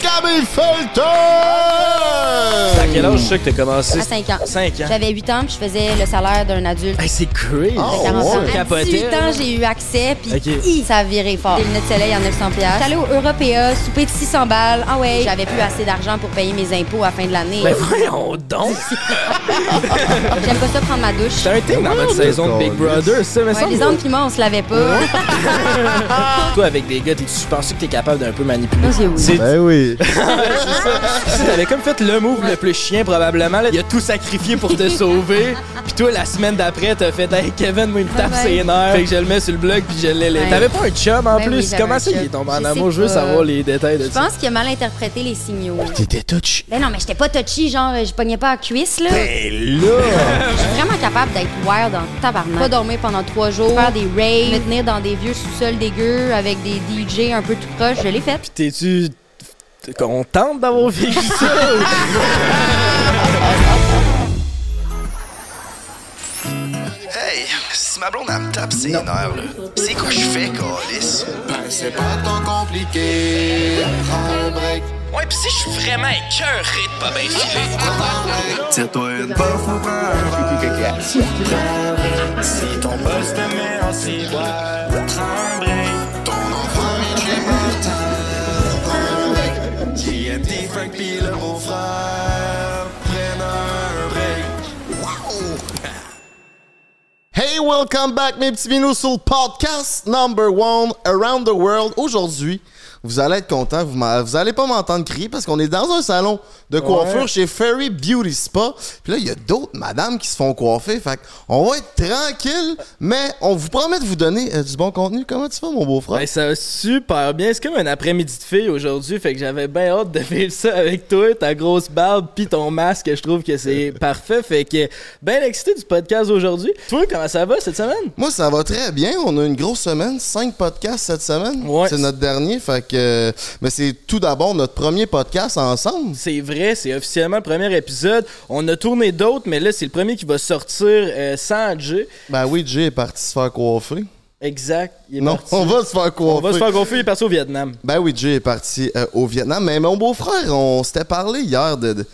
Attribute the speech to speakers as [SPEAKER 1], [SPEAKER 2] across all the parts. [SPEAKER 1] Gabby Felton!
[SPEAKER 2] À quel âge je sais que t'as commencé?
[SPEAKER 3] À 5 ans.
[SPEAKER 2] 5 ans.
[SPEAKER 3] J'avais 8 ans, puis je faisais le salaire d'un adulte.
[SPEAKER 2] Hey, c'est crazy.
[SPEAKER 1] Oh,
[SPEAKER 3] 40 ans.
[SPEAKER 1] ouais.
[SPEAKER 3] À 18 ans, j'ai eu accès, puis
[SPEAKER 2] Ok.
[SPEAKER 3] hi, ça a viré fort. Des lunettes de soleil en 900 piastres. J'allais au Européa, souper de 600 balles. Ah ouais, j'avais plus assez d'argent pour payer mes impôts à la fin de l'année.
[SPEAKER 2] Mais Ben, voyons donc!
[SPEAKER 3] J'aime pas ça prendre ma douche.
[SPEAKER 2] T'as un thème dans votre saison de Big Brother, ça, mais
[SPEAKER 3] Ouais, les hommes climat, on se lavait pas.
[SPEAKER 2] Toi, avec des gars, tu penses que t'es capable d'un peu manipuler?
[SPEAKER 3] Moi, j'ai oui.
[SPEAKER 2] C'est-
[SPEAKER 1] Ben oui.
[SPEAKER 2] T'avais comme fait le move le plus chien probablement. là. Il a tout sacrifié pour te sauver. Puis toi, la semaine d'après, t'as fait Hey Kevin, moi, il me tape
[SPEAKER 3] Bye-bye.
[SPEAKER 2] ses nerfs. Fait que je le mets sur le blog puis je l'ai.
[SPEAKER 3] Ouais.
[SPEAKER 2] T'avais pas un chum en
[SPEAKER 3] Ben oui,
[SPEAKER 2] plus.
[SPEAKER 3] j'avais
[SPEAKER 2] Comment
[SPEAKER 3] un
[SPEAKER 2] ça, il
[SPEAKER 3] chum.
[SPEAKER 2] est tombé en
[SPEAKER 3] Je
[SPEAKER 2] amour?
[SPEAKER 3] sais
[SPEAKER 2] Je veux
[SPEAKER 3] pas.
[SPEAKER 2] savoir les détails de
[SPEAKER 3] Je
[SPEAKER 2] ça.
[SPEAKER 3] pense qu'il a mal interprété les signaux.
[SPEAKER 2] T'étais touché.
[SPEAKER 3] Ben non, mais j'étais pas touchy, genre, je pognais pas à cuisse, là. Je suis vraiment capable d'être wild en tabarnak. Pas dormir pendant trois jours, faire des raves, me tenir dans des vieux sous-sols dégueux avec des DJ un peu tout proches. Je l'ai fait.
[SPEAKER 2] T'es-tu t'es contente d'avoir vécu ça?
[SPEAKER 4] Hey, si ma blonde, elle me tape ses nerfs, là, c'est quoi je fais, Calis?
[SPEAKER 5] Ben, C'est pas tant compliqué. Prends un break.
[SPEAKER 4] Ouais, pis si je suis vraiment écœuré de pas bien filer.
[SPEAKER 5] Tire-toi une bof ou prends un break. Si ton boss te met en ciboire, prends un break. Ton enfant est immortel. Prends un break. JMD, Frank pis le beau-frère. Prennent un break.
[SPEAKER 1] Hey, welcome back, mes petits minous, sur le podcast number one around the world. Aujourd'hui, vous allez être contents, vous, m'en- vous allez pas m'entendre crier parce qu'on est dans un salon de coiffure chez Fairy Beauty Spa. Puis là, il y a d'autres madames qui se font coiffer. Fait on va être tranquille, mais on vous promet de vous donner euh, du bon contenu. Comment tu vas, mon beau-frère?
[SPEAKER 2] Ben, ça va super bien. C'est comme un après-midi de filles aujourd'hui. Fait que j'avais bien hâte de vivre ça avec toi, ta grosse barbe, puis ton masque. Je trouve que c'est parfait. Fait que, ben excité du podcast aujourd'hui. Toi, comment ça va cette semaine?
[SPEAKER 1] Moi, ça va très bien. On a une grosse semaine, cinq podcasts cette semaine.
[SPEAKER 2] Ouais.
[SPEAKER 1] C'est notre dernier. Fait que, mais c'est tout d'abord notre premier podcast ensemble.
[SPEAKER 2] C'est vrai, c'est officiellement le premier épisode. On a tourné d'autres, mais là, c'est le premier qui va sortir euh, sans Jay.
[SPEAKER 1] Ben oui, Jay est parti se faire coiffer.
[SPEAKER 2] Exact. Il est
[SPEAKER 1] Non,
[SPEAKER 2] parti.
[SPEAKER 1] on va se faire coiffer.
[SPEAKER 2] On va se faire gonfler, il est parti au Vietnam.
[SPEAKER 1] Ben oui, Jay est parti euh, au Vietnam. Mais mon beau-frère, on s'était parlé hier de. de- Tu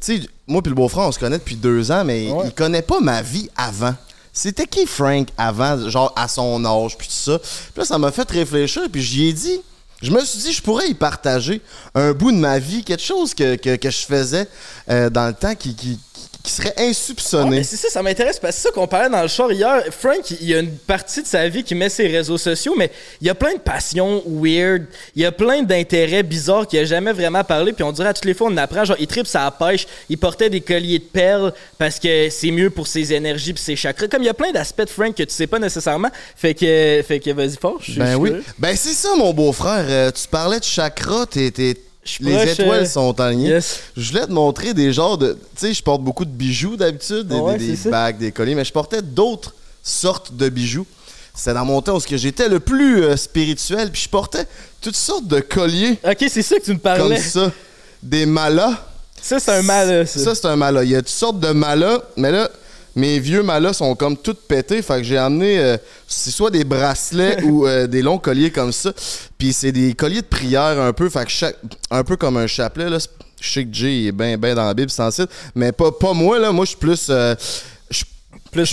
[SPEAKER 1] sais, moi puis le beau-frère, on se connaît depuis deux ans, mais
[SPEAKER 2] Ouais.
[SPEAKER 1] il connaît pas ma vie avant. C'était qui Frank avant, genre à son âge, puis tout ça. Puis là, ça m'a fait réfléchir, puis j'y ai dit. Je me suis dit, je pourrais y partager un bout de ma vie, quelque chose que, que, que je faisais euh, dans le temps qui, qui, qui- qui serait
[SPEAKER 2] Ouais,
[SPEAKER 1] insoupçonné.
[SPEAKER 2] Ah, mais c'est ça, ça m'intéresse parce que c'est ça qu'on parlait dans le char hier. Frank, il y a une partie de sa vie qui met ses réseaux sociaux, mais il y a plein de passions weird. Il y a plein d'intérêts bizarres qu'il a jamais vraiment parlé. Puis on dirait à toutes les fois, on en apprend. Genre, il tripe sa pêche, il portait des colliers de perles parce que c'est mieux pour ses énergies puis ses chakras. Comme il y a plein d'aspects de Frank que tu sais pas nécessairement. Fait que, fait que vas-y fort. je suis- je
[SPEAKER 1] Ben
[SPEAKER 2] suis
[SPEAKER 1] oui.
[SPEAKER 2] curieux.
[SPEAKER 1] Ben c'est ça, mon beau-frère. Euh, tu parlais de chakra, t'es, t'es-
[SPEAKER 2] Je suis
[SPEAKER 1] les
[SPEAKER 2] proche,
[SPEAKER 1] étoiles
[SPEAKER 2] euh,
[SPEAKER 1] sont alignées.
[SPEAKER 2] yes.
[SPEAKER 1] Je voulais te montrer des genres de. Tu sais, je porte beaucoup de bijoux d'habitude, des,
[SPEAKER 2] Ah Ouais,
[SPEAKER 1] des-
[SPEAKER 2] c'est
[SPEAKER 1] des
[SPEAKER 2] ça.
[SPEAKER 1] bagues, des colliers, mais je portais d'autres sortes de bijoux. C'était dans mon temps où ce que j'étais le plus euh, spirituel, puis je portais toutes sortes de colliers
[SPEAKER 2] Ok, c'est ça que tu me
[SPEAKER 1] comme
[SPEAKER 2] parlais. Ça,
[SPEAKER 1] ça, des malas.
[SPEAKER 2] c'est un mal. euh, Ça.
[SPEAKER 1] Ça, c'est un mala. Il y a toutes sortes de malas, mais là, mes vieux malas sont comme toutes pétés. Fait que j'ai amené, euh, c'est soit des bracelets ou euh, des longs colliers comme ça. Puis c'est des colliers de prière un peu, fait que chaque- un peu comme un chapelet. Là. Je sais que Jay est bien ben dans la Bible, sans site. Mais pas, pas moi, là. Moi, je suis plus. euh, je
[SPEAKER 2] plus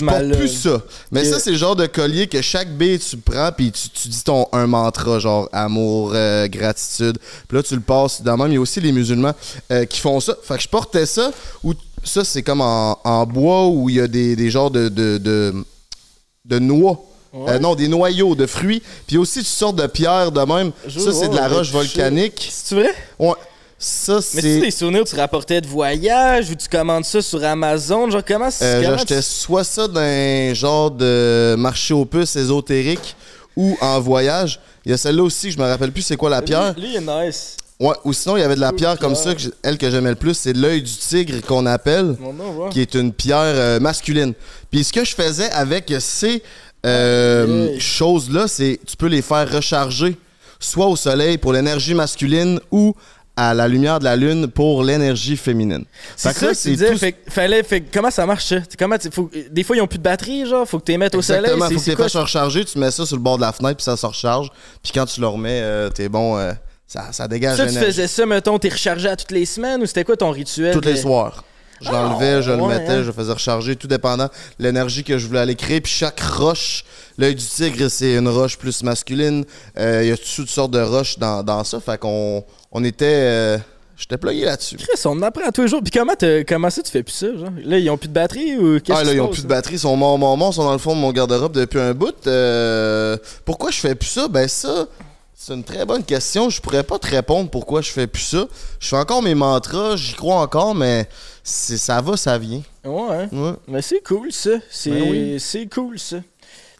[SPEAKER 1] porte
[SPEAKER 2] mal. euh,
[SPEAKER 1] plus ça. Mais
[SPEAKER 2] Yeah.
[SPEAKER 1] ça, c'est le genre de collier que chaque bille, tu prends, puis tu, tu dis ton un mantra, genre amour, euh, gratitude. Puis là, tu le passes. Dans le même, il y a aussi les musulmans euh, qui font ça. Fait que je portais ça, ou ça, c'est comme en, en bois où il y a des, des genres de, de, de, de noix. Euh, non, des noyaux de fruits. Puis aussi, tu sortes de pierres de même.
[SPEAKER 2] Je
[SPEAKER 1] ça,
[SPEAKER 2] veux
[SPEAKER 1] c'est de la
[SPEAKER 2] voir,
[SPEAKER 1] roche
[SPEAKER 2] je-
[SPEAKER 1] volcanique.
[SPEAKER 2] C'est-tu vrai?
[SPEAKER 1] Ouais. Ça,
[SPEAKER 2] Mais c'est
[SPEAKER 1] c'est.
[SPEAKER 2] des souvenirs que tu rapportais de voyage ou tu commandes ça sur Amazon, genre comment c'est
[SPEAKER 1] Euh,
[SPEAKER 2] comment
[SPEAKER 1] J'achetais soit ça d'un genre de marché aux puces ésotérique ou en voyage. Il y a celle-là aussi, je me rappelle plus c'est quoi la
[SPEAKER 2] tu-
[SPEAKER 1] pierre.
[SPEAKER 2] Lui, lui, il est nice.
[SPEAKER 1] Ouais, ou sinon, il y avait de la pierre comme ça, que j- elle que j'aimais le plus, c'est l'œil du tigre qu'on appelle,
[SPEAKER 2] Mon nom, Oh ouais.
[SPEAKER 1] qui est une pierre euh, masculine. Puis ce que je faisais avec ces euh,
[SPEAKER 2] Hey.
[SPEAKER 1] choses-là, c'est tu peux les faire recharger, soit au soleil pour l'énergie masculine ou à la lumière de la lune pour l'énergie féminine.
[SPEAKER 2] C'est
[SPEAKER 1] Fait que
[SPEAKER 2] ça
[SPEAKER 1] là,
[SPEAKER 2] que tu disais,
[SPEAKER 1] tout-
[SPEAKER 2] fait que fallait fait que comment ça marche ça C'est Comment tu- faut- des fois ils ont plus de batterie genre, faut que tu les mettes au soleil,
[SPEAKER 1] Exactement,
[SPEAKER 2] c'est-
[SPEAKER 1] faut que
[SPEAKER 2] c'est
[SPEAKER 1] t'es
[SPEAKER 2] quoi
[SPEAKER 1] fait se recharger, tu mets ça sur le bord de la fenêtre, puis ça se recharge. Puis quand tu le remets, euh, t'es bon, euh, Ça, ça dégage
[SPEAKER 2] Ça, tu
[SPEAKER 1] l'énergie.
[SPEAKER 2] faisais ça, mettons, t'es rechargé à toutes les semaines ou c'était quoi ton rituel?
[SPEAKER 1] Toutes les
[SPEAKER 2] de-
[SPEAKER 1] soirs. Je l'enlevais, je le
[SPEAKER 2] ouais,
[SPEAKER 1] mettais,
[SPEAKER 2] hein.
[SPEAKER 1] je le faisais recharger, tout dépendant de l'énergie que je voulais aller créer. Puis chaque roche, l'œil du tigre, c'est une roche plus masculine. Euh, Il y a toutes sortes de roches dans, dans ça. Fait qu'on on était. euh, J'étais plugué là-dessus.
[SPEAKER 2] Chris, on en apprend à tous les jours. Puis comment, t'as- comment ça tu fais plus ça? Genre? Là, ils ont plus de batterie ou qu'est-ce
[SPEAKER 1] Ah, là, ils ont plus de batterie, ils sont morts, morts, morts, ils sont dans le fond de mon garde-robe depuis un bout. Euh, pourquoi je fais plus ça? Ben, ça, c'est une très bonne question. Je pourrais pas te répondre pourquoi je fais plus ça. Je fais encore mes mantras, j'y crois encore, mais c'est- ça va, ça vient.
[SPEAKER 2] Ouais, hein?
[SPEAKER 1] Ouais.
[SPEAKER 2] Mais c'est cool ça. C'est
[SPEAKER 1] Ben oui.
[SPEAKER 2] c'est cool ça.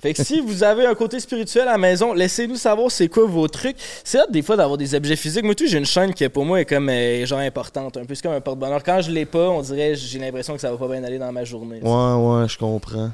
[SPEAKER 2] Fait que si vous avez un côté spirituel à la maison, laissez-nous savoir c'est quoi vos trucs. C'est hâte des fois d'avoir des objets physiques. Moi, tout, j'ai une chaîne qui pour moi est comme euh, genre importante, un peu c'est comme un porte-bonheur. Quand je l'ai pas, on dirait j'ai l'impression que ça va pas bien aller dans ma journée.
[SPEAKER 1] Ouais, ouais, je comprends.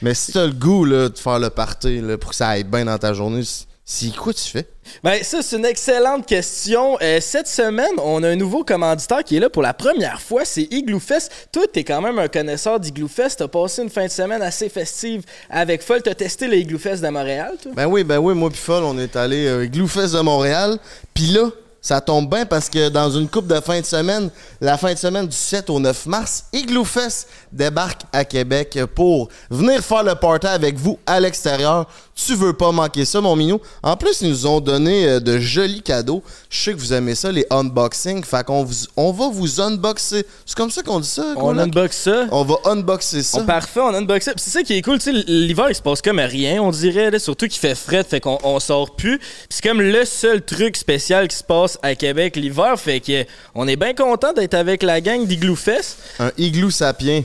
[SPEAKER 1] Mais si t'as le goût là, de faire le party là, pour que ça aille bien dans ta journée, c- c'est quoi tu fais?
[SPEAKER 2] Ben ça, c'est une excellente question. Euh, cette semaine, on a un nouveau commanditaire qui est là pour la première fois, c'est Igloo Fest. Toi, t'es quand même un connaisseur d'Igloo Fest. T'as passé une fin de semaine assez festive avec Folle. T'as testé les Igloo Fest de Montréal, toi?
[SPEAKER 1] Ben oui, ben oui, moi pis Folle, on est allé euh, Gloufest de Montréal. Puis là, ça tombe bien parce que dans une coupe de fin de semaine, la fin de semaine du 7 au 9 mars, Igloofest débarque à Québec pour venir faire le party avec vous à l'extérieur. Tu veux pas manquer ça, mon minou. En plus, ils nous ont donné euh, de jolis cadeaux. Je sais que vous aimez ça, les unboxings. Fait qu'on vous- on va vous unboxer. C'est comme ça qu'on dit ça?
[SPEAKER 2] On
[SPEAKER 1] Colin?
[SPEAKER 2] unbox ça.
[SPEAKER 1] On va unboxer ça.
[SPEAKER 2] On parfait, on unboxe ça. Puis C'est ça qui est cool, tu sais, l'hiver il se passe comme rien, on dirait, là, surtout qu'il fait fret, fait qu'on on sort plus. Puis c'est comme le seul truc spécial qui se passe à Québec l'hiver, fait que on est bien content d'être avec la gang d'Igloofest.
[SPEAKER 1] Un igloo sapien.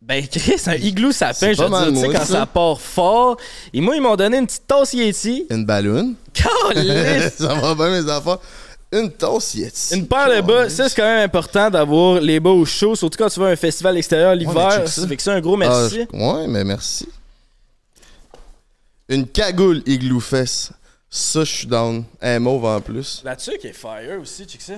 [SPEAKER 2] Ben Chris, un igloo sapin,
[SPEAKER 1] C'est
[SPEAKER 2] je
[SPEAKER 1] pas mal
[SPEAKER 2] veux dire, tu sais,
[SPEAKER 1] mouille,
[SPEAKER 2] quand
[SPEAKER 1] ça.
[SPEAKER 2] ça part fort. Et moi, ils m'ont donné une petite tasse Yeti.
[SPEAKER 1] Une balloune.
[SPEAKER 2] Calisse!
[SPEAKER 1] ça va bien, mes enfants. Une tasse Yeti.
[SPEAKER 2] Une paire de bas, ça c'est quand même important d'avoir les bas au chaud, surtout quand tu vas à un festival extérieur
[SPEAKER 1] Ouais, mais
[SPEAKER 2] l'hiver.
[SPEAKER 1] check ça.
[SPEAKER 2] fait que ça, un gros merci.
[SPEAKER 1] Ah, je- ouais, mais merci. Une cagoule igloo fesse. Ça, je suis down. Un mauve en plus.
[SPEAKER 2] La tuque est fire aussi, check ça.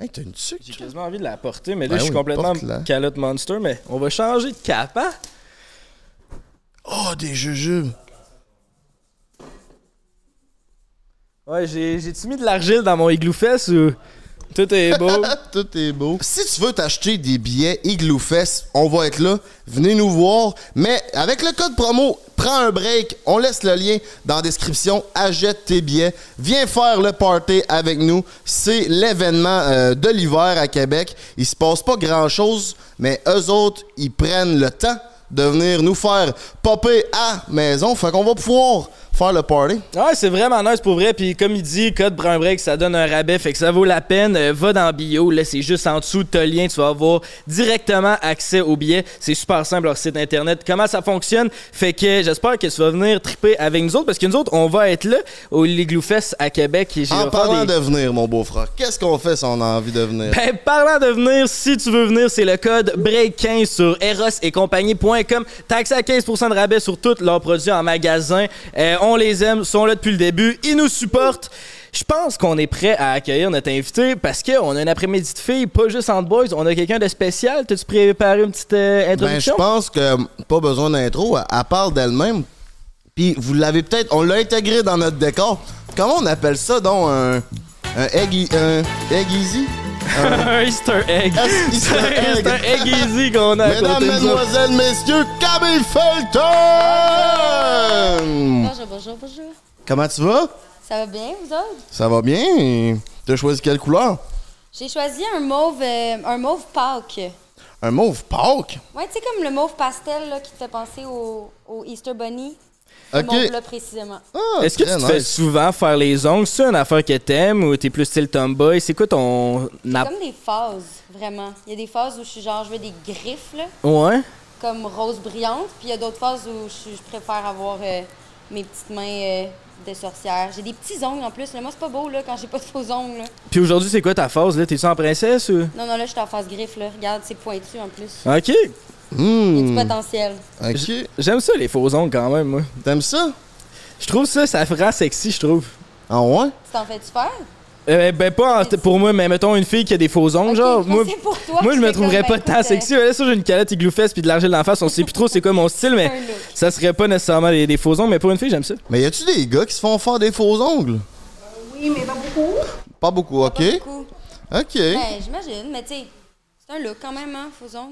[SPEAKER 1] Hey, t'as une tuque,
[SPEAKER 2] J'ai
[SPEAKER 1] toi?
[SPEAKER 2] quasiment envie de la porter, mais là,
[SPEAKER 1] Ben
[SPEAKER 2] je suis
[SPEAKER 1] oui,
[SPEAKER 2] complètement
[SPEAKER 1] porte-la.
[SPEAKER 2] calotte monster, mais on va changer de cap, hein?
[SPEAKER 1] Oh, des jujubes.
[SPEAKER 2] Ouais, j'ai- j'ai-tu mis de l'argile dans mon igloo fest ou... Ah, Tout est beau.
[SPEAKER 1] Tout est beau. Si tu veux t'acheter des billets Igloo Fest, on va être là. Venez nous voir. Mais avec le code promo, prends un break. On laisse le lien dans la description. Achète tes billets. Viens faire le party avec nous. C'est l'événement euh, de l'hiver à Québec. Il se passe pas grand-chose, mais eux autres, ils prennent le temps de venir nous faire popper à maison. Fait qu'on va pouvoir faire le party.
[SPEAKER 2] ouais, c'est vraiment nice pour vrai. Puis comme il dit, code brun break, ça donne un rabais, fait que ça vaut la peine. Euh, va dans bio, là, c'est juste en dessous de ton lien, tu vas avoir directement accès aux billets. C'est super simple, leur site internet. Comment ça fonctionne? Fait que j'espère que tu vas venir triper avec nous autres, parce que nous autres, on va être là au Igloo Fest à Québec. Et j'ai- on
[SPEAKER 1] En
[SPEAKER 2] va faire
[SPEAKER 1] parlant
[SPEAKER 2] des-
[SPEAKER 1] de venir, mon beau-frère, qu'est-ce qu'on fait si on a envie de venir?
[SPEAKER 2] Ben, parlant de venir, si tu veux venir, c'est le code BREAK15 sur erosetcompagnie.com. Taxé à 15% de rabais sur tous leurs produits en magasin. Euh, on les aime, sont là depuis le début, ils nous supportent. Je pense qu'on est prêt à accueillir notre invité parce qu'on a un après-midi de filles, pas juste entre boys, on a quelqu'un de spécial. T'as-tu préparé une petite
[SPEAKER 1] Ben,
[SPEAKER 2] euh,
[SPEAKER 1] je
[SPEAKER 2] introduction?
[SPEAKER 1] pense que pas besoin d'intro. Elle, elle parle d'elle-même. Puis vous l'avez peut-être. On l'a intégré dans notre décor. Comment on appelle ça, donc, un. Un egg. e, Un egg easy?
[SPEAKER 2] un Easter egg.
[SPEAKER 1] Un
[SPEAKER 2] C'est
[SPEAKER 1] Easter
[SPEAKER 2] un
[SPEAKER 1] egg.
[SPEAKER 2] Easter egg easy qu'on a à
[SPEAKER 1] Mesdames,
[SPEAKER 2] côté de nous.
[SPEAKER 1] Mesdemoiselles, Messieurs, Camille Felton!
[SPEAKER 3] Bonjour, bonjour, bonjour.
[SPEAKER 1] Comment tu vas?
[SPEAKER 3] Ça va bien, vous autres?
[SPEAKER 1] Ça va bien? T'as choisi quelle couleur?
[SPEAKER 3] J'ai choisi un mauve, euh, un mauve Pâques.
[SPEAKER 1] Un mauve Pâques?
[SPEAKER 3] Ouais, tu sais, comme le mauve pastel là, qui te fait penser au, au Easter Bunny. Ce
[SPEAKER 1] Ok.
[SPEAKER 3] mauve-là, précisément.
[SPEAKER 1] Ah,
[SPEAKER 2] Est-ce que tu
[SPEAKER 1] très
[SPEAKER 2] te fais
[SPEAKER 1] nice.
[SPEAKER 2] souvent faire les ongles? C'est une affaire que t'aimes ou t'es plus style tomboy? C'est quoi ton app-
[SPEAKER 3] Comme des phases, vraiment. Il y a des phases où je suis genre, je veux des griffes, là,
[SPEAKER 2] Ouais.
[SPEAKER 3] comme rose brillante. Puis il y a d'autres phases où je, suis- je préfère avoir euh, mes petites mains euh, de sorcière. J'ai des petits ongles en plus. Là. Moi, c'est pas beau là, quand j'ai pas de faux ongles. là.
[SPEAKER 2] Puis aujourd'hui, c'est quoi ta phase là? T'es-tu en princesse ou?
[SPEAKER 3] Non, non, là, je suis en phase griffe. Là. Regarde, c'est pointu en plus.
[SPEAKER 2] Ok.
[SPEAKER 3] Il y a du
[SPEAKER 1] Hmm,
[SPEAKER 3] potentiel.
[SPEAKER 1] ok.
[SPEAKER 2] J'aime ça les faux ongles quand même, moi.
[SPEAKER 1] T'aimes ça?
[SPEAKER 2] Je trouve ça, ça rend sexy, je trouve.
[SPEAKER 1] Ah ouais?
[SPEAKER 3] Tu t'en fais-tu faire?
[SPEAKER 2] Euh, ben pas en- pour moi, mais mettons une fille qui a des faux ongles,
[SPEAKER 3] Ok,
[SPEAKER 2] genre.
[SPEAKER 3] je
[SPEAKER 2] Moi,
[SPEAKER 3] pensais pour toi,
[SPEAKER 2] moi je
[SPEAKER 3] tu
[SPEAKER 2] me
[SPEAKER 3] fais
[SPEAKER 2] trouverais
[SPEAKER 3] comme,
[SPEAKER 2] pas
[SPEAKER 3] ben,
[SPEAKER 2] tant
[SPEAKER 3] écoute,
[SPEAKER 2] sexy. Ouais, Là, ça, j'ai une calotte igloufesse puis de l'argile en face. On sait plus trop c'est quoi mon style, mais
[SPEAKER 3] Un look.
[SPEAKER 2] ça serait pas nécessairement des, des faux ongles. Mais pour une fille, j'aime ça.
[SPEAKER 1] Mais y a-tu des gars qui se font faire des faux ongles?
[SPEAKER 6] Oui, mais pas beaucoup.
[SPEAKER 1] Pas beaucoup, ok?
[SPEAKER 2] Eh?
[SPEAKER 3] Beaucoup.
[SPEAKER 1] Ok.
[SPEAKER 3] Eh? Ben, j'imagine, mais tu sais, c'est un look quand même, hein, Faison.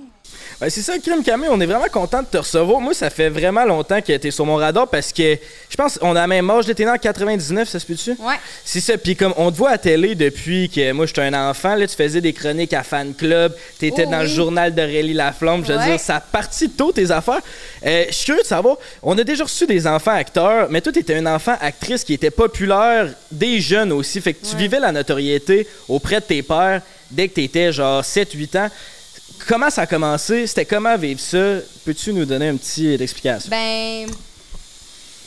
[SPEAKER 2] Ben, c'est ça, Crime Camille, on est vraiment content de te recevoir. Moi, ça fait vraiment longtemps que t'es sur mon radar parce que je pense on a la même âge, t'es né en 99, ça se peut-tu?
[SPEAKER 3] Ouais.
[SPEAKER 2] C'est ça, puis comme on te voit à télé depuis que moi j'étais un enfant, là, tu faisais des chroniques à fan club, t'étais
[SPEAKER 3] Oh
[SPEAKER 2] dans le
[SPEAKER 3] oui.
[SPEAKER 2] journal de Rélie Laflamme, je veux
[SPEAKER 3] Ouais.
[SPEAKER 2] dire, ça a parti de tôt tes affaires. Euh, je suis curieux de savoir, on a déjà reçu des enfants acteurs, mais toi t'étais un enfant actrice qui était populaire, des jeunes aussi, fait que tu vivais la notoriété auprès de tes pères dès que t'étais genre 7-8 ans. Comment ça a commencé? C'était comment vivre ça? Peux-tu nous donner euh, une petite explication?
[SPEAKER 3] Ben.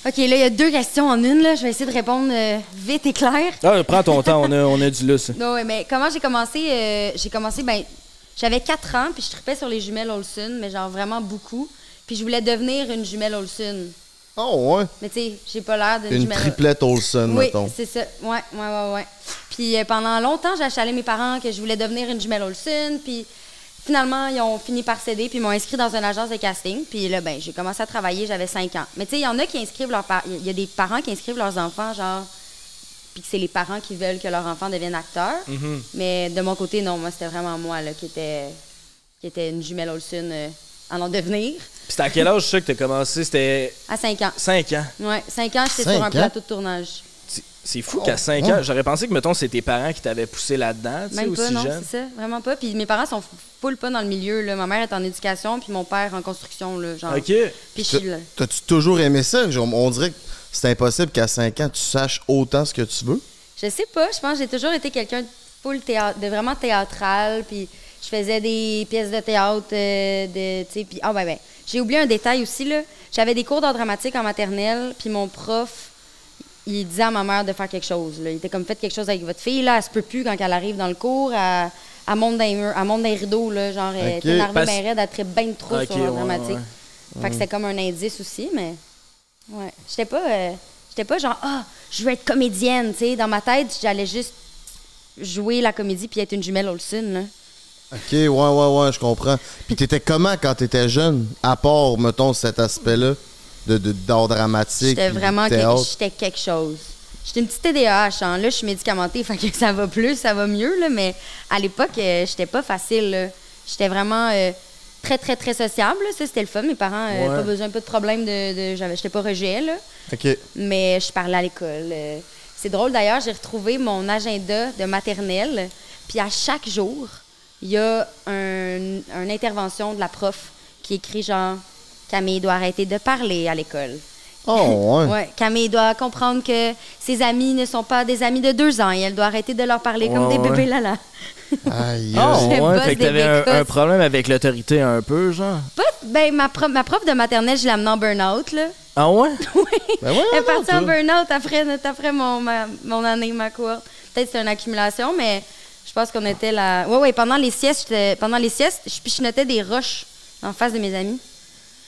[SPEAKER 3] Ok, là, il y a deux questions en une, là. Je vais essayer de répondre euh, vite et clair.
[SPEAKER 2] Ah, prends ton temps, on a, on a du lousse.
[SPEAKER 3] Non, ouais, mais comment j'ai commencé? euh, j'ai commencé, ben, j'avais 4 ans, puis je tripais sur les jumelles Olsen, mais genre vraiment beaucoup. Puis je voulais devenir une jumelle Olsen.
[SPEAKER 1] Oh, ouais.
[SPEAKER 3] Mais tu sais, j'ai pas l'air d'une
[SPEAKER 1] Une
[SPEAKER 3] jumelle.
[SPEAKER 1] triplette Olsen,
[SPEAKER 3] Oui,
[SPEAKER 1] mettons.
[SPEAKER 3] c'est ça. Ouais, ouais, ouais, ouais. Puis euh, pendant longtemps, j'ai achalé mes parents que je voulais devenir une jumelle Olsen. Puis finalement, ils ont fini par céder, puis ils m'ont inscrit dans une agence de casting. Puis là, ben, j'ai commencé à travailler, j'avais 5 ans. Mais tu sais, il y en a qui inscrivent leurs parents. Il y a des parents qui inscrivent leurs enfants, genre. Puis que c'est les parents qui veulent que leur enfant devienne acteur.
[SPEAKER 1] Mm-hmm.
[SPEAKER 3] Mais de mon côté, non, moi, c'était vraiment moi là, qui, était, qui était une jumelle Olsen euh, en en devenir.
[SPEAKER 2] C'était à quel âge ça que t'as commencé? C'était
[SPEAKER 3] À 5 ans.
[SPEAKER 2] 5 ans.
[SPEAKER 3] Ouais, 5 ans, j'étais
[SPEAKER 1] Cinq
[SPEAKER 3] sur un
[SPEAKER 1] ans?
[SPEAKER 3] plateau de tournage.
[SPEAKER 2] C'est- C'est fou qu'à 5
[SPEAKER 1] ouais.
[SPEAKER 2] ans, j'aurais pensé que, mettons, c'est tes parents qui t'avaient poussé là-dedans, tu sais,
[SPEAKER 3] Même
[SPEAKER 2] aussi
[SPEAKER 3] pas, non,
[SPEAKER 2] jeune.
[SPEAKER 3] c'est ça, vraiment pas. Puis mes parents sont full pas dans le milieu. Là. Ma mère est en éducation, puis mon père en construction. Là, genre.
[SPEAKER 2] OK.
[SPEAKER 3] Puis je suis là.
[SPEAKER 1] T'as-tu toujours aimé ça? Genre, on dirait que c'est impossible qu'à 5 ans, tu saches autant ce que tu veux.
[SPEAKER 3] Je sais pas, je pense que j'ai toujours été quelqu'un de full théâtre, de vraiment théâtral. Puis je faisais des pièces de théâtre. euh, de, tu sais, puis, ah, ben, ben. J'ai oublié un détail aussi. là. J'avais des cours d'art dramatique en maternelle, puis mon prof. Il disait à ma mère de faire quelque chose. là. Il était comme faites quelque chose avec votre fille. Là, elle se peut plus quand elle arrive dans le cours. Elle, elle monte dans les murs, elle monte dans les rideaux. Là, genre, elle
[SPEAKER 1] Ok,
[SPEAKER 3] est énervée,
[SPEAKER 2] parce-
[SPEAKER 3] ben raide, elle trippe ben trop
[SPEAKER 2] Ok,
[SPEAKER 3] sur
[SPEAKER 2] ouais,
[SPEAKER 3] l'art
[SPEAKER 2] Mm.
[SPEAKER 3] dramatique. Fait que c'était comme un indice aussi, mais. Ouais. J'étais pas. euh, J'étais pas genre, ah, je veux être comédienne, tu sais. Dans ma tête, j'allais juste jouer la comédie puis être une jumelle Olsen, là.
[SPEAKER 1] Ok, ouais, ouais, ouais, je comprends. Puis t'étais comment quand t'étais jeune? À part, mettons, cet aspect-là de, de- d'art dramatique.
[SPEAKER 3] J'étais
[SPEAKER 1] puis de
[SPEAKER 3] vraiment quelque,
[SPEAKER 1] théâtre.
[SPEAKER 3] j'étais quelque chose. J'étais une petite TDAH, hein. Là, je suis médicamentée, fait que ça va plus, ça va mieux, là. Mais à l'époque, euh, j'étais pas facile, là. J'étais vraiment euh, très, très, très sociable, là. Ça, c'était le fun. Mes parents, euh,
[SPEAKER 2] Ouais.
[SPEAKER 3] pas besoin, pas de problème de. de j'avais- j'étais pas rejet, là.
[SPEAKER 1] Ok.
[SPEAKER 3] mais je parlais à l'école. Euh, C'est drôle d'ailleurs, j'ai retrouvé mon agenda de maternelle, puis à chaque jour, il y a un- une intervention de la prof qui écrit genre Camille doit arrêter de parler à l'école.
[SPEAKER 2] Ah,
[SPEAKER 1] Oh, ouais.
[SPEAKER 3] Ouais, Camille doit comprendre que ses amis ne sont pas des amis de deux ans et elle doit arrêter de leur parler comme
[SPEAKER 2] Ouais,
[SPEAKER 3] des
[SPEAKER 2] ouais.
[SPEAKER 3] bébés là
[SPEAKER 1] Aïe,
[SPEAKER 2] Ah,
[SPEAKER 1] aïe.
[SPEAKER 3] Je bosse
[SPEAKER 2] fait que
[SPEAKER 3] des
[SPEAKER 2] t'avais un,
[SPEAKER 3] breakfasts.
[SPEAKER 2] un problème avec l'autorité un peu, genre.
[SPEAKER 3] Pas, ben, ma, prof, ma prof de maternelle, je l'ai amenée en burn-out. Là.
[SPEAKER 2] Ah ouais?
[SPEAKER 1] Ben ouais,
[SPEAKER 3] Elle est partie
[SPEAKER 1] non,
[SPEAKER 3] en
[SPEAKER 1] toi.
[SPEAKER 3] burn-out après, notre- après mon, ma- mon année, ma cour. Peut-être que c'est une accumulation, mais je pense qu'on était là. Ouais, ouais, pendant les siestes, j'étais- pendant les siestes, je pichinotais des roches en face de mes amis.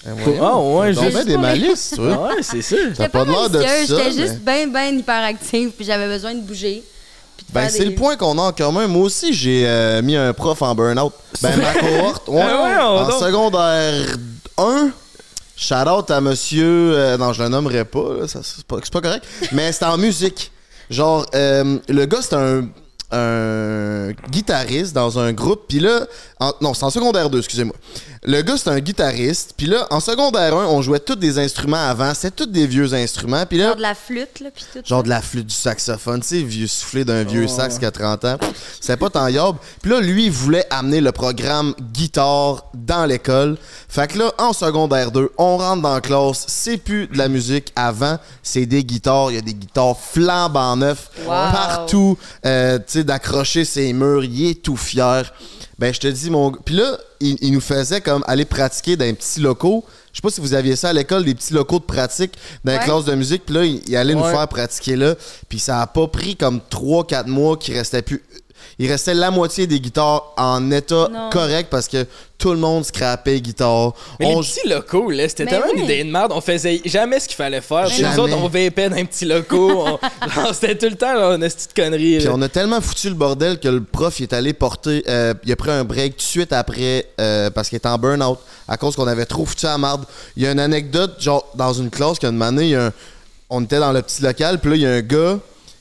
[SPEAKER 1] Ben
[SPEAKER 2] Ah
[SPEAKER 1] voyons.
[SPEAKER 2] ouais,
[SPEAKER 1] T'as
[SPEAKER 2] juste-
[SPEAKER 1] bien des malices,
[SPEAKER 2] Ah
[SPEAKER 1] toi.
[SPEAKER 2] ouais, c'est ça.
[SPEAKER 1] T'as pas l'air de
[SPEAKER 3] malicieuse,
[SPEAKER 1] ça,
[SPEAKER 3] J'étais
[SPEAKER 1] mais-
[SPEAKER 3] juste bien, bien hyperactive, puis j'avais besoin de bouger. puis de
[SPEAKER 1] Ben,
[SPEAKER 3] faire
[SPEAKER 1] c'est
[SPEAKER 3] des-
[SPEAKER 1] le point qu'on a en commun. Moi aussi, j'ai euh, mis un prof en burn-out. Ben, ma cohorte, ouais.
[SPEAKER 2] Ah ouais, on
[SPEAKER 1] en
[SPEAKER 2] donc.
[SPEAKER 1] secondaire 1, shout-out à monsieur... euh, non, je le nommerai pas, là, ça, c'est pas, c'est pas correct. Mais c'était en musique. Genre, euh, le gars, c'était un, un guitariste dans un groupe. Puis là... en- non, c'est en secondaire 2, excusez-moi. Le gars, c'était un guitariste. Puis là, en secondaire 1, on jouait tous des instruments avant. C'était tous des vieux instruments. Puis là...
[SPEAKER 3] Genre de la flûte, là, puis tout.
[SPEAKER 1] hein. Genre de la flûte du saxophone, tu sais, vieux soufflé d'un vieux sax qui a 30 ans. C'est pas tant yob. Puis là, lui, il voulait amener le programme guitare dans l'école. Fait que là, en secondaire 2, on rentre dans la classe, c'est plus de la musique avant, c'est des guitares. Il y a des guitares flambant neufs partout. Euh, tu sais, d'accrocher ses murs, il est tout fier. Ben, je te dis, mon. Puis là, il, il nous faisait comme aller pratiquer dans les petits locaux. Je sais pas si vous aviez ça à l'école, des petits locaux de pratique dans les
[SPEAKER 3] Ouais.
[SPEAKER 1] classes de musique. Puis là, il, il allait nous
[SPEAKER 2] Ouais.
[SPEAKER 1] faire pratiquer là. Puis ça a pas pris comme 3-4 mois qu'il restait plus. Il restait la moitié des guitares en état
[SPEAKER 3] Non.
[SPEAKER 1] correct parce que tout le monde scrapait les guitares.
[SPEAKER 2] Mais
[SPEAKER 1] On
[SPEAKER 2] les petits locaux, là, c'était
[SPEAKER 3] Mais
[SPEAKER 2] tellement une
[SPEAKER 3] Ben oui.
[SPEAKER 2] idée de merde. On faisait jamais ce qu'il fallait faire. Puis
[SPEAKER 1] Jamais.
[SPEAKER 2] nous autres, on vapait dans les petits locaux. on- genre, c'était tout le temps, là, on a cette connerie.
[SPEAKER 1] Puis
[SPEAKER 2] là.
[SPEAKER 1] on a tellement foutu le bordel que le prof il est allé porter. euh, il a pris un break tout de suite après euh, parce qu'il était en burn-out à cause qu'on avait trop foutu à marde. Il y a une anecdote, genre, dans une classe qu'une année, il y a un- on était dans le petit local, puis là, il y a un gars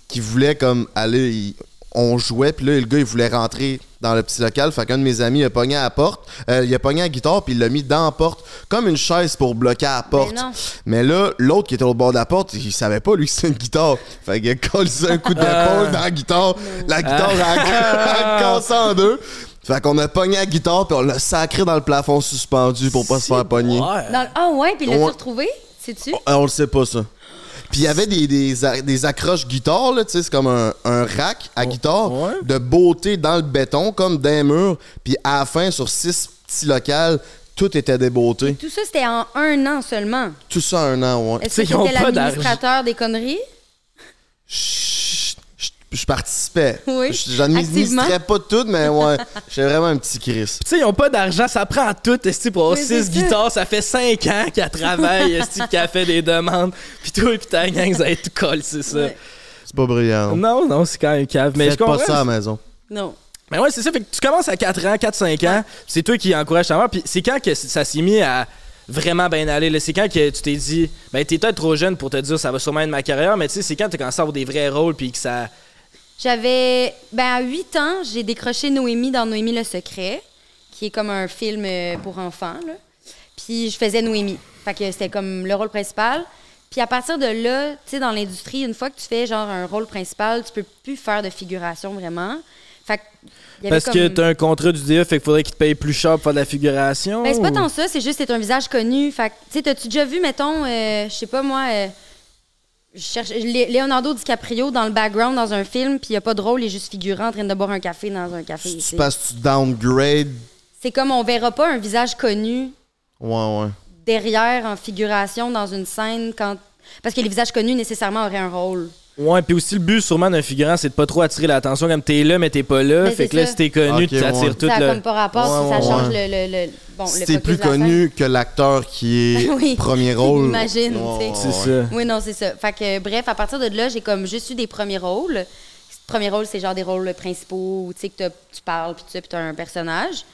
[SPEAKER 1] qui voulait comme aller. il- on jouait, puis là, le gars, il voulait rentrer dans le petit local. Fait qu'un de mes amis a pogné à la porte. euh, il a pogné à la guitare, puis il l'a mis dans la porte, comme une chaise pour bloquer à la porte.
[SPEAKER 3] non.
[SPEAKER 1] Mais là, l'autre qui était au bord de la porte, il savait pas, lui, que c'était une guitare. Fait qu'il a collé un coup
[SPEAKER 2] Ah.
[SPEAKER 1] d'épaule dans la guitare. La guitare a, a cassé en deux. Fait qu'on a pogné la guitare, puis on l'a sacré dans le plafond suspendu pour pas se faire pogner.
[SPEAKER 3] Dans le- Ah ouais, puis l'as-tu
[SPEAKER 1] Ouais.
[SPEAKER 3] retrouvé? Sais-tu?
[SPEAKER 1] Ah, On le sait pas, ça. Puis il y avait des, des, a- des accroches guitare, là, tu sais, c'est comme un, un rack à guitare
[SPEAKER 2] ouais.
[SPEAKER 1] de beauté dans le béton, comme d'un mur. Puis à la fin, sur six petits locales, tout était débeauté.
[SPEAKER 3] Tout ça, c'était en un an seulement.
[SPEAKER 1] Tout ça un an, ouais.
[SPEAKER 3] Est-ce que
[SPEAKER 2] Ils ont
[SPEAKER 3] t'étais
[SPEAKER 2] pas
[SPEAKER 3] l'administrateur des conneries?
[SPEAKER 1] Chut, chut, Je participais.
[SPEAKER 3] Oui,
[SPEAKER 1] Je- J'administrais
[SPEAKER 3] activement.
[SPEAKER 1] pas tout, mais ouais, j'étais vraiment un petit Chris.
[SPEAKER 2] Tu sais, ils ont pas d'argent, ça prend à tout, esti, pour avoir
[SPEAKER 3] Oui,
[SPEAKER 2] six
[SPEAKER 3] c'est ça.
[SPEAKER 2] guitares. Ça fait cinq ans qu'elle travaille, esti, qu'elle fait des demandes. Puis toi et puis ta gang, ça va être tout colle, c'est ça.
[SPEAKER 3] Ouais.
[SPEAKER 1] C'est pas brillant.
[SPEAKER 2] Non, non, c'est quand même cave. Mais je
[SPEAKER 1] Faites pas
[SPEAKER 2] comprends.
[SPEAKER 1] ça à la maison.
[SPEAKER 3] Non.
[SPEAKER 2] Mais ouais, c'est ça. Fait que tu commences à 4 ans, 4-5 ans, puis c'est toi qui encourage ta mère. Puis c'est quand que ça s'est mis à vraiment bien aller. là? C'est quand que tu t'es dit, ben t'es peut-être trop jeune pour te dire ça va sûrement être ma carrière, mais tu sais, c'est quand t'as commencé à avoir des vrais rôles, puis que ça.
[SPEAKER 3] J'avais. Ben, à 8 ans, j'ai décroché Noémie dans Noémie le Secret, qui est comme un film euh, pour enfants, là. Puis je faisais Noémie. Fait que c'était comme le rôle principal. Puis à partir de là, tu sais, dans l'industrie, une fois que tu fais genre un rôle principal, tu peux plus faire de figuration vraiment. Fait que. il y avait
[SPEAKER 2] Parce que
[SPEAKER 3] comme-
[SPEAKER 2] t'as un contrat du DA, fait qu'il faudrait qu'il te paye plus cher pour faire de la figuration.
[SPEAKER 3] Ben, c'est
[SPEAKER 2] ou-
[SPEAKER 1] Oh.
[SPEAKER 3] pas tant ça, c'est juste que c'est un visage connu. Fait que, tu sais, t'as-tu déjà vu, mettons, euh, je sais pas moi, euh, je cherche Lé- Leonardo DiCaprio dans le background dans un film, puis il a pas de rôle, il est juste figurant en train de boire un café dans un café.
[SPEAKER 1] Tu
[SPEAKER 3] tu sais.
[SPEAKER 1] passes, tu downgrade.
[SPEAKER 3] C'est comme on verra pas un visage connu
[SPEAKER 1] Ouais, ouais.
[SPEAKER 3] derrière en figuration dans une scène quand. Parce que les visages connus nécessairement auraient un rôle.
[SPEAKER 2] Ouais, puis aussi le but sûrement d'un figurant, c'est de pas trop attirer l'attention. Comme t'es là, mais t'es pas là.
[SPEAKER 3] Ben,
[SPEAKER 2] fait
[SPEAKER 3] c'est
[SPEAKER 2] que là,
[SPEAKER 3] ça.
[SPEAKER 2] si t'es connu,
[SPEAKER 1] Ok,
[SPEAKER 2] tu t'attires
[SPEAKER 1] ouais.
[SPEAKER 2] tout
[SPEAKER 3] ça a
[SPEAKER 2] le.
[SPEAKER 3] comme pas rapport,
[SPEAKER 1] Ouais,
[SPEAKER 3] si ça
[SPEAKER 1] ouais,
[SPEAKER 3] change
[SPEAKER 1] ouais.
[SPEAKER 3] le, le, le- bon, le
[SPEAKER 1] Si t'es
[SPEAKER 3] focus
[SPEAKER 1] plus
[SPEAKER 3] de la scène.
[SPEAKER 1] connu que l'acteur qui est
[SPEAKER 3] Oui.
[SPEAKER 1] premier rôle.
[SPEAKER 3] Imagine, tu sais.
[SPEAKER 2] C'est
[SPEAKER 1] ouais.
[SPEAKER 2] ça.
[SPEAKER 3] Oui, non, c'est ça. Fait que, euh, bref, à partir de là, j'ai comme juste eu des premiers rôles. Premier rôle, c'est genre des rôles principaux où tu sais que t'as- tu parles, puis tu sais, puis t'as un personnage.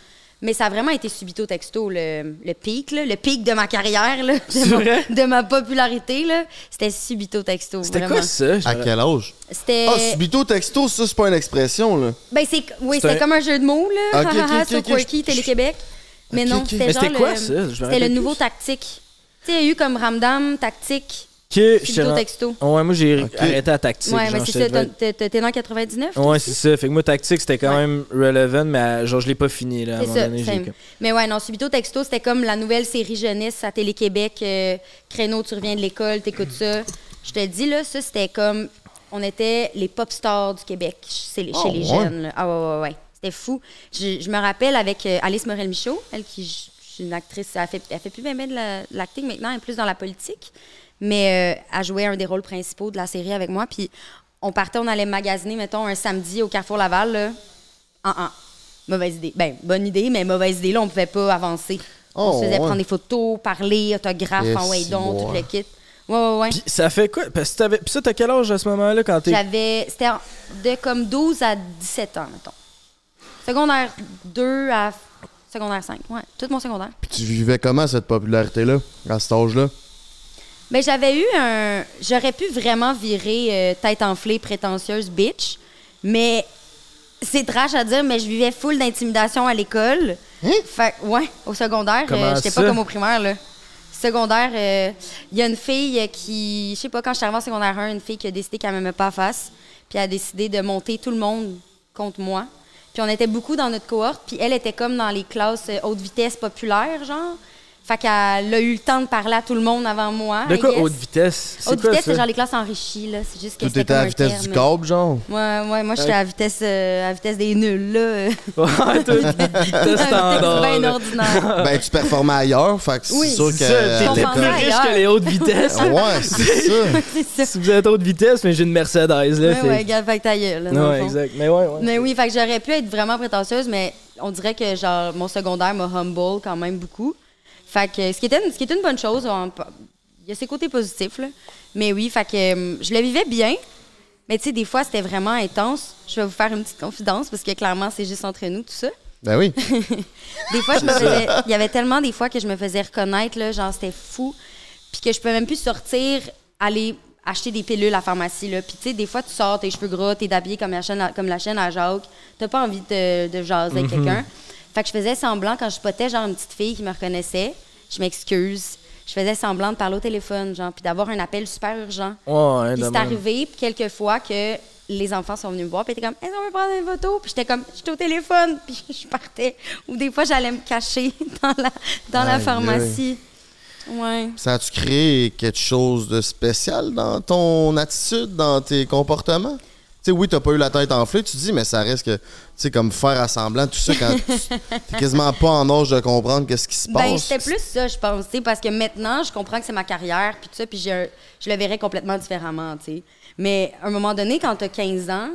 [SPEAKER 3] Mais ça a vraiment été subito texto, le, le pic, là, le pic de ma carrière, là, de,
[SPEAKER 2] C'est
[SPEAKER 3] mon-
[SPEAKER 2] vrai?
[SPEAKER 3] de ma popularité. là. C'était subito texto.
[SPEAKER 2] C'était quoi
[SPEAKER 3] vraiment.
[SPEAKER 2] ça? je
[SPEAKER 1] À
[SPEAKER 2] me
[SPEAKER 1] quel âge?
[SPEAKER 3] C'était.
[SPEAKER 1] Ah, subito texto, ça, c'est pas une expression, là.
[SPEAKER 3] ben, c'est, oui,
[SPEAKER 2] C'était
[SPEAKER 3] c'était comme un jeu de mots, là.
[SPEAKER 1] Ok,
[SPEAKER 3] Ha, ha,
[SPEAKER 1] ok,
[SPEAKER 3] ha,
[SPEAKER 1] ok,
[SPEAKER 3] so
[SPEAKER 1] ok,
[SPEAKER 3] quirky,
[SPEAKER 1] je-
[SPEAKER 3] Télé-Québec. Mais
[SPEAKER 1] ok,
[SPEAKER 3] non,
[SPEAKER 1] ok.
[SPEAKER 3] c'était
[SPEAKER 2] Mais
[SPEAKER 3] genre.
[SPEAKER 2] c'était quoi,
[SPEAKER 3] le-
[SPEAKER 2] ça? Je me
[SPEAKER 3] C'était le
[SPEAKER 2] rappelle
[SPEAKER 3] nouveau
[SPEAKER 2] plus.
[SPEAKER 3] tactique. Tu sais, il y a eu comme Ramdam, tactique.
[SPEAKER 2] Ok, je
[SPEAKER 3] Subito
[SPEAKER 2] suis rendu-
[SPEAKER 3] texto.
[SPEAKER 2] Ouais, moi j'ai
[SPEAKER 1] Ok.
[SPEAKER 2] arrêté à tactique.
[SPEAKER 3] Ouais,
[SPEAKER 2] genre,
[SPEAKER 3] mais c'est
[SPEAKER 2] j'étais-
[SPEAKER 3] ça. t'en- t'es- T'es dans 99? toi
[SPEAKER 2] Ouais,
[SPEAKER 3] aussi?
[SPEAKER 2] c'est ça. Fait que moi, tactique, c'était quand même relevant, mais euh, genre, je l'ai pas fini, là. À un
[SPEAKER 3] C'est
[SPEAKER 2] moment
[SPEAKER 3] ça,
[SPEAKER 2] donné, j'ai
[SPEAKER 3] same.
[SPEAKER 2] comme-
[SPEAKER 3] Mais ouais, non, Subito Texto, c'était comme la nouvelle série jeunesse à Télé-Québec. euh, créneau, tu reviens de l'école, t'écoutes ça. Je te dis, là, ça, c'était comme. On était les pop stars du Québec chez les, chez les
[SPEAKER 1] ouais.
[SPEAKER 3] jeunes. là. Ah ouais, ouais, ouais. C'était fou. Je, je me rappelle avec euh, Alice Morel-Michaud, elle qui j- j- une actrice, elle fait, elle fait plus bien, bien de la- de l'acting maintenant, elle est plus dans la politique. Mais euh, elle jouait un des rôles principaux de la série avec moi. Puis on partait, on allait magasiner, mettons, un samedi au Carrefour Laval, là, ah, ah. Mauvaise idée. Ben, bonne idée, mais mauvaise idée. Là, on pouvait pas avancer. on
[SPEAKER 1] Oh,
[SPEAKER 3] se faisait
[SPEAKER 1] ouais.
[SPEAKER 3] prendre des photos, parler, autographes,
[SPEAKER 1] Yes,
[SPEAKER 3] en way donc, tout
[SPEAKER 1] ouais.
[SPEAKER 3] le kit. Ouais, ouais, ouais.
[SPEAKER 2] Puis ça fait quoi? Parce que t'avais. Puis ça, t'as quel âge à ce moment-là quand t'es.
[SPEAKER 3] J'avais. C'était en- de comme 12 à 17 ans, mettons. Secondaire 2 à f- secondaire 5. Ouais, tout mon secondaire.
[SPEAKER 1] Puis tu vivais comment, cette popularité-là, à cet âge-là?
[SPEAKER 3] Mais Ben, j'avais eu un. J'aurais pu vraiment virer euh, tête enflée, prétentieuse, bitch. Mais c'est trash à dire, mais je vivais full d'intimidation à l'école. Fait que, ouais, au secondaire,
[SPEAKER 2] Hein? Comment
[SPEAKER 3] euh, j'étais pas
[SPEAKER 2] ça?
[SPEAKER 3] comme au primaire, là. Secondaire, euh, il y a une fille qui. Je sais pas, quand je suis arrivée en secondaire 1, une fille qui a décidé qu'elle m'aimait pas à face. Puis elle a décidé de monter tout le monde contre moi. Puis on était beaucoup dans notre cohorte. Puis elle était comme dans les classes euh, haute vitesse populaire, genre. Fait qu'elle a eu le temps de parler à tout le monde avant moi.
[SPEAKER 2] De
[SPEAKER 3] I
[SPEAKER 2] quoi?
[SPEAKER 3] guess.
[SPEAKER 2] Haute vitesse.
[SPEAKER 3] Haute
[SPEAKER 2] quoi,
[SPEAKER 3] vitesse,
[SPEAKER 2] ça?
[SPEAKER 3] c'est genre les classes enrichies, là. C'est juste que
[SPEAKER 1] Tout
[SPEAKER 3] c'était
[SPEAKER 1] était à la
[SPEAKER 3] comme un
[SPEAKER 1] vitesse du
[SPEAKER 3] terme.
[SPEAKER 1] câble, genre?
[SPEAKER 3] Ouais, ouais, moi, j'étais à la vitesse, euh, à la vitesse des nuls, là.
[SPEAKER 2] Ouais, t'as- t'as standard.
[SPEAKER 3] bien
[SPEAKER 2] là.
[SPEAKER 3] ordinaire.
[SPEAKER 1] ben, tu performais ailleurs, fait que c'est
[SPEAKER 3] Oui.
[SPEAKER 1] sûr que...
[SPEAKER 2] C'est ça,
[SPEAKER 1] à
[SPEAKER 2] T'étais
[SPEAKER 3] Ton
[SPEAKER 2] plus
[SPEAKER 1] l'école-
[SPEAKER 3] pensée
[SPEAKER 2] riche que
[SPEAKER 3] ailleurs.
[SPEAKER 2] les hautes vitesses.
[SPEAKER 1] Ouais, c'est ça.
[SPEAKER 3] c'est ça.
[SPEAKER 2] Si vous êtes haute vitesse, mais j'ai une Mercedes, là.
[SPEAKER 3] Ouais,
[SPEAKER 2] fait-
[SPEAKER 3] ouais, regarde, fait que ta gueule, là, dans le
[SPEAKER 2] Ouais,
[SPEAKER 3] fond.
[SPEAKER 2] exact. Mais ouais, ouais.
[SPEAKER 3] Mais oui, fait que j'aurais pu être vraiment prétentieuse, mais on dirait que genre mon secondaire m'a humble quand même beaucoup. Fait que ce qui était une, ce qui était une bonne chose, on- il y a ses côtés positifs là. Mais oui, fait que hum, je le vivais bien. Mais tu sais, des fois c'était vraiment intense. Je vais vous faire une petite confidence parce que clairement c'est juste entre nous tout ça.
[SPEAKER 1] Ben oui.
[SPEAKER 3] Des fois, je me faisais- il y avait tellement des fois que je me faisais reconnaître, là, genre c'était fou, puis que je peux même plus sortir, aller acheter des pilules à la pharmacie. Là. Puis, tu sais, des fois, tu sors tes cheveux gras, t'es habillé comme la chaîne à, comme la chaîne à Jacques. T'as pas envie de, de jaser
[SPEAKER 2] Mhm.
[SPEAKER 3] avec quelqu'un. Fait que je faisais semblant, quand je potais, genre, une petite fille qui me reconnaissait, je m'excuse. Je faisais semblant de parler au téléphone, genre, puis d'avoir un appel super urgent.
[SPEAKER 2] Ouais,
[SPEAKER 3] Puis
[SPEAKER 2] de
[SPEAKER 3] c'est
[SPEAKER 2] même.
[SPEAKER 3] arrivé quelques fois que les enfants sont venus me voir, puis étaient comme, est-ce qu'on veut prendre une photo? Puis j'étais comme, j'étais au téléphone, puis je partais. Ou des fois, j'allais me cacher dans la, dans la
[SPEAKER 1] Aïe,
[SPEAKER 3] pharmacie. Ouais.
[SPEAKER 1] Ça a-tu créé quelque chose de spécial dans ton attitude, dans tes comportements? Tu sais, oui, t'as pas eu la tête enflée, tu dis, mais ça reste que, tu sais, comme faire à semblant, tout ça, quand tu t'es quasiment pas en âge de comprendre qu'est-ce qui se passe.
[SPEAKER 3] Ben, c'était plus ça, je pense, tu sais, parce que maintenant, je comprends que c'est ma carrière, puis tout ça, puis je, je le verrais complètement différemment, tu sais. Mais à un moment donné, quand t'as 15 ans,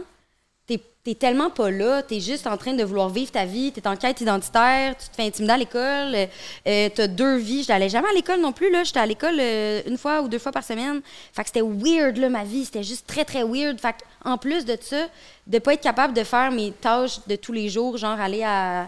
[SPEAKER 3] t'es t'es tellement pas là, t'es juste en train de vouloir vivre ta vie, t'es en quête identitaire, tu te fais intimider à l'école, euh, euh, t'as deux vies, j'allais jamais à l'école non plus, là, j'étais à l'école euh, une fois ou deux fois par semaine, fait que c'était weird, là, ma vie, c'était juste très, très weird, fait que, en plus de ça, de pas être capable de faire mes tâches de tous les jours, genre aller à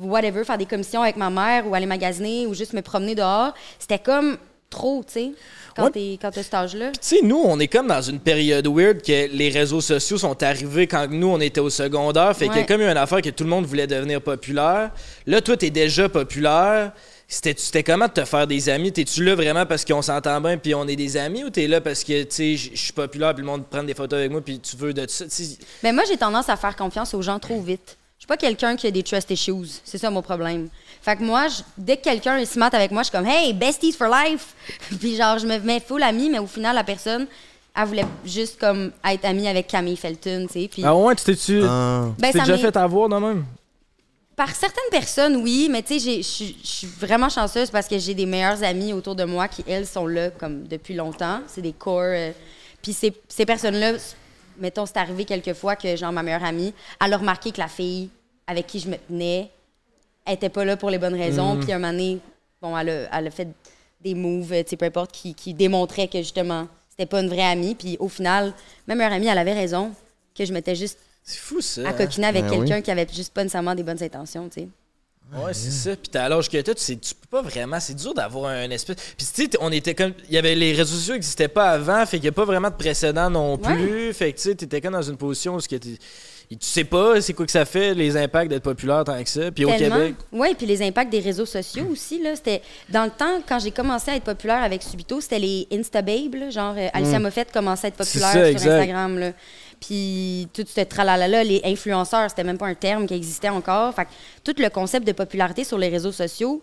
[SPEAKER 3] whatever, faire des commissions avec ma mère ou aller magasiner ou juste me promener dehors, c'était comme trop, tu sais, quand
[SPEAKER 2] Ouais.
[SPEAKER 3] t'es- quand t'as cet âge-là.
[SPEAKER 2] Tu sais, nous, on est comme dans une période weird que les réseaux sociaux sont arrivés quand nous, on était au secondaire. Fait qu'il y a
[SPEAKER 3] Ouais.
[SPEAKER 2] comme eu une affaire que tout le monde voulait devenir populaire. Là, toi, t'es déjà populaire. C'était c'était comment de te faire des amis? T'es-tu là vraiment parce qu'on s'entend bien puis on est des amis ou t'es là parce que, tu sais, je je suis populaire puis le monde prend des photos avec moi puis tu veux de ça? Tu sais,
[SPEAKER 3] Mais Ben, moi, j'ai tendance à faire confiance aux gens trop vite. Je suis pas quelqu'un qui a des trust issues. C'est ça mon problème. Fait que moi, je- dès que quelqu'un se mate avec moi, je suis comme Hey, besties for life! Puis genre, je me mets full amie, mais au final, la personne, elle voulait juste comme être amie avec Camille Felton, tu sais. Puis
[SPEAKER 2] Ah ouais, tu t'es-tu.
[SPEAKER 3] Ben, t'es ça déjà m'est- fait
[SPEAKER 2] avoir non même?
[SPEAKER 3] par certaines personnes, oui, mais tu sais, j'ai- je suis- je suis vraiment chanceuse parce que j'ai des meilleures amies autour de moi qui, elles, sont là comme depuis longtemps. C'est des corps. euh, Puis ces, ces personnes-là, s- mettons, c'est arrivé quelquefois que, genre, ma meilleure amie, elle a remarqué que la fille avec qui je me tenais, elle était pas là pour les bonnes
[SPEAKER 1] Mm.
[SPEAKER 3] raisons. Puis un moment donné, bon, elle a, elle a fait des moves, euh, tu sais, peu importe, qui, qui démontraient que, justement, c'était pas une vraie amie. Puis au final, ma meilleure amie, elle avait raison que je m'étais juste
[SPEAKER 2] C'est fou ça.
[SPEAKER 3] à
[SPEAKER 2] hein?
[SPEAKER 3] coquiner avec
[SPEAKER 1] Ben oui.
[SPEAKER 3] quelqu'un qui avait juste pas nécessairement des bonnes intentions, tu sais.
[SPEAKER 2] Ouais, c'est ça. Puis t'as l'âge que t'as, tu, sais, tu peux pas vraiment. C'est dur d'avoir un espèce. Puis tu sais, t- on était comme. Il y avait les réseaux sociaux n'existaient pas avant, fait qu'il y a pas vraiment de précédent non plus. Fait que tu sais, t'étais comme dans une position où ce que t'es- tu sais pas c'est quoi que ça fait, les impacts d'être populaire tant que ça. Puis au Québec.
[SPEAKER 3] Oui, puis les impacts des réseaux sociaux aussi. Là, c'était Dans le temps, quand j'ai commencé à être populaire avec Subito, c'était les Instababes. là, Genre, euh, Alicia Moffett commençait à être
[SPEAKER 2] Mm. C'est
[SPEAKER 3] populaire
[SPEAKER 2] ça,
[SPEAKER 3] sur
[SPEAKER 2] exact.
[SPEAKER 3] Instagram. là. Puis tout ce tralala-là, les influenceurs, c'était même pas un terme qui existait encore. Fait que tout le concept de popularité sur les réseaux sociaux,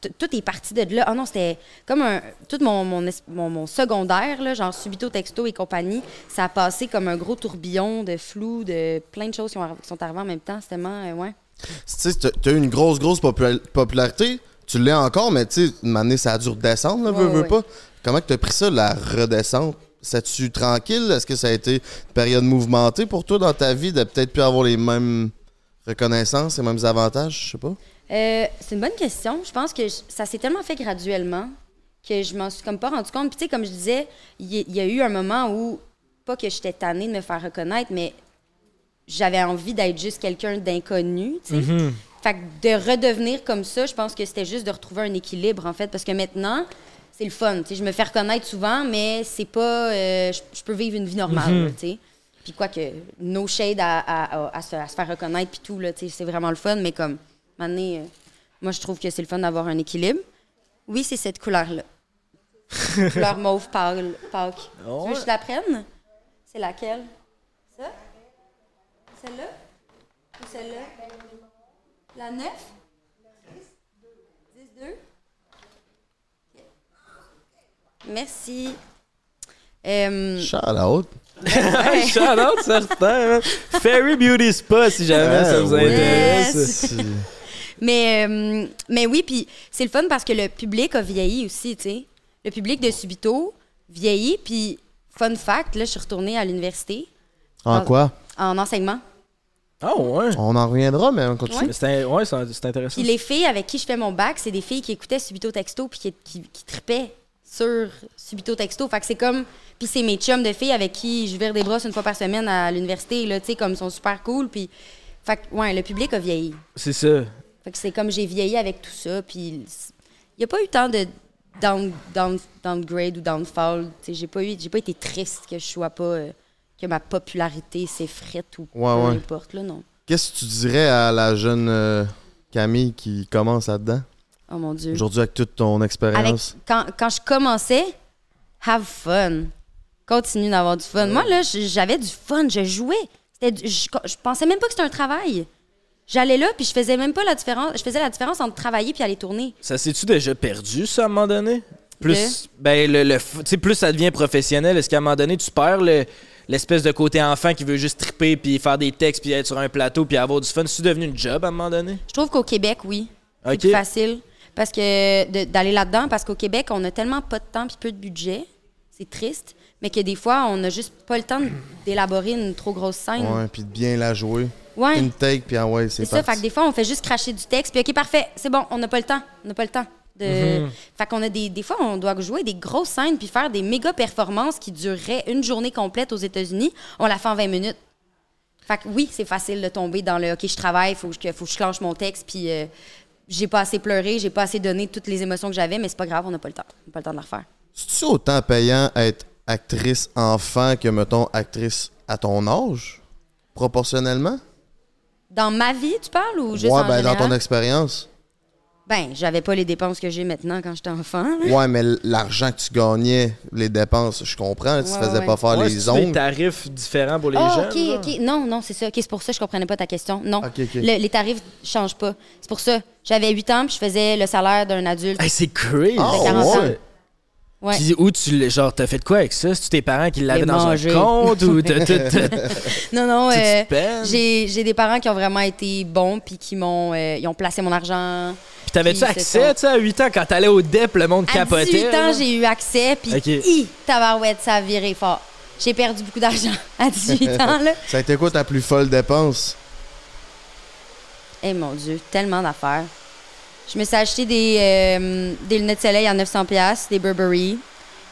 [SPEAKER 3] t- tout est parti de là. Ah non, c'était comme un. Tout mon, mon, es- mon- mon secondaire, là, genre subito, texto et compagnie, ça a passé comme un gros tourbillon de flou, de plein de choses qui, ont arri- qui sont arrivées en même temps. C'était tellement. euh, ouais.
[SPEAKER 1] Tu sais, t'as- t'as eu une grosse, grosse popula- popularité. Tu l'es encore, mais tu sais, une année, ça a dû redescendre, là,
[SPEAKER 3] Ouais,
[SPEAKER 1] veux, veux
[SPEAKER 3] ouais.
[SPEAKER 1] pas. Comment que t'as pris ça, la redescente? Ça-tu tranquille? Est-ce que ça a été une période mouvementée pour toi dans ta vie de peut-être plus avoir les mêmes reconnaissances, les mêmes avantages? Je sais pas.
[SPEAKER 3] Euh, c'est une bonne question. Je pense que je- ça s'est tellement fait graduellement que je m'en suis comme pas rendu compte. Puis tu sais, comme je disais, il y, il y a eu un moment où, pas que j'étais tannée de me faire reconnaître, mais j'avais envie d'être juste quelqu'un d'inconnu, tu sais. Fait que de redevenir comme ça, je pense que c'était juste de retrouver un équilibre, en fait, parce que maintenant, c'est le fun, tu sais. Je me fais reconnaître souvent, mais c'est pas... euh, je- je peux vivre une vie normale, là, tu sais. Puis quoi que, no shade à, à- à- à se, à se faire reconnaître, puis tout, là, tu sais, c'est vraiment le fun, mais comme, maintenant, euh, moi, je trouve que c'est le fun d'avoir un équilibre. Oui, c'est cette couleur-là. couleur mauve pâle, Pâques. Tu veux que je la prenne? C'est laquelle? Ça? Celle-là? Ou celle-là? La 9? 10? 2? Merci. Euh,
[SPEAKER 1] Shout out.
[SPEAKER 2] Shout out, certain. hein. Fairy Beauty Spa, si jamais ça vous
[SPEAKER 1] Ah, ouais.
[SPEAKER 2] intéresse.
[SPEAKER 3] Yes. mais, euh, mais oui, puis c'est le fun parce que le public a vieilli aussi, tu sais. Le public de Subito vieillit, puis fun fact, là, je suis retournée à l'université
[SPEAKER 1] En quoi?
[SPEAKER 3] en enseignement.
[SPEAKER 2] Ah ouais.
[SPEAKER 1] On en reviendra, mais on continue.
[SPEAKER 3] Ouais.
[SPEAKER 2] C'est un- ouais, c'est un- c'est intéressant.
[SPEAKER 3] Puis les filles avec qui je fais mon bac, c'est des filles qui écoutaient Subito Texto puis qui, qui, qui tripaient sur Subito Texto. Fait que c'est comme. Puis c'est mes chums de filles avec qui je vire des brosses une fois par semaine à l'université, là, tu sais, comme ils sont super cool. Puis. Fait que, ouais, le public a vieilli.
[SPEAKER 2] C'est ça.
[SPEAKER 3] Fait que c'est comme j'ai vieilli avec tout ça, puis il n'y a pas eu tant de, down, down, downgrade ou downfall. Tu sais, J'ai pas, eu- j'ai pas été triste que je sois pas. euh, que ma popularité s'effrite ou
[SPEAKER 1] Ouais,
[SPEAKER 3] peu
[SPEAKER 1] ouais.
[SPEAKER 3] importe, là, non.
[SPEAKER 1] Qu'est-ce que tu dirais à la jeune euh, Camille qui commence là-dedans?
[SPEAKER 3] Oh mon Dieu.
[SPEAKER 1] Aujourd'hui, avec toute ton
[SPEAKER 3] Avec,
[SPEAKER 1] expérience.
[SPEAKER 3] quand, quand je commençais, have fun. Continue d'avoir du fun. Moi, là, j- j'avais du fun. Je jouais. C'était du- je, je pensais même pas que c'était un travail. J'allais là, puis je faisais même pas la différence. Je faisais la différence entre travailler puis aller tourner.
[SPEAKER 2] Ça s'est-tu déjà perdu, ça, à un moment donné? Plus, ben, le, le f- tu sais, plus ça devient professionnel, est-ce qu'à un moment donné, tu perds le- l'espèce de côté enfant qui veut juste triper, puis faire des textes, puis être sur un plateau, puis avoir du fun? C'est-tu devenu une job à un moment donné?
[SPEAKER 3] Je trouve qu'au Québec, oui. C'est
[SPEAKER 2] Ok.
[SPEAKER 3] plus facile. Parce que de- d'aller là-dedans, parce qu'au Québec, on a tellement pas de temps puis peu de budget. C'est triste. Mais que des fois, on n'a juste pas le temps d'élaborer une trop grosse scène.
[SPEAKER 1] Ouais, puis de bien la jouer.
[SPEAKER 3] Ouais.
[SPEAKER 1] Une take, puis ah ouais, c'est
[SPEAKER 3] C'est ça,
[SPEAKER 1] parti.
[SPEAKER 3] fait que des fois, on fait juste cracher du texte, puis OK, parfait, c'est bon, on n'a pas le temps, on n'a pas le temps. De...
[SPEAKER 1] Mhm.
[SPEAKER 3] Fait qu'on a des, des fois, on doit jouer des grosses scènes, puis faire des méga performances qui dureraient une journée complète aux États-Unis, on la fait en 20 minutes. Fait que oui, c'est facile de tomber dans le OK, je travaille, faut que, faut que je clenche mon texte, puis euh, j'ai pas assez pleuré, j'ai pas assez donné toutes les émotions que j'avais, mais c'est pas grave, on n'a pas le temps, on n'a pas le temps de la refaire.
[SPEAKER 1] C'est-tu autant payant être actrice enfant que, mettons, actrice à ton âge? Proportionnellement?
[SPEAKER 3] Dans ma vie, tu parles ou
[SPEAKER 1] ouais,
[SPEAKER 3] juste en
[SPEAKER 1] ben, dans
[SPEAKER 3] général?
[SPEAKER 1] ton expérience.
[SPEAKER 3] Ben, j'avais pas les dépenses que j'ai maintenant quand j'étais enfant. là.
[SPEAKER 1] Ouais, mais l'argent que tu gagnais, les dépenses, je comprends. Tu te
[SPEAKER 3] Ouais,
[SPEAKER 1] faisais
[SPEAKER 3] ouais.
[SPEAKER 1] pas faire
[SPEAKER 2] Ouais,
[SPEAKER 1] Ah, les
[SPEAKER 2] c'est-tu des
[SPEAKER 1] ongles.
[SPEAKER 2] tarifs différents pour les
[SPEAKER 3] Ah,
[SPEAKER 2] jeunes?
[SPEAKER 3] OK,
[SPEAKER 2] là?
[SPEAKER 3] OK. Non, non, c'est ça. OK, c'est pour ça que je comprenais pas ta question. Non.
[SPEAKER 1] OK, OK.
[SPEAKER 3] Le- les tarifs changent pas. C'est pour ça. J'avais 8 ans, puis je faisais le salaire d'un adulte.
[SPEAKER 2] Hey, c'est crazy!
[SPEAKER 1] Ah,
[SPEAKER 3] T'as 40 ans.
[SPEAKER 1] ouais.
[SPEAKER 3] Ouais.
[SPEAKER 2] Puis où tu l'as, genre, t'as fait de quoi avec ça? C'est-tu tes parents qui l'avaient
[SPEAKER 3] Les
[SPEAKER 2] dans
[SPEAKER 3] manger.
[SPEAKER 2] un compte ou t'as- t'as- t'as-
[SPEAKER 3] Non, non.
[SPEAKER 2] tu
[SPEAKER 3] euh,
[SPEAKER 2] te peines?
[SPEAKER 3] j'ai j'ai des parents qui ont vraiment été bons, puis qui m'ont euh, ils ont placé mon argent.
[SPEAKER 2] Puis t'avais-tu
[SPEAKER 3] Puis c'est
[SPEAKER 2] accès,
[SPEAKER 3] ça.
[SPEAKER 2] tu sais, à 8 ans, quand t'allais au DEP, le monde
[SPEAKER 3] À
[SPEAKER 2] capotait?
[SPEAKER 3] 18 ans,
[SPEAKER 2] là?
[SPEAKER 3] j'ai eu accès, puis
[SPEAKER 2] OK.
[SPEAKER 3] hi, tabarouette, ça a viré fort. J'ai perdu beaucoup d'argent à 18 ans, là.
[SPEAKER 1] Ça a été quoi ta plus folle dépense?
[SPEAKER 3] Eh mon Dieu, tellement d'affaires. Je me suis acheté des, euh, des lunettes de soleil à 900$, piastres, des Burberry.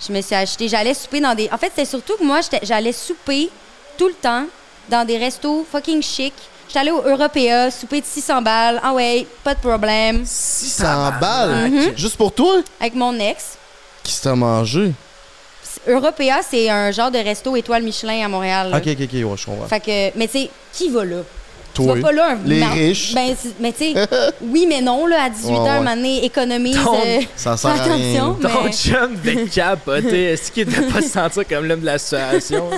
[SPEAKER 3] Je me suis acheté, j'allais souper dans des. En fait, c'est surtout que moi, j'étais- j'allais souper tout le temps dans des restos fucking chic. J'étais allée au Europea, souper de 600 balles. Ah ouais, pas de problème.
[SPEAKER 1] 600 balles? Mhm. Juste pour toi?
[SPEAKER 3] Avec mon ex.
[SPEAKER 1] Qui t'a mangé?
[SPEAKER 3] Europea, c'est un genre de resto étoile Michelin à Montréal. là.
[SPEAKER 1] Ok, ok, ok, ouais, je comprends.
[SPEAKER 3] Fait que, mais tu sais, qui va là? Tu
[SPEAKER 1] Toi.
[SPEAKER 3] vas pas là un
[SPEAKER 1] Les
[SPEAKER 3] mar-
[SPEAKER 1] riches.
[SPEAKER 3] Ben, c'est- mais tu sais, oui, mais non, là, à 18
[SPEAKER 1] Ouais,
[SPEAKER 3] ans,
[SPEAKER 1] ouais.
[SPEAKER 3] un moment donné, économise.
[SPEAKER 2] Ton-
[SPEAKER 3] euh,
[SPEAKER 1] Ça sert à rien.
[SPEAKER 3] attention,
[SPEAKER 2] Ton
[SPEAKER 3] mais-
[SPEAKER 2] chum devait capoter. Est-ce qu'il devait pas se sentir comme l'homme de la situation?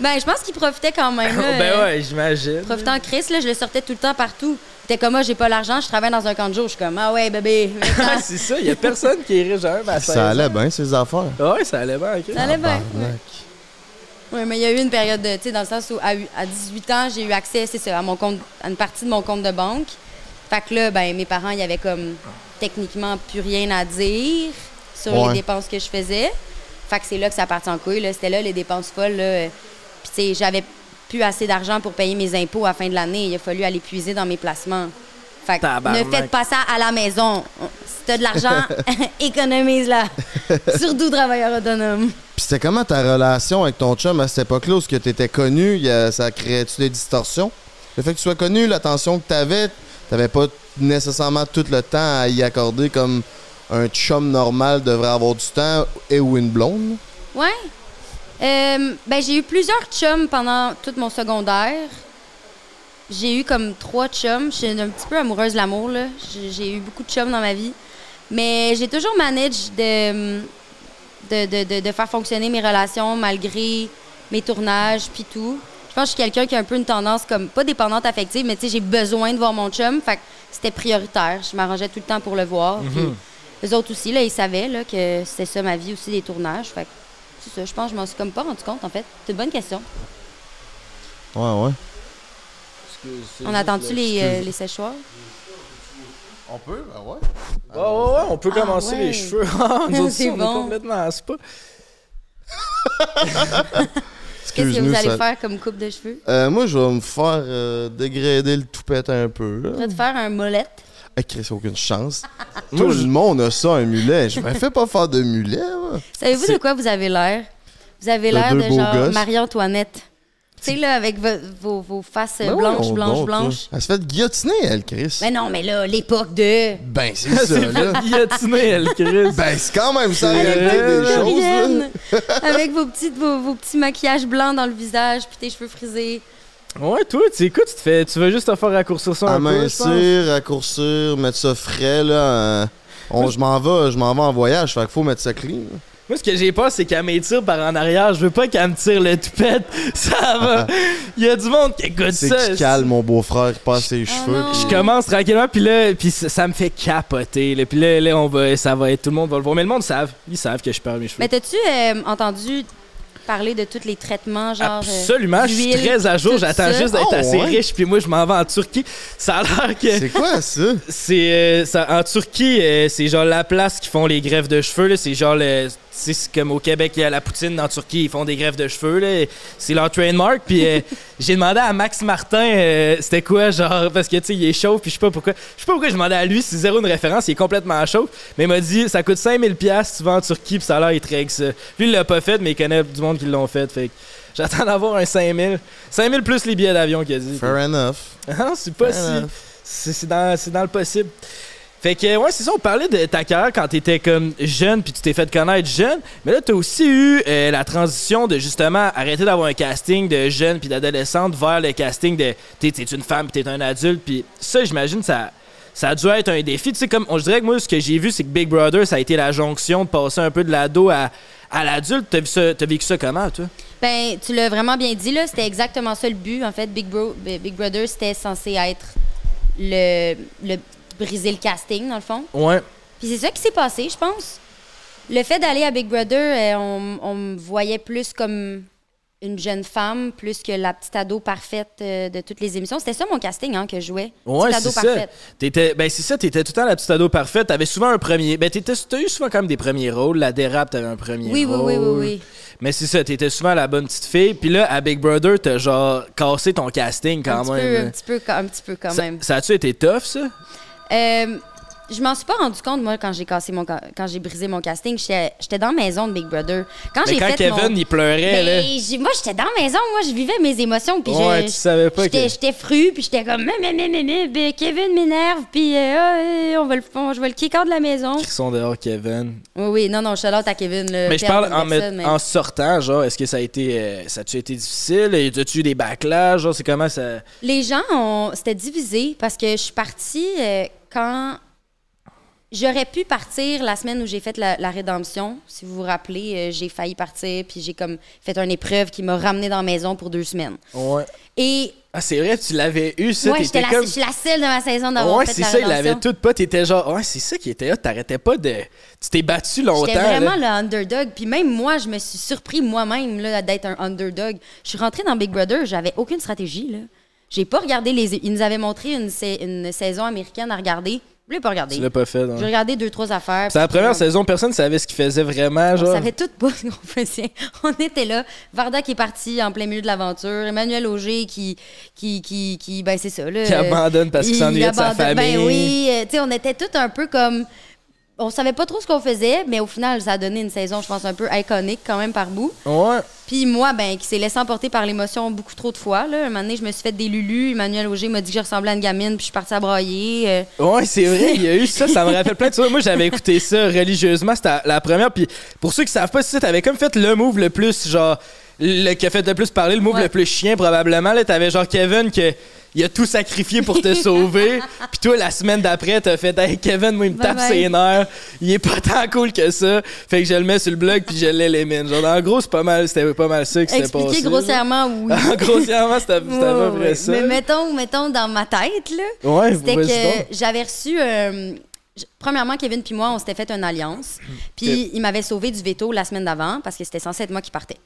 [SPEAKER 3] Ben, je pense qu'il profitait quand même. là,
[SPEAKER 2] ben
[SPEAKER 3] euh,
[SPEAKER 2] ouais, j'imagine.
[SPEAKER 3] Profitant Chris, là, je le sortais tout le temps partout. T'es comme, ah, j'ai pas l'argent, je travaille dans un camp de jour. Je suis comme, ah ouais, bébé. maintenant.
[SPEAKER 2] Ah, c'est ça, il y a personne qui est riche à un à 16 ans.
[SPEAKER 1] Ça allait bien, ces affaires.
[SPEAKER 2] Ah Ouais, ça allait bien, ok.
[SPEAKER 3] Ça allait bien.
[SPEAKER 1] Tabarnak.
[SPEAKER 3] Ouais, mais il y a eu une période, de- tu sais, dans le sens où à, hu- à 18 ans, j'ai eu accès, c'est ça, à, mon compte, à une partie de mon compte de banque. Fait que là, ben, mes parents, il y avait comme techniquement plus rien à dire sur
[SPEAKER 1] Ouais.
[SPEAKER 3] les dépenses que je faisais. Fait que c'est là que ça partit en couille. là. C'était là les dépenses folles. là. Euh, Puis, tu sais, j'avais plus assez d'argent pour payer mes impôts à la fin de l'année. Il a fallu aller puiser dans mes placements. Fait que
[SPEAKER 2] Tabarnak.
[SPEAKER 3] ne faites pas ça à la maison. Si t'as de l'argent, économise-la. Surtout travailleur autonome.
[SPEAKER 1] Puis c'était comment ta relation avec ton chum à cette époque-là, où ce que t'étais connu, il y a- ça créait-tu des distorsions? Le fait que tu sois connu, l'attention que t'avais, t'avais pas nécessairement tout le temps à y accorder comme un chum normal devrait avoir du temps et ou une blonde.
[SPEAKER 3] Ouais. Euh, ben, j'ai eu plusieurs chums pendant tout mon secondaire. J'ai eu comme trois chums. Je suis un petit peu amoureuse de l'amour, là. J'ai- J'ai eu beaucoup de chums dans ma vie. Mais j'ai toujours manage de, de, de- de- de faire fonctionner mes relations malgré mes tournages puis tout. Je pense que je suis quelqu'un qui a un peu une tendance comme, pas dépendante affective, mais tu sais, j'ai besoin de voir mon chum. Fait que c'était prioritaire. Je m'arrangeais tout le temps pour le voir. Les autres aussi, là, ils savaient là, que c'était ça ma vie aussi, des tournages. Fait que c'est ça, je pense que je m'en suis comme pas rendu compte, en fait. C'est une bonne question.
[SPEAKER 1] Ouais, ouais.
[SPEAKER 3] On attend-tu les, euh, les séchoirs?
[SPEAKER 1] On peut, ben ouais.
[SPEAKER 2] Ouais, ouais, ouais, on peut
[SPEAKER 3] Ah,
[SPEAKER 2] commencer
[SPEAKER 3] ouais.
[SPEAKER 2] les cheveux. Ah, Nous autres,
[SPEAKER 3] C'est
[SPEAKER 2] ça, on est
[SPEAKER 3] bon.
[SPEAKER 2] complètement à ce pas.
[SPEAKER 3] Qu'est-ce que vous
[SPEAKER 1] Excuse-nous,
[SPEAKER 3] allez
[SPEAKER 1] ça-
[SPEAKER 3] faire comme coupe de cheveux?
[SPEAKER 1] Euh, moi, je vais me faire euh, dégrader le toupette un peu.
[SPEAKER 3] Je
[SPEAKER 1] Là.
[SPEAKER 3] vais te faire un molette.
[SPEAKER 1] Ah, Chris, aucune chance. Tout le monde a ça, un mulet. Je me fais pas faire de mulet. moi.
[SPEAKER 3] Savez-vous de quoi vous avez l'air? Vous avez
[SPEAKER 1] De
[SPEAKER 3] l'air
[SPEAKER 1] deux
[SPEAKER 3] de
[SPEAKER 1] beaux
[SPEAKER 3] genre
[SPEAKER 1] gosses.
[SPEAKER 3] Marie-Antoinette. sais, là, avec vo- vos, vos faces euh,
[SPEAKER 1] Ben ouais,
[SPEAKER 3] blanches,
[SPEAKER 1] on
[SPEAKER 3] blanches,
[SPEAKER 1] monte,
[SPEAKER 3] blanches.
[SPEAKER 1] là. Elle se fait guillotiner, elle, Chris.
[SPEAKER 3] Mais non, mais là, l'époque de.
[SPEAKER 1] Ben, c'est ça, là.
[SPEAKER 2] Guillotiné, elle, Chris.
[SPEAKER 1] Ben, c'est quand même ça, la
[SPEAKER 3] Avec
[SPEAKER 1] réalité
[SPEAKER 3] vos
[SPEAKER 1] des choses. là.
[SPEAKER 3] Florian, avec vos, petites, vos, vos petits maquillages blancs dans le visage, puis tes cheveux frisés.
[SPEAKER 2] Ouais, toi, tu écoute, tu te fais, tu veux juste te faire raccourcir ça un peu. je pense.
[SPEAKER 1] Amincir, raccourcir, mettre ça frais, là. euh, on- je m'en vais, je m'en vais en voyage, fait qu'il faut mettre ça clean.
[SPEAKER 2] Moi, ce que j'ai peur, c'est qu'elle m'étire par en arrière. Je veux pas qu'elle me tire le toupette. Ça va. Il y a du monde qui écoute
[SPEAKER 1] C'est
[SPEAKER 2] ça.
[SPEAKER 1] qui calme mon beau-frère qui passe ses cheveux.
[SPEAKER 3] non.
[SPEAKER 1] puis-
[SPEAKER 2] Je commence tranquillement, puis là, puis ça, ça me fait capoter. Là. Puis là, là, on va, ça va être, tout le monde va le voir. Mais le monde savent. Ils savent que je perds mes cheveux.
[SPEAKER 3] Mais t'as-tu euh, entendu parler de tous les traitements, genre. euh,
[SPEAKER 2] Absolument, je suis
[SPEAKER 3] d'huile,
[SPEAKER 2] très à jour.
[SPEAKER 3] tout
[SPEAKER 2] J'attends
[SPEAKER 3] ça?
[SPEAKER 2] juste d'être
[SPEAKER 1] Oh,
[SPEAKER 2] assez
[SPEAKER 1] ouais.
[SPEAKER 2] riche, puis moi, je m'en vais en Turquie. Ça a l'air que
[SPEAKER 1] C'est quoi ça?
[SPEAKER 2] c'est euh, ça- en Turquie, euh, c'est genre la place qui font les greffes de cheveux. là. C'est genre le, c'est ce- comme au Québec, il y a la poutine. En Turquie, ils font des greffes de cheveux. là. C'est leur trademark. Puis euh, j'ai demandé à Max Martin, euh, c'était quoi, genre parce que tu sais, il est chaud. Puis je sais pas pourquoi. Je sais pas pourquoi je demandais à lui. C'est zéro une référence. Il est complètement chaud. Mais il m'a dit, ça coûte 5000 pièces. Tu vas en Turquie, puis ça a l'air il te règle ça. Lui, il l'a pas fait, mais il connaît du monde qui l'ont fait. Fait que j'attends d'avoir un 5000. 5000 plus les billets d'avion qu'il a dit.
[SPEAKER 1] Fair enough.
[SPEAKER 2] Ah, c'est pas si.
[SPEAKER 1] Voilà.
[SPEAKER 2] C'est c'est dans, c'est dans le possible. Fait que, ouais, c'est ça, on parlait de ta carrière quand t'étais comme jeune, puis tu t'es fait connaître jeune. Mais là, t'as aussi eu euh, la transition de justement arrêter d'avoir un casting de jeune puis d'adolescente vers le casting de t'es t'es une femme, puis t'es un adulte. Puis ça, j'imagine, ça. Ça a dû être un défi. Tu sais, comme, on, je dirais que moi, ce que j'ai vu, c'est que Big Brother, ça a été la jonction de passer un peu de l'ado à, à l'adulte. T'as vu ça- t'as vécu ça comment, toi?
[SPEAKER 3] Ben, tu l'as vraiment bien dit, là. C'était exactement ça le but. En fait, Big, Bro- B- Big Brother, c'était censé être le, le briser le casting, dans le fond.
[SPEAKER 2] Ouais.
[SPEAKER 3] Puis c'est ça qui s'est passé, je pense. Le fait d'aller à Big Brother, euh, on, on me voyait plus comme une jeune femme, plus que la petite ado parfaite euh, de toutes les émissions. C'était ça mon casting hein, que je jouais.
[SPEAKER 2] Ouais,
[SPEAKER 3] petite
[SPEAKER 2] c'est
[SPEAKER 3] ado
[SPEAKER 2] ça.
[SPEAKER 3] parfaite.
[SPEAKER 2] T'étais, ben c'est ça, t'étais tout le temps la petite ado parfaite. T'avais souvent un premier. Ben t'étais, t'as eu souvent quand même des premiers rôles. La dérape, t'avais un premier
[SPEAKER 3] Oui, oui,
[SPEAKER 2] rôle.
[SPEAKER 3] oui, oui, oui.
[SPEAKER 2] Mais c'est ça, t'étais souvent la bonne petite fille. Puis là, à Big Brother, t'as genre cassé ton casting quand
[SPEAKER 3] un, petit
[SPEAKER 2] même.
[SPEAKER 3] Peu, un petit peu, quand- un petit peu quand
[SPEAKER 2] ça,
[SPEAKER 3] même.
[SPEAKER 2] ça a-tu été tough, ça?
[SPEAKER 3] Euh, je m'en suis pas rendu compte, moi, quand j'ai cassé mon ca- quand j'ai brisé mon casting. J'étais j'étais dans la maison de Big Brother. Quand
[SPEAKER 2] Mais
[SPEAKER 3] j'ai
[SPEAKER 2] quand
[SPEAKER 3] fait
[SPEAKER 2] Kevin,
[SPEAKER 3] mon...
[SPEAKER 2] il pleurait, là.
[SPEAKER 3] Ben, j'ai- moi, j'étais dans la maison, moi, je vivais mes émotions. Puis
[SPEAKER 2] Ouais,
[SPEAKER 3] je-
[SPEAKER 2] tu savais pas
[SPEAKER 3] J'étais,
[SPEAKER 2] que-
[SPEAKER 3] j'étais fru, puis j'étais comme, mais, mais, mais, mais, mais, ben, Kevin m'énerve, puis euh, euh, on va le, on- je vais le kick out de la maison.
[SPEAKER 2] Ils sont dehors, Kevin.
[SPEAKER 3] Oui, oui, non, non, je suis à Kevin. là,
[SPEAKER 2] mais je
[SPEAKER 3] père
[SPEAKER 2] parle
[SPEAKER 3] de
[SPEAKER 2] en, me-
[SPEAKER 3] personne, mais-
[SPEAKER 2] en sortant, genre, est-ce que ça a été, euh, ça a-tu été difficile? Y a-tu eu des backlash? Genre, c'est comment ça.
[SPEAKER 3] Les gens, ont... c'était divisé parce que je suis partie euh, quand. J'aurais pu partir la semaine où j'ai fait la, la rédemption. Si vous vous rappelez, euh, j'ai failli partir, puis j'ai comme fait une épreuve qui m'a ramenée dans la maison pour deux semaines.
[SPEAKER 2] Ouais.
[SPEAKER 3] Et
[SPEAKER 2] Ah, c'est vrai, tu l'avais eu, ça.
[SPEAKER 3] moi,
[SPEAKER 2] t'étais
[SPEAKER 3] j'étais la,
[SPEAKER 2] comme...
[SPEAKER 3] je suis la seule de ma saison d'avoir
[SPEAKER 2] Ouais,
[SPEAKER 3] Ah, fait
[SPEAKER 2] c'est
[SPEAKER 3] la
[SPEAKER 2] ça, il
[SPEAKER 3] rédemption.
[SPEAKER 2] l'avait tout pas. T'étais genre, ouais, c'est ça qui était là. T'arrêtais pas de. Tu t'es battu longtemps.
[SPEAKER 3] J'étais vraiment
[SPEAKER 2] là.
[SPEAKER 3] le underdog. Puis même moi, je me suis surpris moi-même là, d'être un underdog. Je suis rentrée dans Big Brother, j'avais aucune stratégie. Là. J'ai pas regardé les. Ils nous avaient montré une, sa- une saison américaine à regarder. Je l'ai pas regardé.
[SPEAKER 2] Tu l'as pas fait. hein.
[SPEAKER 3] J'ai regardé deux, trois affaires.
[SPEAKER 2] C'est la
[SPEAKER 3] puis,
[SPEAKER 2] première
[SPEAKER 3] euh,
[SPEAKER 2] saison, personne savait ce qu'il faisait vraiment.
[SPEAKER 3] On
[SPEAKER 2] Genre.
[SPEAKER 3] savait tout pas ce qu'on faisait. On était là. Varda qui est parti en plein milieu de l'aventure. Emmanuel Auger qui, qui, qui, qui- ben c'est ça. Là,
[SPEAKER 2] Qui abandonne parce qu'il
[SPEAKER 3] Il
[SPEAKER 2] s'ennuyait de sa
[SPEAKER 3] abandonne. Ben
[SPEAKER 2] famille.
[SPEAKER 3] oui, euh, tu sais, on était tous un peu comme, on savait pas trop ce qu'on faisait, mais au final, ça a donné une saison, je pense, un peu iconique quand même par bout.
[SPEAKER 2] Ouais.
[SPEAKER 3] Puis moi, ben, qui s'est laissé emporter par l'émotion beaucoup trop de fois. Là. Un moment donné, je me suis fait des lulus. Emmanuel Auger m'a dit que je ressemblais à une gamine, puis je suis partie à brailler. euh.
[SPEAKER 2] Ouais, c'est vrai, il y a eu ça, ça me rappelle plein de choses. Moi, j'avais écouté ça religieusement, c'était la première. Puis pour ceux qui savent pas, si t'avais comme fait le move le plus, genre, le qui a fait le plus parler, le move
[SPEAKER 3] Ouais.
[SPEAKER 2] le plus chien probablement. Là, t'avais genre Kevin que. Il a tout sacrifié pour te sauver. Puis toi, la semaine d'après, t'as fait Hey Kevin, moi, il me
[SPEAKER 3] Bye
[SPEAKER 2] tape
[SPEAKER 3] bye.
[SPEAKER 2] ses nerfs. Il est pas tant cool que ça. Fait que je le mets sur le blog puis je l'élimine. Genre, en gros, c'est pas mal, c'était pas mal ça qui s'est passé.
[SPEAKER 3] Expliquer
[SPEAKER 2] là.
[SPEAKER 3] grossièrement, oui.
[SPEAKER 2] En grossièrement, c'était c'était à peu
[SPEAKER 3] Ouais,
[SPEAKER 2] près
[SPEAKER 3] ouais.
[SPEAKER 2] ça.
[SPEAKER 3] Mais mettons, mettons dans ma tête, là.
[SPEAKER 2] Ouais,
[SPEAKER 3] c'était
[SPEAKER 2] vas-y donc.
[SPEAKER 3] que j'avais reçu. euh, j- Premièrement, Kevin puis moi, on s'était fait une alliance.
[SPEAKER 2] Mm.
[SPEAKER 3] Puis il m'avait sauvé du veto la semaine d'avant parce que c'était censé être moi qui partais.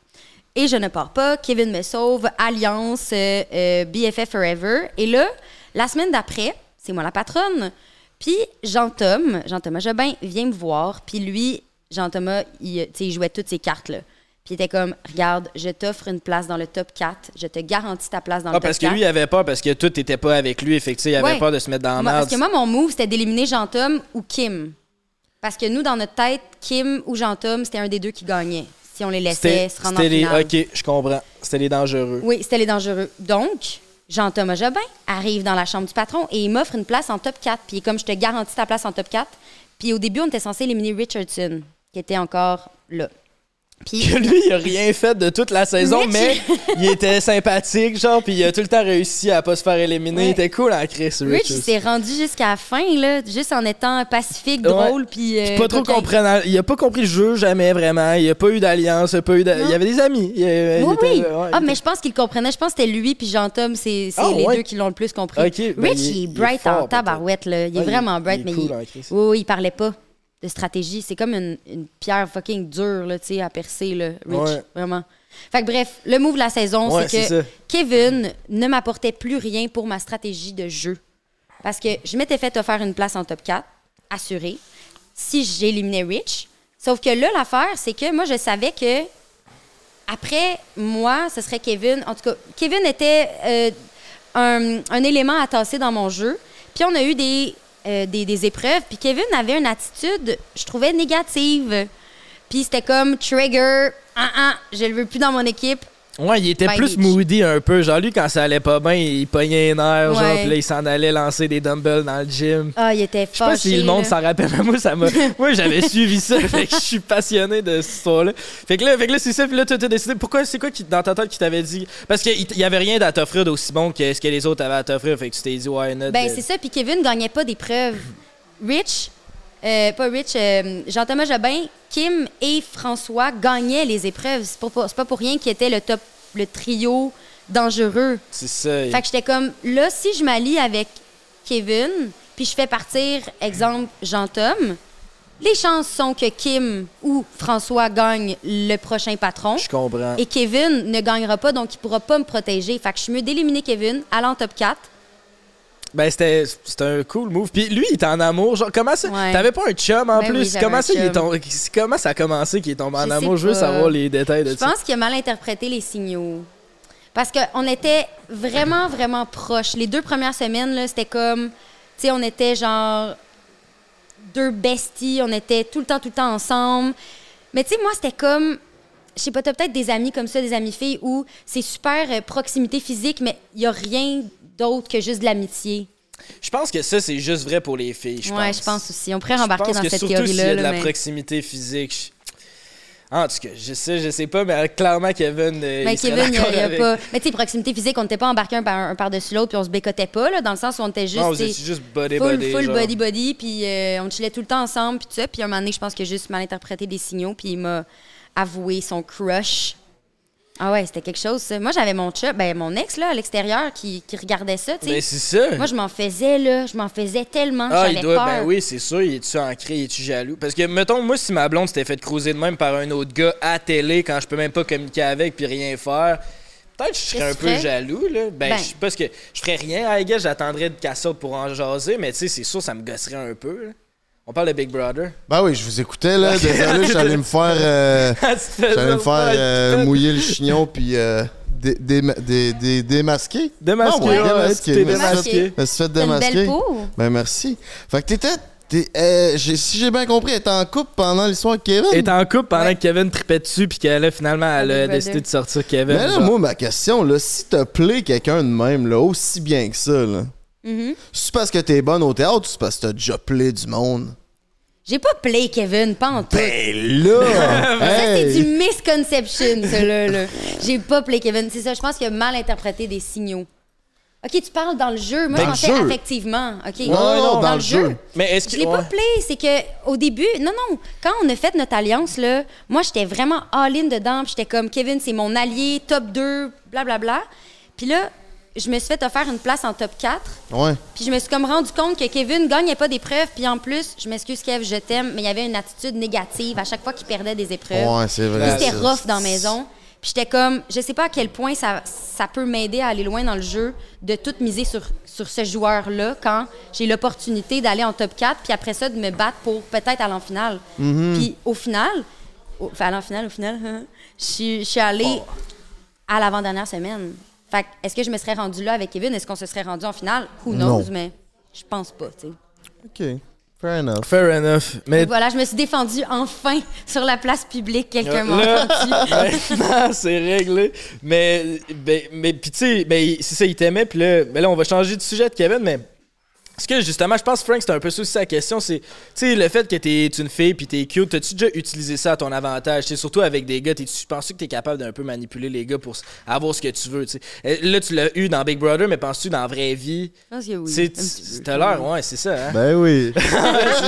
[SPEAKER 3] Et je ne pars pas. Kevin me sauve. Alliance, euh, euh, BFF Forever. Et là, la semaine d'après, c'est moi la patronne. Puis Jean-Tom, Jean-Thomas Jobin, vient me voir. Puis lui, Jean-Thomas, il, euh, tu sais, il jouait toutes ses cartes, là. Puis il était comme, regarde, je t'offre une place dans le top 4. Je te garantis ta place dans le
[SPEAKER 2] Ah,
[SPEAKER 3] top
[SPEAKER 2] parce
[SPEAKER 3] 4.
[SPEAKER 2] que lui, il avait peur, parce que tout n'était pas avec lui, effectivement. Il avait
[SPEAKER 3] Ouais.
[SPEAKER 2] peur de se mettre dans la
[SPEAKER 3] Moi,
[SPEAKER 2] merde.
[SPEAKER 3] Parce que moi, mon move, c'était d'éliminer Jean-Tom ou Kim. Parce que nous, dans notre tête, Kim ou Jean-Tom, ben, c'était un des deux qui gagnait. si on les
[SPEAKER 2] C'était
[SPEAKER 3] laissait se rendre en
[SPEAKER 2] c'était les.
[SPEAKER 3] finale.
[SPEAKER 2] Ok, je comprends. C'était les dangereux.
[SPEAKER 3] Oui, c'était les dangereux. Donc, Jean-Thomas Jobin arrive dans la chambre du patron et il m'offre une place en top 4. Puis comme je te garantis ta place en top 4, puis au début, on était censé éliminer Richardson, qui était encore là. Puis
[SPEAKER 2] Que lui, il a rien fait de toute la saison, mais
[SPEAKER 3] Mitch-
[SPEAKER 2] il était sympathique, genre, puis il a tout le temps réussi à pas se faire éliminer.
[SPEAKER 3] Ouais.
[SPEAKER 2] Il était cool en Chris
[SPEAKER 3] Rich,
[SPEAKER 2] Rich.
[SPEAKER 3] il s'est rendu jusqu'à la fin, là, juste en étant pacifique, drôle,
[SPEAKER 2] Ouais.
[SPEAKER 3] puis... euh,
[SPEAKER 2] pas trop
[SPEAKER 3] coquin.
[SPEAKER 2] comprenant. Il a pas compris le jeu jamais vraiment. Il a pas eu d'alliance. Il a pas eu. d'a-
[SPEAKER 3] Non.
[SPEAKER 2] Il avait des amis. Il, euh, il
[SPEAKER 3] Oui,
[SPEAKER 2] était-
[SPEAKER 3] oui.
[SPEAKER 2] ouais,
[SPEAKER 3] ah,
[SPEAKER 2] il
[SPEAKER 3] mais je pense qu'il comprenait. Je pense que c'était lui puis Jean-Tom, c'est c'est
[SPEAKER 2] Ah,
[SPEAKER 3] les
[SPEAKER 2] ouais.
[SPEAKER 3] deux qui l'ont le plus compris.
[SPEAKER 2] Ok, ben,
[SPEAKER 3] Rich,
[SPEAKER 2] il est-
[SPEAKER 3] il,
[SPEAKER 2] il
[SPEAKER 3] est
[SPEAKER 2] est
[SPEAKER 3] bright
[SPEAKER 2] fort,
[SPEAKER 3] en
[SPEAKER 2] peut-être.
[SPEAKER 3] tabarouette, là. Il est
[SPEAKER 2] Ouais, il-
[SPEAKER 3] vraiment
[SPEAKER 2] il
[SPEAKER 3] bright,
[SPEAKER 2] est
[SPEAKER 3] mais
[SPEAKER 2] cool
[SPEAKER 3] il,
[SPEAKER 2] en crise.
[SPEAKER 3] oui, oui, il parlait pas de stratégie. C'est comme une, une pierre fucking dure, là, tu sais, à percer, là, Rich.
[SPEAKER 2] Ouais.
[SPEAKER 3] Vraiment. Fait que bref, le move de la saison,
[SPEAKER 2] Ouais,
[SPEAKER 3] c'est que
[SPEAKER 2] c'est ça.
[SPEAKER 3] Kevin ne m'apportait plus rien pour ma stratégie de jeu. Parce que je m'étais fait offrir une place en top 4, assurée, si j'éliminais Rich. Sauf que là, l'affaire, c'est que moi, je savais que après, moi, ce serait Kevin. En tout cas, Kevin était euh, un, un élément à tasser dans mon jeu. Puis on a eu des, euh, des, des épreuves. Puis Kevin avait une attitude, je trouvais, négative. Puis c'était comme trigger, ah, ah, je le veux plus dans mon équipe.
[SPEAKER 2] Ouais, il était
[SPEAKER 3] By
[SPEAKER 2] plus
[SPEAKER 3] Beach.
[SPEAKER 2] moody un peu. Genre, lui, quand ça allait pas bien, il pognait les nerfs, genre,
[SPEAKER 3] Ouais.
[SPEAKER 2] puis là, il s'en allait lancer des dumbbells dans le gym.
[SPEAKER 3] Ah, il était
[SPEAKER 2] Je sais pas
[SPEAKER 3] fâché.
[SPEAKER 2] si le monde
[SPEAKER 3] là.
[SPEAKER 2] s'en rappelle, mais moi, ça m'a. Moi, j'avais suivi ça, fait que je suis passionné de cette histoire-là. Fait que là, fait que là c'est ça, puis là, tu as décidé. Pourquoi, c'est quoi qui, dans ta tête qui t'avait dit Parce qu'il y avait rien à t'offrir d'aussi bon que ce que les autres avaient à t'offrir, fait que tu t'es dit, ouais, not.
[SPEAKER 3] Ben,
[SPEAKER 2] euh,
[SPEAKER 3] c'est ça. Puis Kevin gagnait pas d'épreuves. Rich, euh, pas Rich, euh, Jean-Thomas Jobin, Kim et François gagnaient les épreuves. C'est pas, pour- c'est pas pour rien qu'ils étaient le top, le trio dangereux.
[SPEAKER 2] C'est ça.
[SPEAKER 3] Fait que j'étais comme, là, si je m'allie avec Kevin, puis je fais partir, exemple, Jean-Tom, les chances sont que Kim ou François gagnent le prochain patron.
[SPEAKER 2] Je comprends.
[SPEAKER 3] Et Kevin ne gagnera pas, donc il pourra pas me protéger. Fait que je suis mieux d'éliminer Kevin, aller en top 4.
[SPEAKER 2] Ben, c'était c'était un cool move. Puis lui, il était en amour. Genre, comment ça.
[SPEAKER 3] Ouais.
[SPEAKER 2] T'avais pas un chum en
[SPEAKER 3] Ben oui,
[SPEAKER 2] plus
[SPEAKER 3] j'avais
[SPEAKER 2] Comment
[SPEAKER 3] un
[SPEAKER 2] ça, il est
[SPEAKER 3] chum.
[SPEAKER 2] tombé- Comment ça a commencé qu'il est tombé en
[SPEAKER 3] Je sais
[SPEAKER 2] amour Je veux
[SPEAKER 3] pas.
[SPEAKER 2] savoir les détails de
[SPEAKER 3] Je
[SPEAKER 2] ça.
[SPEAKER 3] pense qu'il a mal interprété les signaux. Parce qu'on était vraiment, vraiment proches. Les deux premières semaines, là, c'était comme, tu sais, on était genre deux besties, on était tout le temps, tout le temps ensemble. Mais tu sais, moi, c'était comme, je sais pas, t'as peut-être des amis comme ça, des amis filles, où c'est super euh, proximité physique, mais il y a rien d'autre que juste de l'amitié.
[SPEAKER 2] Je pense que ça, c'est juste vrai pour les filles. Je
[SPEAKER 3] Ouais,
[SPEAKER 2] pense.
[SPEAKER 3] je pense aussi. On pourrait
[SPEAKER 2] Je
[SPEAKER 3] rembarquer
[SPEAKER 2] pense
[SPEAKER 3] dans
[SPEAKER 2] que
[SPEAKER 3] cette
[SPEAKER 2] surtout s'il y
[SPEAKER 3] théorie-là.
[SPEAKER 2] a de
[SPEAKER 3] là,
[SPEAKER 2] la
[SPEAKER 3] mais-
[SPEAKER 2] proximité physique. je- En tout cas, je sais, je sais pas, mais clairement, Kevin. euh,
[SPEAKER 3] Mais
[SPEAKER 2] il serait
[SPEAKER 3] Kevin, il y a-
[SPEAKER 2] d'accord
[SPEAKER 3] il y a
[SPEAKER 2] avec.
[SPEAKER 3] pas. Mais tu sais, proximité physique, on n'était pas embarqués un, par, un par-dessus l'autre, puis on se bécotait pas, là, dans le sens où on était juste.
[SPEAKER 2] Non, vous
[SPEAKER 3] tu sais,
[SPEAKER 2] étiez juste body
[SPEAKER 3] full,
[SPEAKER 2] body.
[SPEAKER 3] full
[SPEAKER 2] genre.
[SPEAKER 3] body body, puis euh, on chillait tout le temps ensemble, puis tout ça. Puis un moment donné, je pense qu'il a juste mal interprété des signaux, puis il m'a avoué son crush. Ah ouais, c'était quelque chose, ça. Moi, j'avais mon chat, ben mon ex, là, à l'extérieur, qui, qui regardait ça, tu
[SPEAKER 2] Mais
[SPEAKER 3] sais.
[SPEAKER 2] Ben, c'est ça.
[SPEAKER 3] Moi, je m'en faisais, là. Je m'en faisais tellement.
[SPEAKER 2] Ah,
[SPEAKER 3] j'avais
[SPEAKER 2] il doit.
[SPEAKER 3] peur.
[SPEAKER 2] Ben oui, c'est sûr. Il est-tu ancré? Il est-tu jaloux? Parce que, mettons, moi, si ma blonde s'était fait croiser de même par un autre gars à télé quand je peux même pas communiquer avec puis rien faire, peut-être que je serais un
[SPEAKER 3] Qu'est-ce que
[SPEAKER 2] peu
[SPEAKER 3] tu ferais?
[SPEAKER 2] jaloux, là. Ben,
[SPEAKER 3] Ben.
[SPEAKER 2] je parce que je ferais rien à gars, j'attendrais de casser pour en jaser, mais tu sais, c'est sûr, ça me gosserait un peu. là. On parle de Big Brother.
[SPEAKER 1] Ben oui, je vous écoutais, là. Désolé, j'allais me faire, euh, j'allais me faire euh, mouiller le chignon puis euh, dé- déma- dé- dé- démasquer.
[SPEAKER 2] Démasquer,
[SPEAKER 1] Non, Ah ouais,
[SPEAKER 2] ouais,
[SPEAKER 1] démasquer.
[SPEAKER 2] tu t'es
[SPEAKER 1] Me suis fait-
[SPEAKER 2] démasqué.
[SPEAKER 1] me suis fait
[SPEAKER 3] T'as une
[SPEAKER 1] démasquer.
[SPEAKER 3] belle peau.
[SPEAKER 1] Ben merci. Fait que t'étais. t'es- euh, j'ai- si j'ai bien compris, elle était en couple pendant l'histoire de Kevin.
[SPEAKER 2] Elle était en couple pendant que Kevin tripait dessus, puis qu'elle, finalement, elle
[SPEAKER 3] Big
[SPEAKER 2] a
[SPEAKER 3] Brother.
[SPEAKER 2] décidé de sortir Kevin.
[SPEAKER 1] Mais là,
[SPEAKER 2] genre.
[SPEAKER 1] moi, ma question, là, si te plaît quelqu'un de même, là, aussi bien que ça, là,
[SPEAKER 3] Mm-hmm.
[SPEAKER 1] c'est parce que t'es bonne au théâtre ou c'est parce que t'as déjà plaît du monde?
[SPEAKER 3] J'ai pas play Kevin, pas en tout.
[SPEAKER 1] Ben là!
[SPEAKER 3] Ça, c'est
[SPEAKER 1] hey!
[SPEAKER 3] du misconception, ça, là. là. J'ai pas play Kevin. C'est ça, je pense qu'il a mal interprété des signaux. OK, tu parles dans le jeu. Moi,
[SPEAKER 1] Dans
[SPEAKER 3] je
[SPEAKER 1] le
[SPEAKER 3] pensais
[SPEAKER 1] jeu.
[SPEAKER 3] affectivement. OK.
[SPEAKER 1] Non, non, non, dans le jeu.
[SPEAKER 2] Mais est-ce
[SPEAKER 3] Je
[SPEAKER 2] que.
[SPEAKER 3] l'ai pas
[SPEAKER 2] ouais.
[SPEAKER 3] play, c'est que au début, non non, quand on a fait notre alliance là, moi j'étais vraiment all in dedans, puis j'étais comme Kevin, c'est mon allié top 2, blablabla. Bla. Puis là, je me suis fait offrir une place en top 4,
[SPEAKER 1] Ouais.
[SPEAKER 3] puis je me suis comme rendu compte que Kevin gagnait pas d'épreuves, puis en plus, je m'excuse Kev, je t'aime, mais il y avait une attitude négative à chaque fois qu'il perdait des épreuves.
[SPEAKER 1] Ouais, c'est vrai.
[SPEAKER 3] Puis C'était
[SPEAKER 1] ça.
[SPEAKER 3] rough dans la maison. Puis j'étais comme, je sais pas à quel point ça, ça peut m'aider à aller loin dans le jeu de tout miser sur, sur ce joueur-là quand j'ai l'opportunité d'aller en top 4, puis après ça, de me battre pour peut-être aller en finale. Puis au final, au- enfin, aller en finale, au final, je suis- je suis allée à l'avant-dernière semaine. Fait que, est-ce que je me serais rendue là avec Kevin? Est-ce qu'on se serait rendu en finale? Who knows,
[SPEAKER 1] Non.
[SPEAKER 3] mais je pense pas, tu sais.
[SPEAKER 1] OK. Fait Fair enough.
[SPEAKER 2] Fair enough.
[SPEAKER 3] Et
[SPEAKER 2] Mais
[SPEAKER 3] Voilà, je me suis défendue enfin sur la place publique. Quelqu'un m'a
[SPEAKER 2] Là.
[SPEAKER 3] entendu.
[SPEAKER 2] maintenant, c'est réglé. Mais, ben, mais puis tu sais, ben, il- c'est ça, il t'aimait. Puis là, ben là, on va changer de sujet de Kevin, mais. Est-ce que justement, je pense, Frank, c'est un peu ça aussi la question, c'est, tu sais, le fait que t'es une fille puis t'es cute, t'as-tu déjà utilisé ça à ton avantage? Tu sais, surtout avec des gars, t'es-tu penses que t'es capable d'un peu manipuler les gars pour s- avoir ce que tu veux, tu sais? Euh, Là, tu l'as eu dans Big Brother, mais penses-tu dans la vraie vie?
[SPEAKER 3] Je pense que oui.
[SPEAKER 2] Tu sais,
[SPEAKER 3] un petit
[SPEAKER 2] tu-
[SPEAKER 3] peu.
[SPEAKER 2] t'as l'air, ouais, c'est ça, hein?
[SPEAKER 1] Ben oui.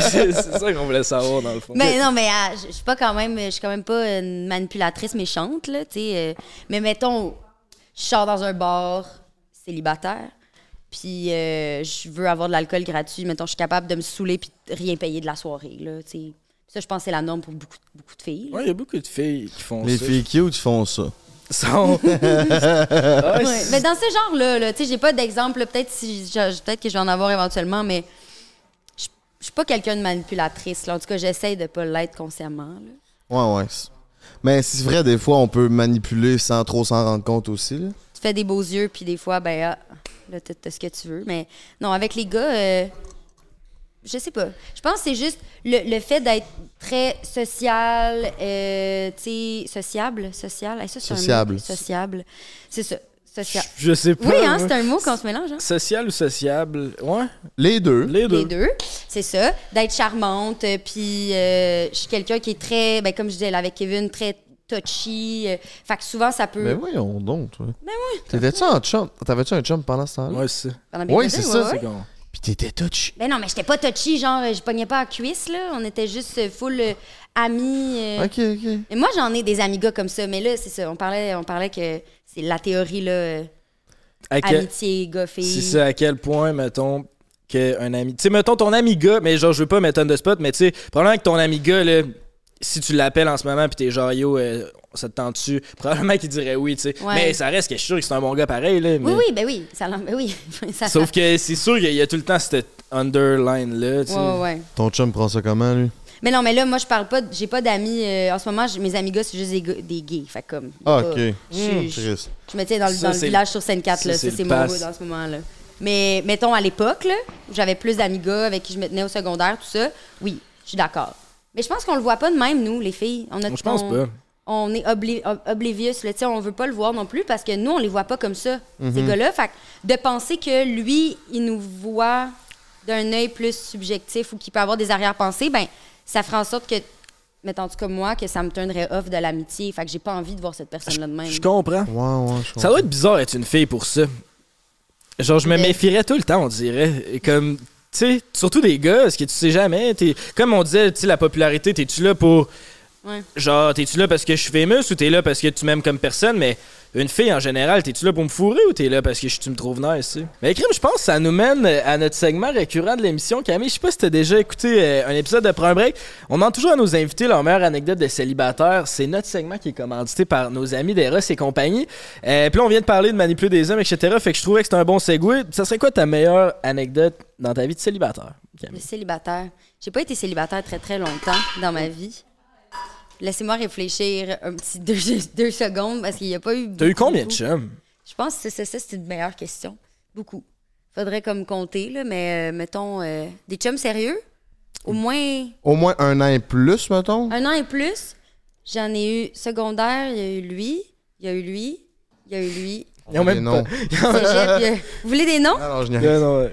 [SPEAKER 2] c'est c'est ça qu'on voulait savoir, dans le fond.
[SPEAKER 3] Mais non, mais ah, je je suis pas quand même, je suis quand même pas une manipulatrice méchante là, tu sais. euh, mais mettons, je sors dans un bar célibataire, puis euh, je veux avoir de l'alcool gratuit. Mettons, je suis capable de me saouler puis de rien payer de la soirée là, tu sais. Ça, je pense que c'est la norme pour beaucoup, beaucoup de filles. là.
[SPEAKER 2] Ouais, il y a beaucoup de filles qui font
[SPEAKER 1] Les
[SPEAKER 2] ça.
[SPEAKER 1] filles cute font ça.
[SPEAKER 2] Sont- Ah,
[SPEAKER 3] Ouais,
[SPEAKER 2] c'est-
[SPEAKER 3] Mais dans ce genre-là, là, tu sais, j'ai pas d'exemple. là, Peut-être si je- peut-être que je vais en avoir éventuellement, mais je je suis pas quelqu'un de manipulatrice. Là. En tout cas, j'essaye de pas l'être consciemment. là.
[SPEAKER 1] Ouais, ouais. Mais c'est vrai, des fois, on peut manipuler sans trop s'en rendre compte aussi. Là.
[SPEAKER 3] tu fais des beaux yeux, puis des fois, ben, ah, là, t'as t'as ce que tu veux. Mais non, avec les gars, euh, je sais pas. Je pense que c'est juste le, le fait d'être très social, euh, tu sais, sociable, social. Hey, ça, c'est un mot.
[SPEAKER 1] Sociable.
[SPEAKER 3] Sociable. C'est ça. Social.
[SPEAKER 2] Je sais pas.
[SPEAKER 3] Oui,
[SPEAKER 2] moi.
[SPEAKER 3] hein, c'est un mot qu'on se mélange. Hein?
[SPEAKER 2] Social ou sociable? Ouais,
[SPEAKER 1] Les deux.
[SPEAKER 2] les deux.
[SPEAKER 3] Les deux, c'est ça. D'être charmante, euh, puis euh, je suis quelqu'un qui est très, ben, comme je disais là, avec Kevin, très touchy. euh, fait que souvent, ça peut...
[SPEAKER 1] Mais voyons donc, toi. Mais oui. T'étais-tu en chum? T'avais-tu un chum pendant ce temps-là?
[SPEAKER 2] Ouais, c'est ça.
[SPEAKER 3] Pendant mes
[SPEAKER 1] Oui,
[SPEAKER 3] causeries,
[SPEAKER 1] c'est
[SPEAKER 3] ouais,
[SPEAKER 1] ça.
[SPEAKER 3] ouais.
[SPEAKER 1] c'est
[SPEAKER 2] Bon.
[SPEAKER 1] Puis t'étais touchy.
[SPEAKER 3] Ben non, mais j'étais pas touchy, genre, euh, je pognais pas à cuisse, là. On était juste euh, full euh, amis. euh.
[SPEAKER 1] Ok, ok.
[SPEAKER 3] Et moi, j'en ai des amis gars comme ça, mais là, c'est ça. On parlait, on parlait que c'est la théorie, là, euh,
[SPEAKER 2] À quel...
[SPEAKER 3] amitié,
[SPEAKER 2] C'est
[SPEAKER 3] gars-fille.
[SPEAKER 2] ça, à quel point, mettons, qu'un ami. Tu sais, mettons ton ami gars, mais genre, je veux pas mettre un de spot, mais tu sais, probablement que ton ami gars, là, si tu l'appelles en ce moment, puis t'es genre, yo, euh, ça te tente-tu? Probablement qu'il dirait oui, tu sais.
[SPEAKER 3] Ouais.
[SPEAKER 2] Mais ça reste que je suis sûr que c'est un bon gars pareil, là. mais-
[SPEAKER 3] Oui, oui, ben oui. Ça, l'en- ben oui. ça,
[SPEAKER 2] Sauf que c'est sûr qu'il y a tout le temps cette underline-là, tu sais.
[SPEAKER 3] Ouais, ouais, ouais.
[SPEAKER 1] Ton chum prend ça comment, lui?
[SPEAKER 3] Mais non, mais là, moi, je parle pas. J'ai pas d'amis. euh, en ce moment, j'ai- mes amis gars, c'est juste des, gars- des gays. Fait que comme.
[SPEAKER 1] Ah,
[SPEAKER 3] pas- Mm,
[SPEAKER 1] ok.
[SPEAKER 2] Euh,
[SPEAKER 3] je- je-
[SPEAKER 1] Triste.
[SPEAKER 3] Je me tiens dans le,
[SPEAKER 2] Ça,
[SPEAKER 3] dans le
[SPEAKER 2] c'est-
[SPEAKER 3] village sur Seine-4,
[SPEAKER 2] ça,
[SPEAKER 3] là.
[SPEAKER 2] c'est
[SPEAKER 3] Ça,
[SPEAKER 2] le
[SPEAKER 3] c'est mon
[SPEAKER 2] pass.
[SPEAKER 3] goût dans ce moment-là. Mais mettons, à l'époque, là, où j'avais plus d'amis gars avec qui je me tenais au secondaire, tout ça. Oui, je suis d'accord. Mais je pense qu'on le voit pas de même, nous, les filles. On a
[SPEAKER 2] Je pense
[SPEAKER 3] on-
[SPEAKER 2] pas.
[SPEAKER 3] On est obli ob- oblivious, là, tu sais, on veut pas le voir non plus parce que nous, on les voit pas comme ça,
[SPEAKER 2] Mhm.
[SPEAKER 3] ces gars-là. Fait que de penser que lui, il nous voit d'un œil plus subjectif ou qu'il peut avoir des arrière-pensées, ben ça ferait en sorte que, mettons, en tout cas, moi, que ça me tournerait off de l'amitié. Fait que j'ai pas envie de voir cette personne-là de même.
[SPEAKER 2] Je comprends.
[SPEAKER 1] Ouais, ouais, je
[SPEAKER 2] Ça doit être bizarre être une fille pour ça. Genre, je me
[SPEAKER 3] Mais-
[SPEAKER 2] méfierais tout le temps, on dirait. Et Comme, tu sais, surtout des gars, parce que tu sais jamais. t'es- comme on disait, tu sais, la popularité, t'es-tu là pour.
[SPEAKER 3] Ouais.
[SPEAKER 2] Genre, t'es-tu là parce que je suis famous ou t'es là parce que tu m'aimes comme personne, mais une fille en général, t'es-tu là pour me fourrer ou t'es là parce que je- tu me trouves nice, tu sais? Mais crime, je pense que ça nous mène euh, à notre segment récurrent de l'émission. Camille, je sais pas si t'as déjà écouté euh, un épisode de Prends un break. On demande toujours à nos invités leur meilleure anecdote de célibataire. C'est notre segment qui est commandité par nos amis d'Eros et compagnie. Euh, Puis là, on vient de parler de manipuler des hommes, etc. Fait que je trouvais que c'était un bon segue. Ça serait quoi ta meilleure anecdote dans ta vie de célibataire,
[SPEAKER 3] Le
[SPEAKER 2] Camille?
[SPEAKER 3] célibataire. J'ai pas été célibataire très très longtemps dans ma vie. Laissez-moi réfléchir un petit deux, deux secondes parce qu'il n'y a pas eu.
[SPEAKER 2] T'as eu
[SPEAKER 3] beaucoup.
[SPEAKER 2] combien de chums?
[SPEAKER 3] Je pense que c'est ça, c'est une meilleure question. Beaucoup. Faudrait comme compter, là, mais euh, mettons euh, des chums sérieux. Au moins
[SPEAKER 1] Au moins un an et plus, mettons.
[SPEAKER 3] un an et plus. J'en ai eu secondaire, il y a eu lui, il y a eu lui, il y a eu lui.
[SPEAKER 2] Ils ont
[SPEAKER 1] Mais
[SPEAKER 2] même Euh,
[SPEAKER 1] non.
[SPEAKER 2] pas-
[SPEAKER 3] Cégep, il y a- Vous voulez des noms?
[SPEAKER 1] Alors, je n'y
[SPEAKER 2] Non, non, ouais.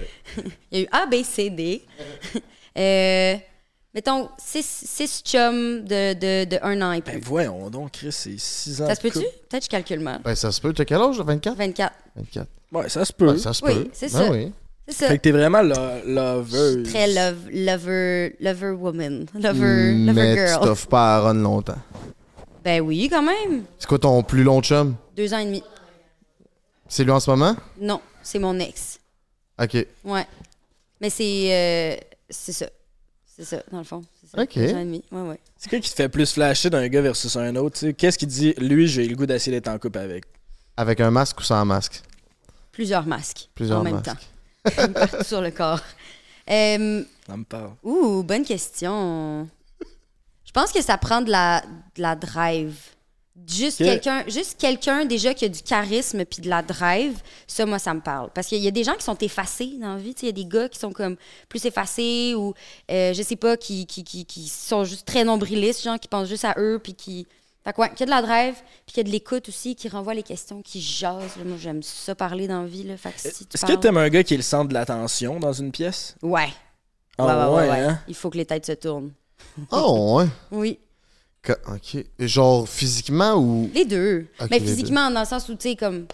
[SPEAKER 3] Il y a eu A, B, C, D. Euh, mettons, six, six chums de, de, de un an et
[SPEAKER 2] Ben
[SPEAKER 3] plus.
[SPEAKER 2] voyons donc, Chris, c'est 6 ans.
[SPEAKER 3] ça se
[SPEAKER 2] de
[SPEAKER 3] peut-tu?
[SPEAKER 2] couple.
[SPEAKER 3] Peut-être que je calcule mal.
[SPEAKER 1] Ben, ça se peut. T'as quel âge, là? 24?
[SPEAKER 3] 24.
[SPEAKER 1] 24.
[SPEAKER 2] Ouais, ça se peut.
[SPEAKER 1] Ouais, ça se
[SPEAKER 3] Oui,
[SPEAKER 1] peut.
[SPEAKER 3] c'est
[SPEAKER 1] Ben
[SPEAKER 3] ça.
[SPEAKER 1] oui.
[SPEAKER 3] C'est ça.
[SPEAKER 2] Fait que t'es vraiment lo-
[SPEAKER 3] Je suis
[SPEAKER 2] loveuse.
[SPEAKER 3] très love, lover, lover woman. Lover, lover
[SPEAKER 1] Mm, Mais tu
[SPEAKER 3] girl.
[SPEAKER 1] t'offres pas à Aaron longtemps.
[SPEAKER 3] Ben oui, quand même.
[SPEAKER 1] C'est quoi ton plus long chum?
[SPEAKER 3] Deux ans et demi.
[SPEAKER 1] C'est lui en ce moment?
[SPEAKER 3] Non, c'est mon ex.
[SPEAKER 1] Ok.
[SPEAKER 3] Ouais. Mais c'est. euh, c'est ça. C'est ça, dans le fond. C'est ça.
[SPEAKER 1] Ok.
[SPEAKER 3] Deux ans et demi. Ouais, ouais.
[SPEAKER 2] C'est quoi qui te fait plus flasher d'un gars versus un autre? tu sais? Qu'est-ce qui dit, lui, j'ai le goût d'essayer d'être en couple avec?
[SPEAKER 1] Avec un masque ou sans masque?
[SPEAKER 3] Plusieurs masques.
[SPEAKER 1] Plusieurs
[SPEAKER 3] en même
[SPEAKER 1] masques.
[SPEAKER 3] temps. Partout sur le corps. Euh,
[SPEAKER 2] Ça me parle.
[SPEAKER 3] Ouh, bonne question. Je pense que ça prend de la, de la drive. Juste
[SPEAKER 2] Ok.
[SPEAKER 3] quelqu'un juste quelqu'un déjà qui a du charisme puis de la drive, ça, moi, ça me parle. Parce qu'il y a des gens qui sont effacés dans la vie. tu sais, Il y a des gars qui sont comme plus effacés ou, euh, je sais pas, qui, qui, qui, qui sont juste très nombrilistes, genre qui pensent juste à eux puis qui. Fait que ouais, qu'il y a de la drive, puis qu'il y a de l'écoute aussi, qui renvoie les questions, qui jase. Moi, j'aime ça parler dans la vie. Là. Fait que si tu
[SPEAKER 2] Euh, Est-ce que
[SPEAKER 3] parles-
[SPEAKER 2] t'aimes un gars qui est le centre de l'attention dans une pièce?
[SPEAKER 3] Ouais.
[SPEAKER 2] Ah
[SPEAKER 3] ouais, ouais, ouais, ouais.
[SPEAKER 2] hein?
[SPEAKER 3] Il faut que les têtes se tournent.
[SPEAKER 1] Oh, ouais.
[SPEAKER 3] Oui.
[SPEAKER 1] Que- ok. Genre physiquement ou.
[SPEAKER 3] Les deux.
[SPEAKER 1] Ok,
[SPEAKER 3] mais
[SPEAKER 1] les deux.
[SPEAKER 3] physiquement, dans le sens où, tu sais, comme.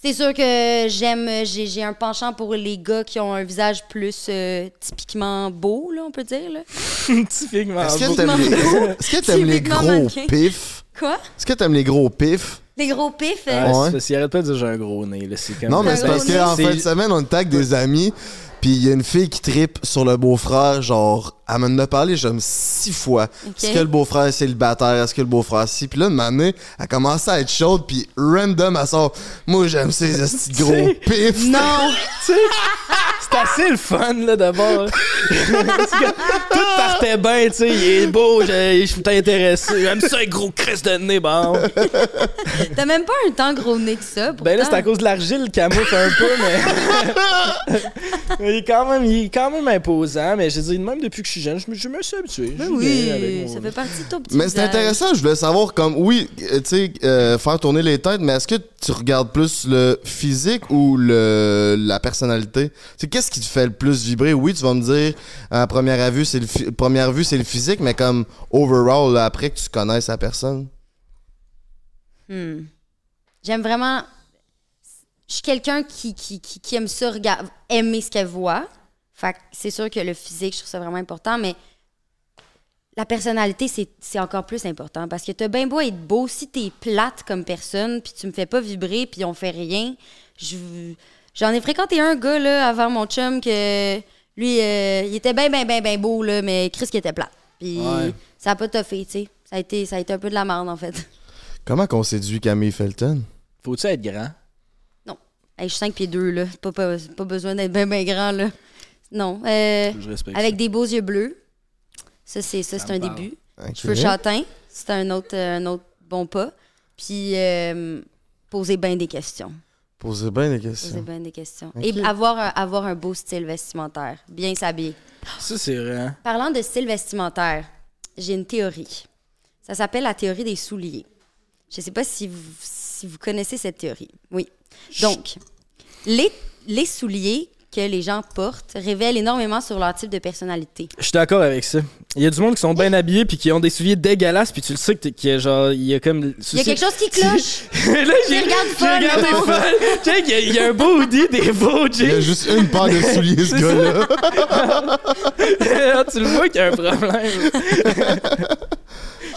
[SPEAKER 3] C'est sûr que j'aime, j'ai j'ai un penchant pour les gars qui ont un visage plus euh, typiquement beau, là, on peut dire. Là.
[SPEAKER 2] Typiquement.
[SPEAKER 1] Est-ce que
[SPEAKER 2] beau.
[SPEAKER 1] t'aimes les,
[SPEAKER 3] Typiquement-
[SPEAKER 1] Est-ce que t'aimes les
[SPEAKER 3] typiquement
[SPEAKER 1] gros
[SPEAKER 3] mannequin.
[SPEAKER 1] pifs?
[SPEAKER 3] Quoi?
[SPEAKER 1] Est-ce que t'aimes les gros pifs?
[SPEAKER 3] Des gros pifs? euh,
[SPEAKER 2] Ouais,
[SPEAKER 1] Ouais.
[SPEAKER 2] c'est parce qu'il arrête pas de dire j'ai un gros nez. Là, c'est comme-
[SPEAKER 1] Non, mais
[SPEAKER 3] Ouais,
[SPEAKER 1] c'est parce
[SPEAKER 3] ouais.
[SPEAKER 1] qu'en
[SPEAKER 2] C'est-
[SPEAKER 1] fin de semaine, on était avec des amis, puis il y a une fille qui tripe sur le beau-frère, genre, elle m'en a parlé, j'aime six fois. Est-ce que le beau-frère est célibataire? Est-ce que le beau-frère si? Puis là, une année, elle commençait à être chaude, puis random, elle sort, moi, j'aime ces estis de gros pifs.
[SPEAKER 3] Non!
[SPEAKER 2] Tu sais, c'est assez le fun, là, d'abord. hein. Parce que Tout partait bien, tu sais. Il est beau, je je suis tout intéressé. J'aime ça, un gros crisse de nez, bon.
[SPEAKER 3] T'as même pas un temps gros nez que ça. Pourtant.
[SPEAKER 2] Ben là, c'est à cause de l'argile qu'elle mouffe un peu, mais... mais il, est quand même, il est quand même imposant, mais je dis, même depuis que je suis jeune, je me, je me suis habitué.
[SPEAKER 3] Ben
[SPEAKER 2] Je vis bien avec
[SPEAKER 3] oui,
[SPEAKER 2] mon-
[SPEAKER 3] ça fait partie de ton petit.
[SPEAKER 1] Mais c'est
[SPEAKER 3] visage.
[SPEAKER 1] intéressant, je voulais savoir, comme, oui, euh, tu sais, euh, faire tourner les têtes, mais est-ce que tu regardes plus le physique ou le, la personnalité? Tu sais, qu'est-ce qui te fait le plus vibrer? Oui, tu vas me dire, à première vue, c'est le, phy- première vue, c'est le physique, mais comme, overall, là, après que tu connaisses la personne.
[SPEAKER 3] Hmm. J'aime vraiment. Je suis quelqu'un qui, qui, qui, qui aime ça, regard- aimer ce qu'elle voit. Fait que c'est sûr que le physique, je trouve ça vraiment important, mais la personnalité, c'est c'est encore plus important parce que t'as bien beau être beau, si t'es plate comme personne, puis tu me fais pas vibrer, puis on fait rien. je- J'en ai fréquenté un gars, là, avant mon chum, que lui, euh, il était bien, bien, bien, bien beau, là, mais Chris qui était plate. Puis
[SPEAKER 2] Ouais.
[SPEAKER 3] ça a pas toffé, tu sais. Ça a, été, ça a été un peu de la merde, en fait.
[SPEAKER 1] Comment qu'on séduit Camille Felton?
[SPEAKER 2] Faut-tu être grand?
[SPEAKER 3] Hey, je suis 5 pieds 2, là. Pas, pas, pas besoin d'être bien, bien grand, là. Non. euh,
[SPEAKER 2] Je respecte
[SPEAKER 3] avec des beaux yeux bleus. Ça, c'est ça,
[SPEAKER 2] Ça
[SPEAKER 3] c'est
[SPEAKER 2] me
[SPEAKER 3] un
[SPEAKER 2] parle.
[SPEAKER 3] début.
[SPEAKER 1] Ok.
[SPEAKER 3] Cheveux châtains, c'est un autre, euh, un autre bon pas. Puis, euh, poser bien des questions.
[SPEAKER 1] Posez bien des
[SPEAKER 3] Poser
[SPEAKER 1] questions.
[SPEAKER 3] bien des questions.
[SPEAKER 1] Ok.
[SPEAKER 3] Et avoir un, avoir un beau style vestimentaire. Bien s'habiller.
[SPEAKER 2] ça. Ça, c'est vrai. hein.
[SPEAKER 3] Parlant de style vestimentaire, j'ai une théorie. Ça s'appelle la théorie des souliers. Je ne sais pas si vous, si vous connaissez cette théorie. Oui. Donc, les, les souliers que les gens portent révèlent énormément sur leur type de personnalité.
[SPEAKER 2] Je suis d'accord avec ça. Il y a du monde qui sont bien habillés puis qui ont des souliers dégueulasses puis tu le sais que t'es- qu'il y a genre il y a comme
[SPEAKER 3] Il y a quelque chose qui cloche.
[SPEAKER 2] là, j'ai
[SPEAKER 3] Qui regarde
[SPEAKER 2] j'ai
[SPEAKER 3] folle,
[SPEAKER 2] regardé
[SPEAKER 3] non?
[SPEAKER 2] folle. Tu sais, il y a- il y, a un beau hoodie, des beaux
[SPEAKER 1] Il y a
[SPEAKER 2] jeans.
[SPEAKER 1] juste une paire de souliers, ce gars-là.
[SPEAKER 2] tu le vois qu'il y a un problème.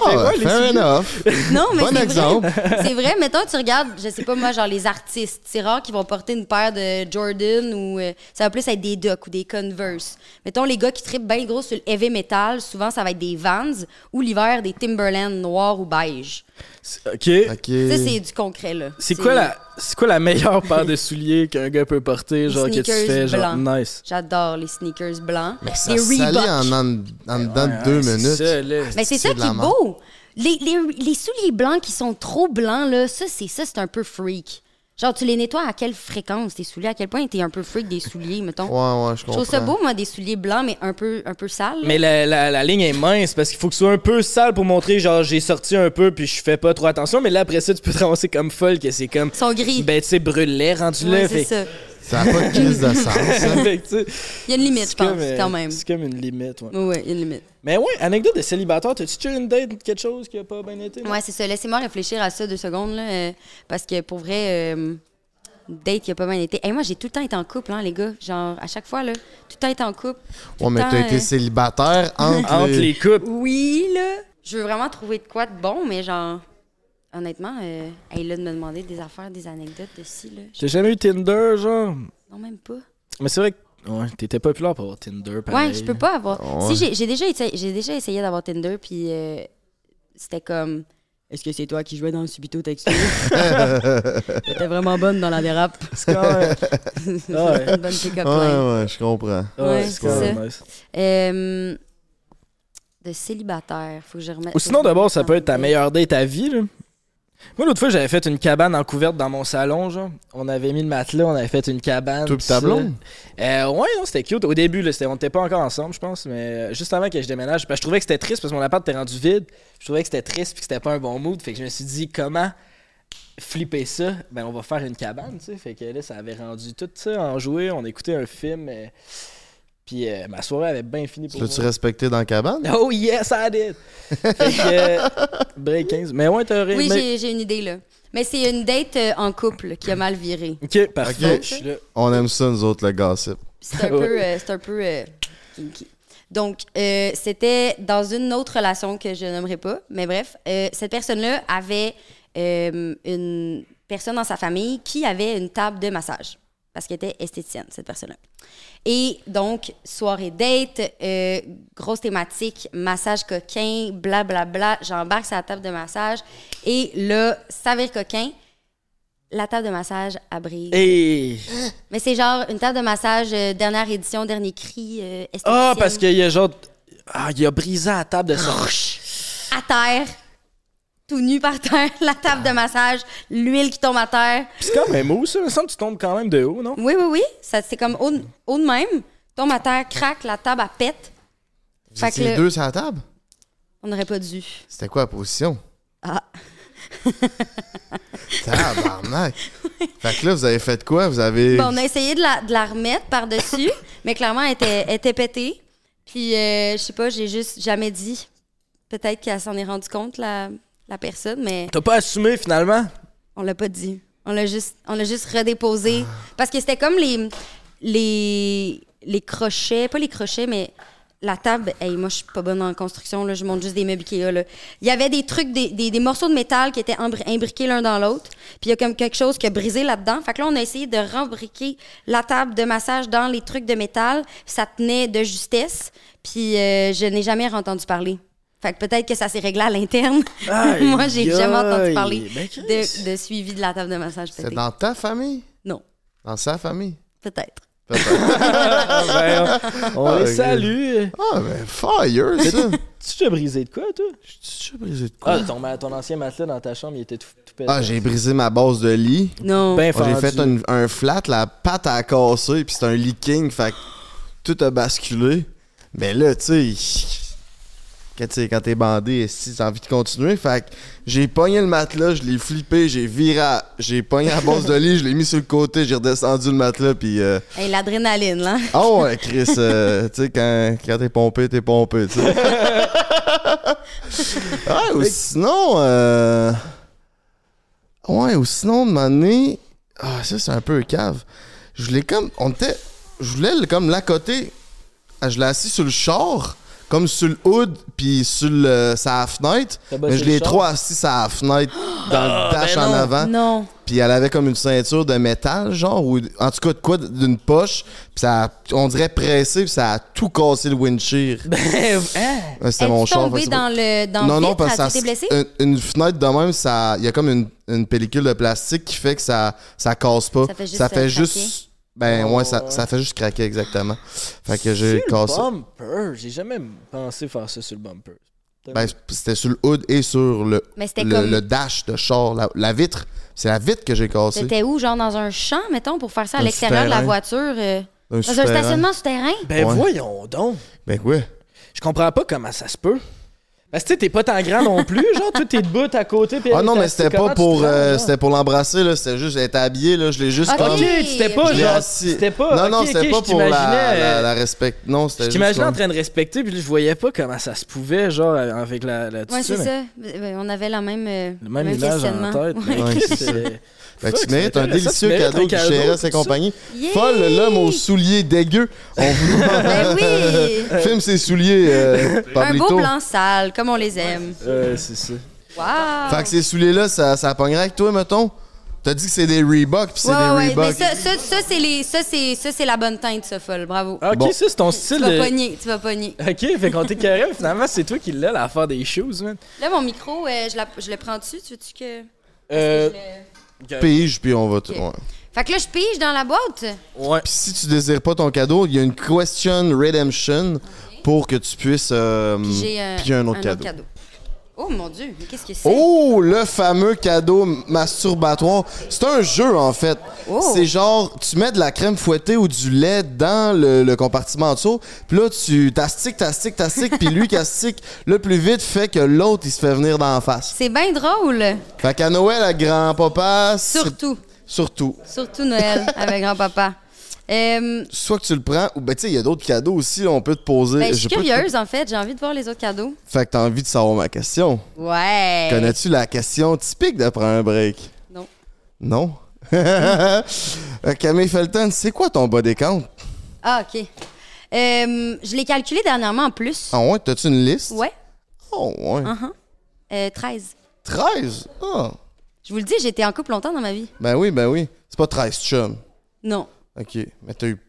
[SPEAKER 1] Ah,
[SPEAKER 2] quoi, les
[SPEAKER 1] fair
[SPEAKER 2] souliers?
[SPEAKER 1] enough.
[SPEAKER 3] Non, mais
[SPEAKER 1] Bon
[SPEAKER 3] c'est vrai.
[SPEAKER 1] exemple.
[SPEAKER 3] C'est vrai, mettons, tu regardes, je sais pas moi, genre les artistes. C'est rare qu'ils vont porter une paire de Jordan ou euh, ça va plus être des Doc ou des Converse. Mettons, les gars qui trippent bien gros sur le heavy metal, souvent ça va être des Vans ou l'hiver des Timberland noirs ou beige.
[SPEAKER 2] OK.
[SPEAKER 1] Ok.
[SPEAKER 3] Ça, c'est du concret, là.
[SPEAKER 2] C'est quoi la c'est quoi la meilleure paire de souliers qu'un gars peut porter genre que tu
[SPEAKER 3] Sneakers
[SPEAKER 2] fais genre
[SPEAKER 3] blancs.
[SPEAKER 2] nice.
[SPEAKER 3] J'adore les sneakers blancs.
[SPEAKER 1] Mais ça
[SPEAKER 3] les
[SPEAKER 1] salit
[SPEAKER 3] Reebok.
[SPEAKER 1] en, en, en dedans de deux
[SPEAKER 2] Ouais,
[SPEAKER 1] minutes.
[SPEAKER 2] Ah, c'est ça, là.
[SPEAKER 3] Mais c'est
[SPEAKER 1] C'est
[SPEAKER 3] ça
[SPEAKER 1] de
[SPEAKER 3] qui
[SPEAKER 1] la
[SPEAKER 3] est
[SPEAKER 1] merde.
[SPEAKER 3] beau. Les, les- les souliers blancs qui sont trop blancs, là, ça, c'est ça, c'est un peu freak. Genre, tu les nettoies à quelle fréquence, tes souliers? À quel point t'es un peu freak des souliers, mettons?
[SPEAKER 1] Ouais, ouais, je
[SPEAKER 3] Je
[SPEAKER 1] comprends.
[SPEAKER 3] trouve ça beau, moi, des souliers blancs, mais un peu, un peu sales. là.
[SPEAKER 2] Mais la, la, la ligne est mince parce qu'il faut que ce soit un peu sale pour montrer genre j'ai sorti un peu puis je fais pas trop attention mais là après ça tu peux te ramasser comme folle que c'est comme
[SPEAKER 3] Ils sont gris.
[SPEAKER 2] ben tu sais brûle-les rendu-le
[SPEAKER 3] Ouais,
[SPEAKER 2] fait
[SPEAKER 3] c'est ça.
[SPEAKER 1] Ça n'a pas de crise de sens. hein.
[SPEAKER 2] Fait que, tu sais,
[SPEAKER 3] Il y a une limite,
[SPEAKER 2] c'est
[SPEAKER 3] je pense,
[SPEAKER 2] comme, euh,
[SPEAKER 3] quand même.
[SPEAKER 2] C'est comme une limite, ouais.
[SPEAKER 3] Oui, ouais, il y a une limite.
[SPEAKER 2] Mais ouais, anecdote de célibataire, t'as-tu déjà une date ou quelque chose qui a pas bien été? non?
[SPEAKER 3] Ouais, c'est ça. Laissez-moi réfléchir à ça deux secondes, là, euh, parce que pour vrai, euh, date qui a pas mal été. Et moi, j'ai tout le temps été en couple, hein, les gars. Genre, à chaque fois, là, tout le temps été en couple. Tout
[SPEAKER 1] Ouais, mais
[SPEAKER 3] le
[SPEAKER 1] t'as
[SPEAKER 3] temps,
[SPEAKER 1] été
[SPEAKER 3] euh,
[SPEAKER 1] célibataire entre,
[SPEAKER 2] Entre les couples.
[SPEAKER 3] Oui, là. Je veux vraiment trouver de quoi de bon, mais genre, honnêtement, euh, hey, là, de me demander des affaires, des anecdotes de ci, là. je-
[SPEAKER 2] J'ai jamais eu Tinder, genre.
[SPEAKER 3] Non, même pas.
[SPEAKER 2] Mais c'est vrai que ouais, t'étais populaire pour avoir Tinder, pareil.
[SPEAKER 3] Ouais, je peux pas avoir.
[SPEAKER 1] Ah ouais.
[SPEAKER 3] Si j'ai- j'ai déjà, essayé- j'ai déjà essayé d'avoir Tinder, puis euh, c'était comme. Est-ce que c'est toi qui jouais dans le subito textuel? T'étais vraiment bonne dans la dérape.
[SPEAKER 2] C'est quand même...
[SPEAKER 3] Une bonne pick-up
[SPEAKER 1] Ouais,
[SPEAKER 3] line.
[SPEAKER 1] ouais, je comprends.
[SPEAKER 2] ouais,
[SPEAKER 3] Ouais,
[SPEAKER 2] Ah, c'est
[SPEAKER 3] c'est
[SPEAKER 2] quand même
[SPEAKER 3] ça.
[SPEAKER 2] nice.
[SPEAKER 3] Euh, de célibataire, faut que je remette.
[SPEAKER 2] Ou sinon, d'abord, ça peut être ta meilleure date à vie, là. Moi, l'autre fois, j'avais fait une cabane en couverte dans mon salon, genre. On avait mis le matelas, on avait fait une cabane.
[SPEAKER 1] Toi
[SPEAKER 2] tout
[SPEAKER 1] pis ta
[SPEAKER 2] ça.
[SPEAKER 1] blonde?
[SPEAKER 2] Euh, ouais, non, c'était cute. Au début, là, c'était- on n'était pas encore ensemble, je pense, mais euh, juste avant que je déménage, parce que je trouvais que c'était triste parce que mon appart était rendu vide. Je trouvais que c'était triste puis que c'était pas un bon mood. Fait que je me suis dit, comment flipper ça? Ben, on va faire une cabane, tu sais. Fait que là, ça avait rendu tout ça en jouer. On écoutait un film. euh, Puis euh, ma soirée avait bien fini pour
[SPEAKER 1] L'as-tu
[SPEAKER 2] moi.
[SPEAKER 1] respecté dans la cabane?
[SPEAKER 2] Oh yes, I did! fait que, euh, break 15. Mais ouais, t'aurais
[SPEAKER 3] Oui,
[SPEAKER 2] mais-
[SPEAKER 3] j'ai- j'ai une idée, là. Mais c'est une date euh, en couple qui a mal viré.
[SPEAKER 2] Ok, parfait.
[SPEAKER 1] Ok.
[SPEAKER 2] Je suis là.
[SPEAKER 1] On aime ça, nous autres, le gossip.
[SPEAKER 3] C'est un peu, euh, c'est un peu euh, kinky. Donc, euh, c'était dans une autre relation que je nommerai pas, mais bref, euh, cette personne-là avait euh, une personne dans sa famille qui avait une table de massage parce qu'elle était esthéticienne, cette personne-là. Et donc, soirée date, euh, grosse thématique, massage coquin, blablabla. J'embarque sur la table de massage et là, ça vire coquin. La table de massage abrise.
[SPEAKER 2] Et...
[SPEAKER 3] Mais c'est genre une table de massage, euh, dernière édition, dernier cri, euh,
[SPEAKER 2] Ah,
[SPEAKER 3] esthéticienne,
[SPEAKER 2] parce qu'il y a genre. Ah, il a brisé la table de son.
[SPEAKER 3] À terre, tout nu par terre, la table de massage, l'huile qui tombe à terre.
[SPEAKER 2] C'est quand même haut, ça. Il me semble que tu tombes quand même de haut, non?
[SPEAKER 3] Oui, oui, oui, ça c'est comme haut, de- haut de même. Tombe à terre, craque, la table, elle pète.
[SPEAKER 1] Vous
[SPEAKER 3] Fait
[SPEAKER 1] étiez
[SPEAKER 3] que
[SPEAKER 1] les
[SPEAKER 3] le-
[SPEAKER 1] deux sur la table?
[SPEAKER 3] On n'aurait pas dû.
[SPEAKER 1] C'était quoi la position?
[SPEAKER 3] Ah.
[SPEAKER 1] Tabarnak! fait que là, vous avez fait quoi? Vous avez...
[SPEAKER 3] Bon, on a essayé de la, de la remettre par-dessus, mais clairement, elle était, elle était pétée. Puis, euh, je sais pas, j'ai juste jamais dit. Peut-être qu'elle s'en est rendue compte, la, la personne, mais...
[SPEAKER 2] T'as pas assumé finalement?
[SPEAKER 3] On l'a pas dit. On l'a juste, on l'a juste redéposé. Parce que c'était comme les, les, les crochets, pas les crochets, mais la table. Hey, moi, je suis pas bonne en construction, là. je monte juste des meubles Ikea. là. Il y avait des trucs, des, des- des morceaux de métal qui étaient embri- imbriqués l'un dans l'autre. Puis il y a comme quelque chose qui a brisé là-dedans. Fait que là, on a essayé de rembriquer la table de massage dans les trucs de métal. Ça tenait de justesse. Puis euh, je n'ai jamais entendu parler. Fait que peut-être que ça s'est réglé à l'interne.
[SPEAKER 2] Aïe,
[SPEAKER 3] Moi, j'ai jamais entendu
[SPEAKER 2] aïe.
[SPEAKER 3] parler
[SPEAKER 2] Ben, Chris.
[SPEAKER 3] de, de suivi de la table de massage
[SPEAKER 1] C'était
[SPEAKER 3] pétée.
[SPEAKER 1] dans ta famille?
[SPEAKER 3] Non,
[SPEAKER 1] Dans sa famille?
[SPEAKER 3] peut-être.
[SPEAKER 1] Peut-être.
[SPEAKER 2] ben, on
[SPEAKER 1] Ah,
[SPEAKER 2] les
[SPEAKER 1] ok.
[SPEAKER 2] salue.
[SPEAKER 1] ah, ben, fire, ça!
[SPEAKER 2] Tu t'es brisé de quoi, toi?
[SPEAKER 1] J'ai brisé de quoi?
[SPEAKER 2] Ah, ton, ma- ton ancien matelas dans ta chambre, il était tout, tout pété.
[SPEAKER 1] Ah, j'ai brisé ma base de lit.
[SPEAKER 3] Non.
[SPEAKER 2] Ben
[SPEAKER 1] J'ai
[SPEAKER 2] fendu.
[SPEAKER 1] fait une- un flat, la patte a cassé, puis c'est un leaking, fait que tout a basculé. Mais là, tu sais, quand, tu sais, quand t'es bandé, si t'as envie de continuer, fait que j'ai pogné le matelas, je l'ai flippé, j'ai viré, à- j'ai pogné la base de lit, je l'ai mis sur le côté, j'ai redescendu le matelas, puis... euh,
[SPEAKER 3] Hey, L'adrénaline, là.
[SPEAKER 1] Oh, ouais, Chris, euh, tu sais, quand, quand t'es pompé, t'es pompé, tu sais. ouais, ou sinon, euh... Ouais, ou sinon, de m'amener... Ah, ça, c'est un peu cave. Je voulais comme... On était... Je voulais le- comme l'accoter. Ah, Je l'ai assis sur le char, comme sur le hood, puis sur le, sa fenêtre.
[SPEAKER 2] T'as bossé
[SPEAKER 1] Mais je
[SPEAKER 2] le
[SPEAKER 1] l'ai
[SPEAKER 2] char?
[SPEAKER 1] trop assis sa fenêtre, dans le dash en avant.
[SPEAKER 3] Non.
[SPEAKER 1] Puis elle avait comme une ceinture de métal, genre, ou en tout cas de quoi, d'une poche. Puis ça, a- on dirait pressé, puis ça a tout cassé le windshield.
[SPEAKER 2] Ben, hein?
[SPEAKER 1] Ouais, C'était
[SPEAKER 3] Es-tu
[SPEAKER 1] mon char. fait
[SPEAKER 3] tombé
[SPEAKER 1] que c'est pas-
[SPEAKER 3] dans le dans
[SPEAKER 1] non,
[SPEAKER 3] le
[SPEAKER 1] non,
[SPEAKER 3] vitre?
[SPEAKER 1] parce que ça-
[SPEAKER 3] As-tu été blessé?
[SPEAKER 1] une, une fenêtre de même, ça, il y a comme une, une pellicule de plastique qui fait que ça, ça casse pas.
[SPEAKER 3] Ça fait juste,
[SPEAKER 1] fait
[SPEAKER 3] euh,
[SPEAKER 1] juste- ben
[SPEAKER 2] Oh,
[SPEAKER 1] ouais, ça,
[SPEAKER 2] ouais.
[SPEAKER 1] ça fait juste craquer exactement. Fait que
[SPEAKER 2] Sur
[SPEAKER 1] j'ai
[SPEAKER 2] le
[SPEAKER 1] cassé.
[SPEAKER 2] bumper. J'ai jamais pensé faire ça sur le bumper.
[SPEAKER 1] Ben, c'était sur le hood et sur le
[SPEAKER 3] Mais c'était
[SPEAKER 1] le,
[SPEAKER 3] comme-
[SPEAKER 1] le dash de char, la, la vitre. C'est la vitre que j'ai cassée.
[SPEAKER 3] C'était où? Genre dans un champ, mettons, pour faire ça à
[SPEAKER 1] Un
[SPEAKER 3] l'extérieur de la
[SPEAKER 1] souterrain.
[SPEAKER 3] voiture? euh,
[SPEAKER 1] Un
[SPEAKER 3] dans un
[SPEAKER 1] souterrain.
[SPEAKER 3] stationnement souterrain?
[SPEAKER 2] Ben
[SPEAKER 1] ouais.
[SPEAKER 2] voyons donc.
[SPEAKER 1] Ben ouais.
[SPEAKER 2] Je comprends pas comment ça se peut. Parce que tu sais, t'es pas tant grand non plus, genre, tout t'es debout à côté. puis
[SPEAKER 1] Ah
[SPEAKER 2] elle
[SPEAKER 1] non,
[SPEAKER 2] est
[SPEAKER 1] mais
[SPEAKER 2] assise.
[SPEAKER 1] c'était
[SPEAKER 2] Comment
[SPEAKER 1] pas
[SPEAKER 2] tu
[SPEAKER 1] pour
[SPEAKER 2] te rends,
[SPEAKER 1] euh,
[SPEAKER 2] là? Ah,
[SPEAKER 1] c'était pour l'embrasser là, c'était juste elle était habillée là, je l'ai juste
[SPEAKER 3] Ok.
[SPEAKER 1] comme
[SPEAKER 2] Ok, c'était pas
[SPEAKER 1] je l'ai
[SPEAKER 2] genre.
[SPEAKER 1] assis.
[SPEAKER 2] C'était pas.
[SPEAKER 1] Non
[SPEAKER 2] ok,
[SPEAKER 1] non,
[SPEAKER 2] ok,
[SPEAKER 1] c'était
[SPEAKER 2] je
[SPEAKER 1] pas pour la,
[SPEAKER 2] t'imaginais,
[SPEAKER 1] la,
[SPEAKER 2] euh,
[SPEAKER 1] la respect. Non, c'était
[SPEAKER 2] Je
[SPEAKER 1] juste
[SPEAKER 2] t'imaginais en
[SPEAKER 1] comme-
[SPEAKER 2] train de respecter, puis là, je voyais pas comment ça se pouvait, genre, euh, avec la. la
[SPEAKER 3] Oui, c'est
[SPEAKER 2] mais-
[SPEAKER 3] ça. Ben, On avait la même, euh,
[SPEAKER 2] Le même image en
[SPEAKER 3] questionnement.
[SPEAKER 2] tête. mais
[SPEAKER 1] Ouais,
[SPEAKER 2] Chris,
[SPEAKER 1] c'est ça.
[SPEAKER 2] euh,
[SPEAKER 1] Fait que ben,
[SPEAKER 2] fuck,
[SPEAKER 1] tu mérites un
[SPEAKER 2] c'est intéressant,
[SPEAKER 1] délicieux
[SPEAKER 2] tu mérites
[SPEAKER 1] cadeau
[SPEAKER 2] un
[SPEAKER 1] du CRS et
[SPEAKER 2] tout ça.
[SPEAKER 1] compagnie.
[SPEAKER 3] Yeah!
[SPEAKER 1] Folle l'homme aux souliers dégueux. On vous
[SPEAKER 3] Ben oui!
[SPEAKER 1] filme ses souliers euh,
[SPEAKER 3] Un beau
[SPEAKER 1] Pablito.
[SPEAKER 3] blanc sale, comme on les aime.
[SPEAKER 2] Euh, c'est ça.
[SPEAKER 3] Wow!
[SPEAKER 1] Fait que ces souliers là, ça ça pognerait avec toi mettons. T'as dit que c'est des Reebok, puis c'est
[SPEAKER 3] Ouais, ouais,
[SPEAKER 1] des
[SPEAKER 3] ouais, mais
[SPEAKER 1] Reebok.
[SPEAKER 3] ça, ça, ça, c'est les- ça, c'est ça, c'est la bonne teinte, ça, folle. Bravo.
[SPEAKER 2] Ah, ok,
[SPEAKER 1] Bon.
[SPEAKER 2] ça, c'est ton
[SPEAKER 3] Tu
[SPEAKER 2] style.
[SPEAKER 3] vas
[SPEAKER 2] de-
[SPEAKER 3] pogner, tu vas pogner.
[SPEAKER 2] Ok, fait qu'on t'est carré, mais finalement, c'est toi qui l'as, l'affaire des shoes, man.
[SPEAKER 3] Là, mon micro, euh, je, la- je le prends dessus. Tu veux-tu que.
[SPEAKER 2] Euh,
[SPEAKER 3] je le-
[SPEAKER 1] Pige puis on va tout. ouais.
[SPEAKER 3] Fait que là, je pige dans la boîte.
[SPEAKER 2] ouais.
[SPEAKER 1] Puis si tu désires pas ton cadeau, il y a une question redemption pour que tu puisses euh,
[SPEAKER 3] J'ai euh,
[SPEAKER 1] puis un autre cadeau.
[SPEAKER 3] Oh mon Dieu, mais qu'est-ce que c'est?
[SPEAKER 1] Oh, le fameux cadeau masturbatoire. C'est un jeu, en fait.
[SPEAKER 3] Oh.
[SPEAKER 1] C'est genre, tu mets de la crème fouettée ou du lait dans le, le compartiment en dessous, puis là, tu t'astiques, t'astiques, t'astiques, puis lui qui astique le plus vite fait que l'autre, il se fait venir dans la face.
[SPEAKER 3] C'est bien drôle.
[SPEAKER 1] Fait qu'à Noël, à grand-papa... c'est-
[SPEAKER 3] Surtout.
[SPEAKER 1] Surtout.
[SPEAKER 3] Surtout Noël avec grand-papa. Euh,
[SPEAKER 1] Soit que tu le prends, ou ben tu sais, il y a d'autres cadeaux aussi, là, on peut te poser...
[SPEAKER 3] ben, je suis
[SPEAKER 1] peux te-
[SPEAKER 3] curieuse, en fait. J'ai envie de voir les autres cadeaux.
[SPEAKER 1] Fait que t'as envie de savoir ma question.
[SPEAKER 3] Ouais.
[SPEAKER 1] Connais-tu la question typique d'après un break?
[SPEAKER 3] Non.
[SPEAKER 1] Non. Euh, Camille Felton, c'est quoi ton body count?
[SPEAKER 3] Ah, OK. Euh, je l'ai calculé dernièrement en plus.
[SPEAKER 1] Ah ouais, t'as-tu une liste?
[SPEAKER 3] Ouais.
[SPEAKER 1] Oh ouais.
[SPEAKER 3] Euh, 13.
[SPEAKER 1] 13? Ah.
[SPEAKER 3] Je vous le dis, j'étais en couple longtemps dans ma vie.
[SPEAKER 1] Ben oui, ben oui. C'est pas 13 chum.
[SPEAKER 3] Non.
[SPEAKER 1] OK. Mais t'as eu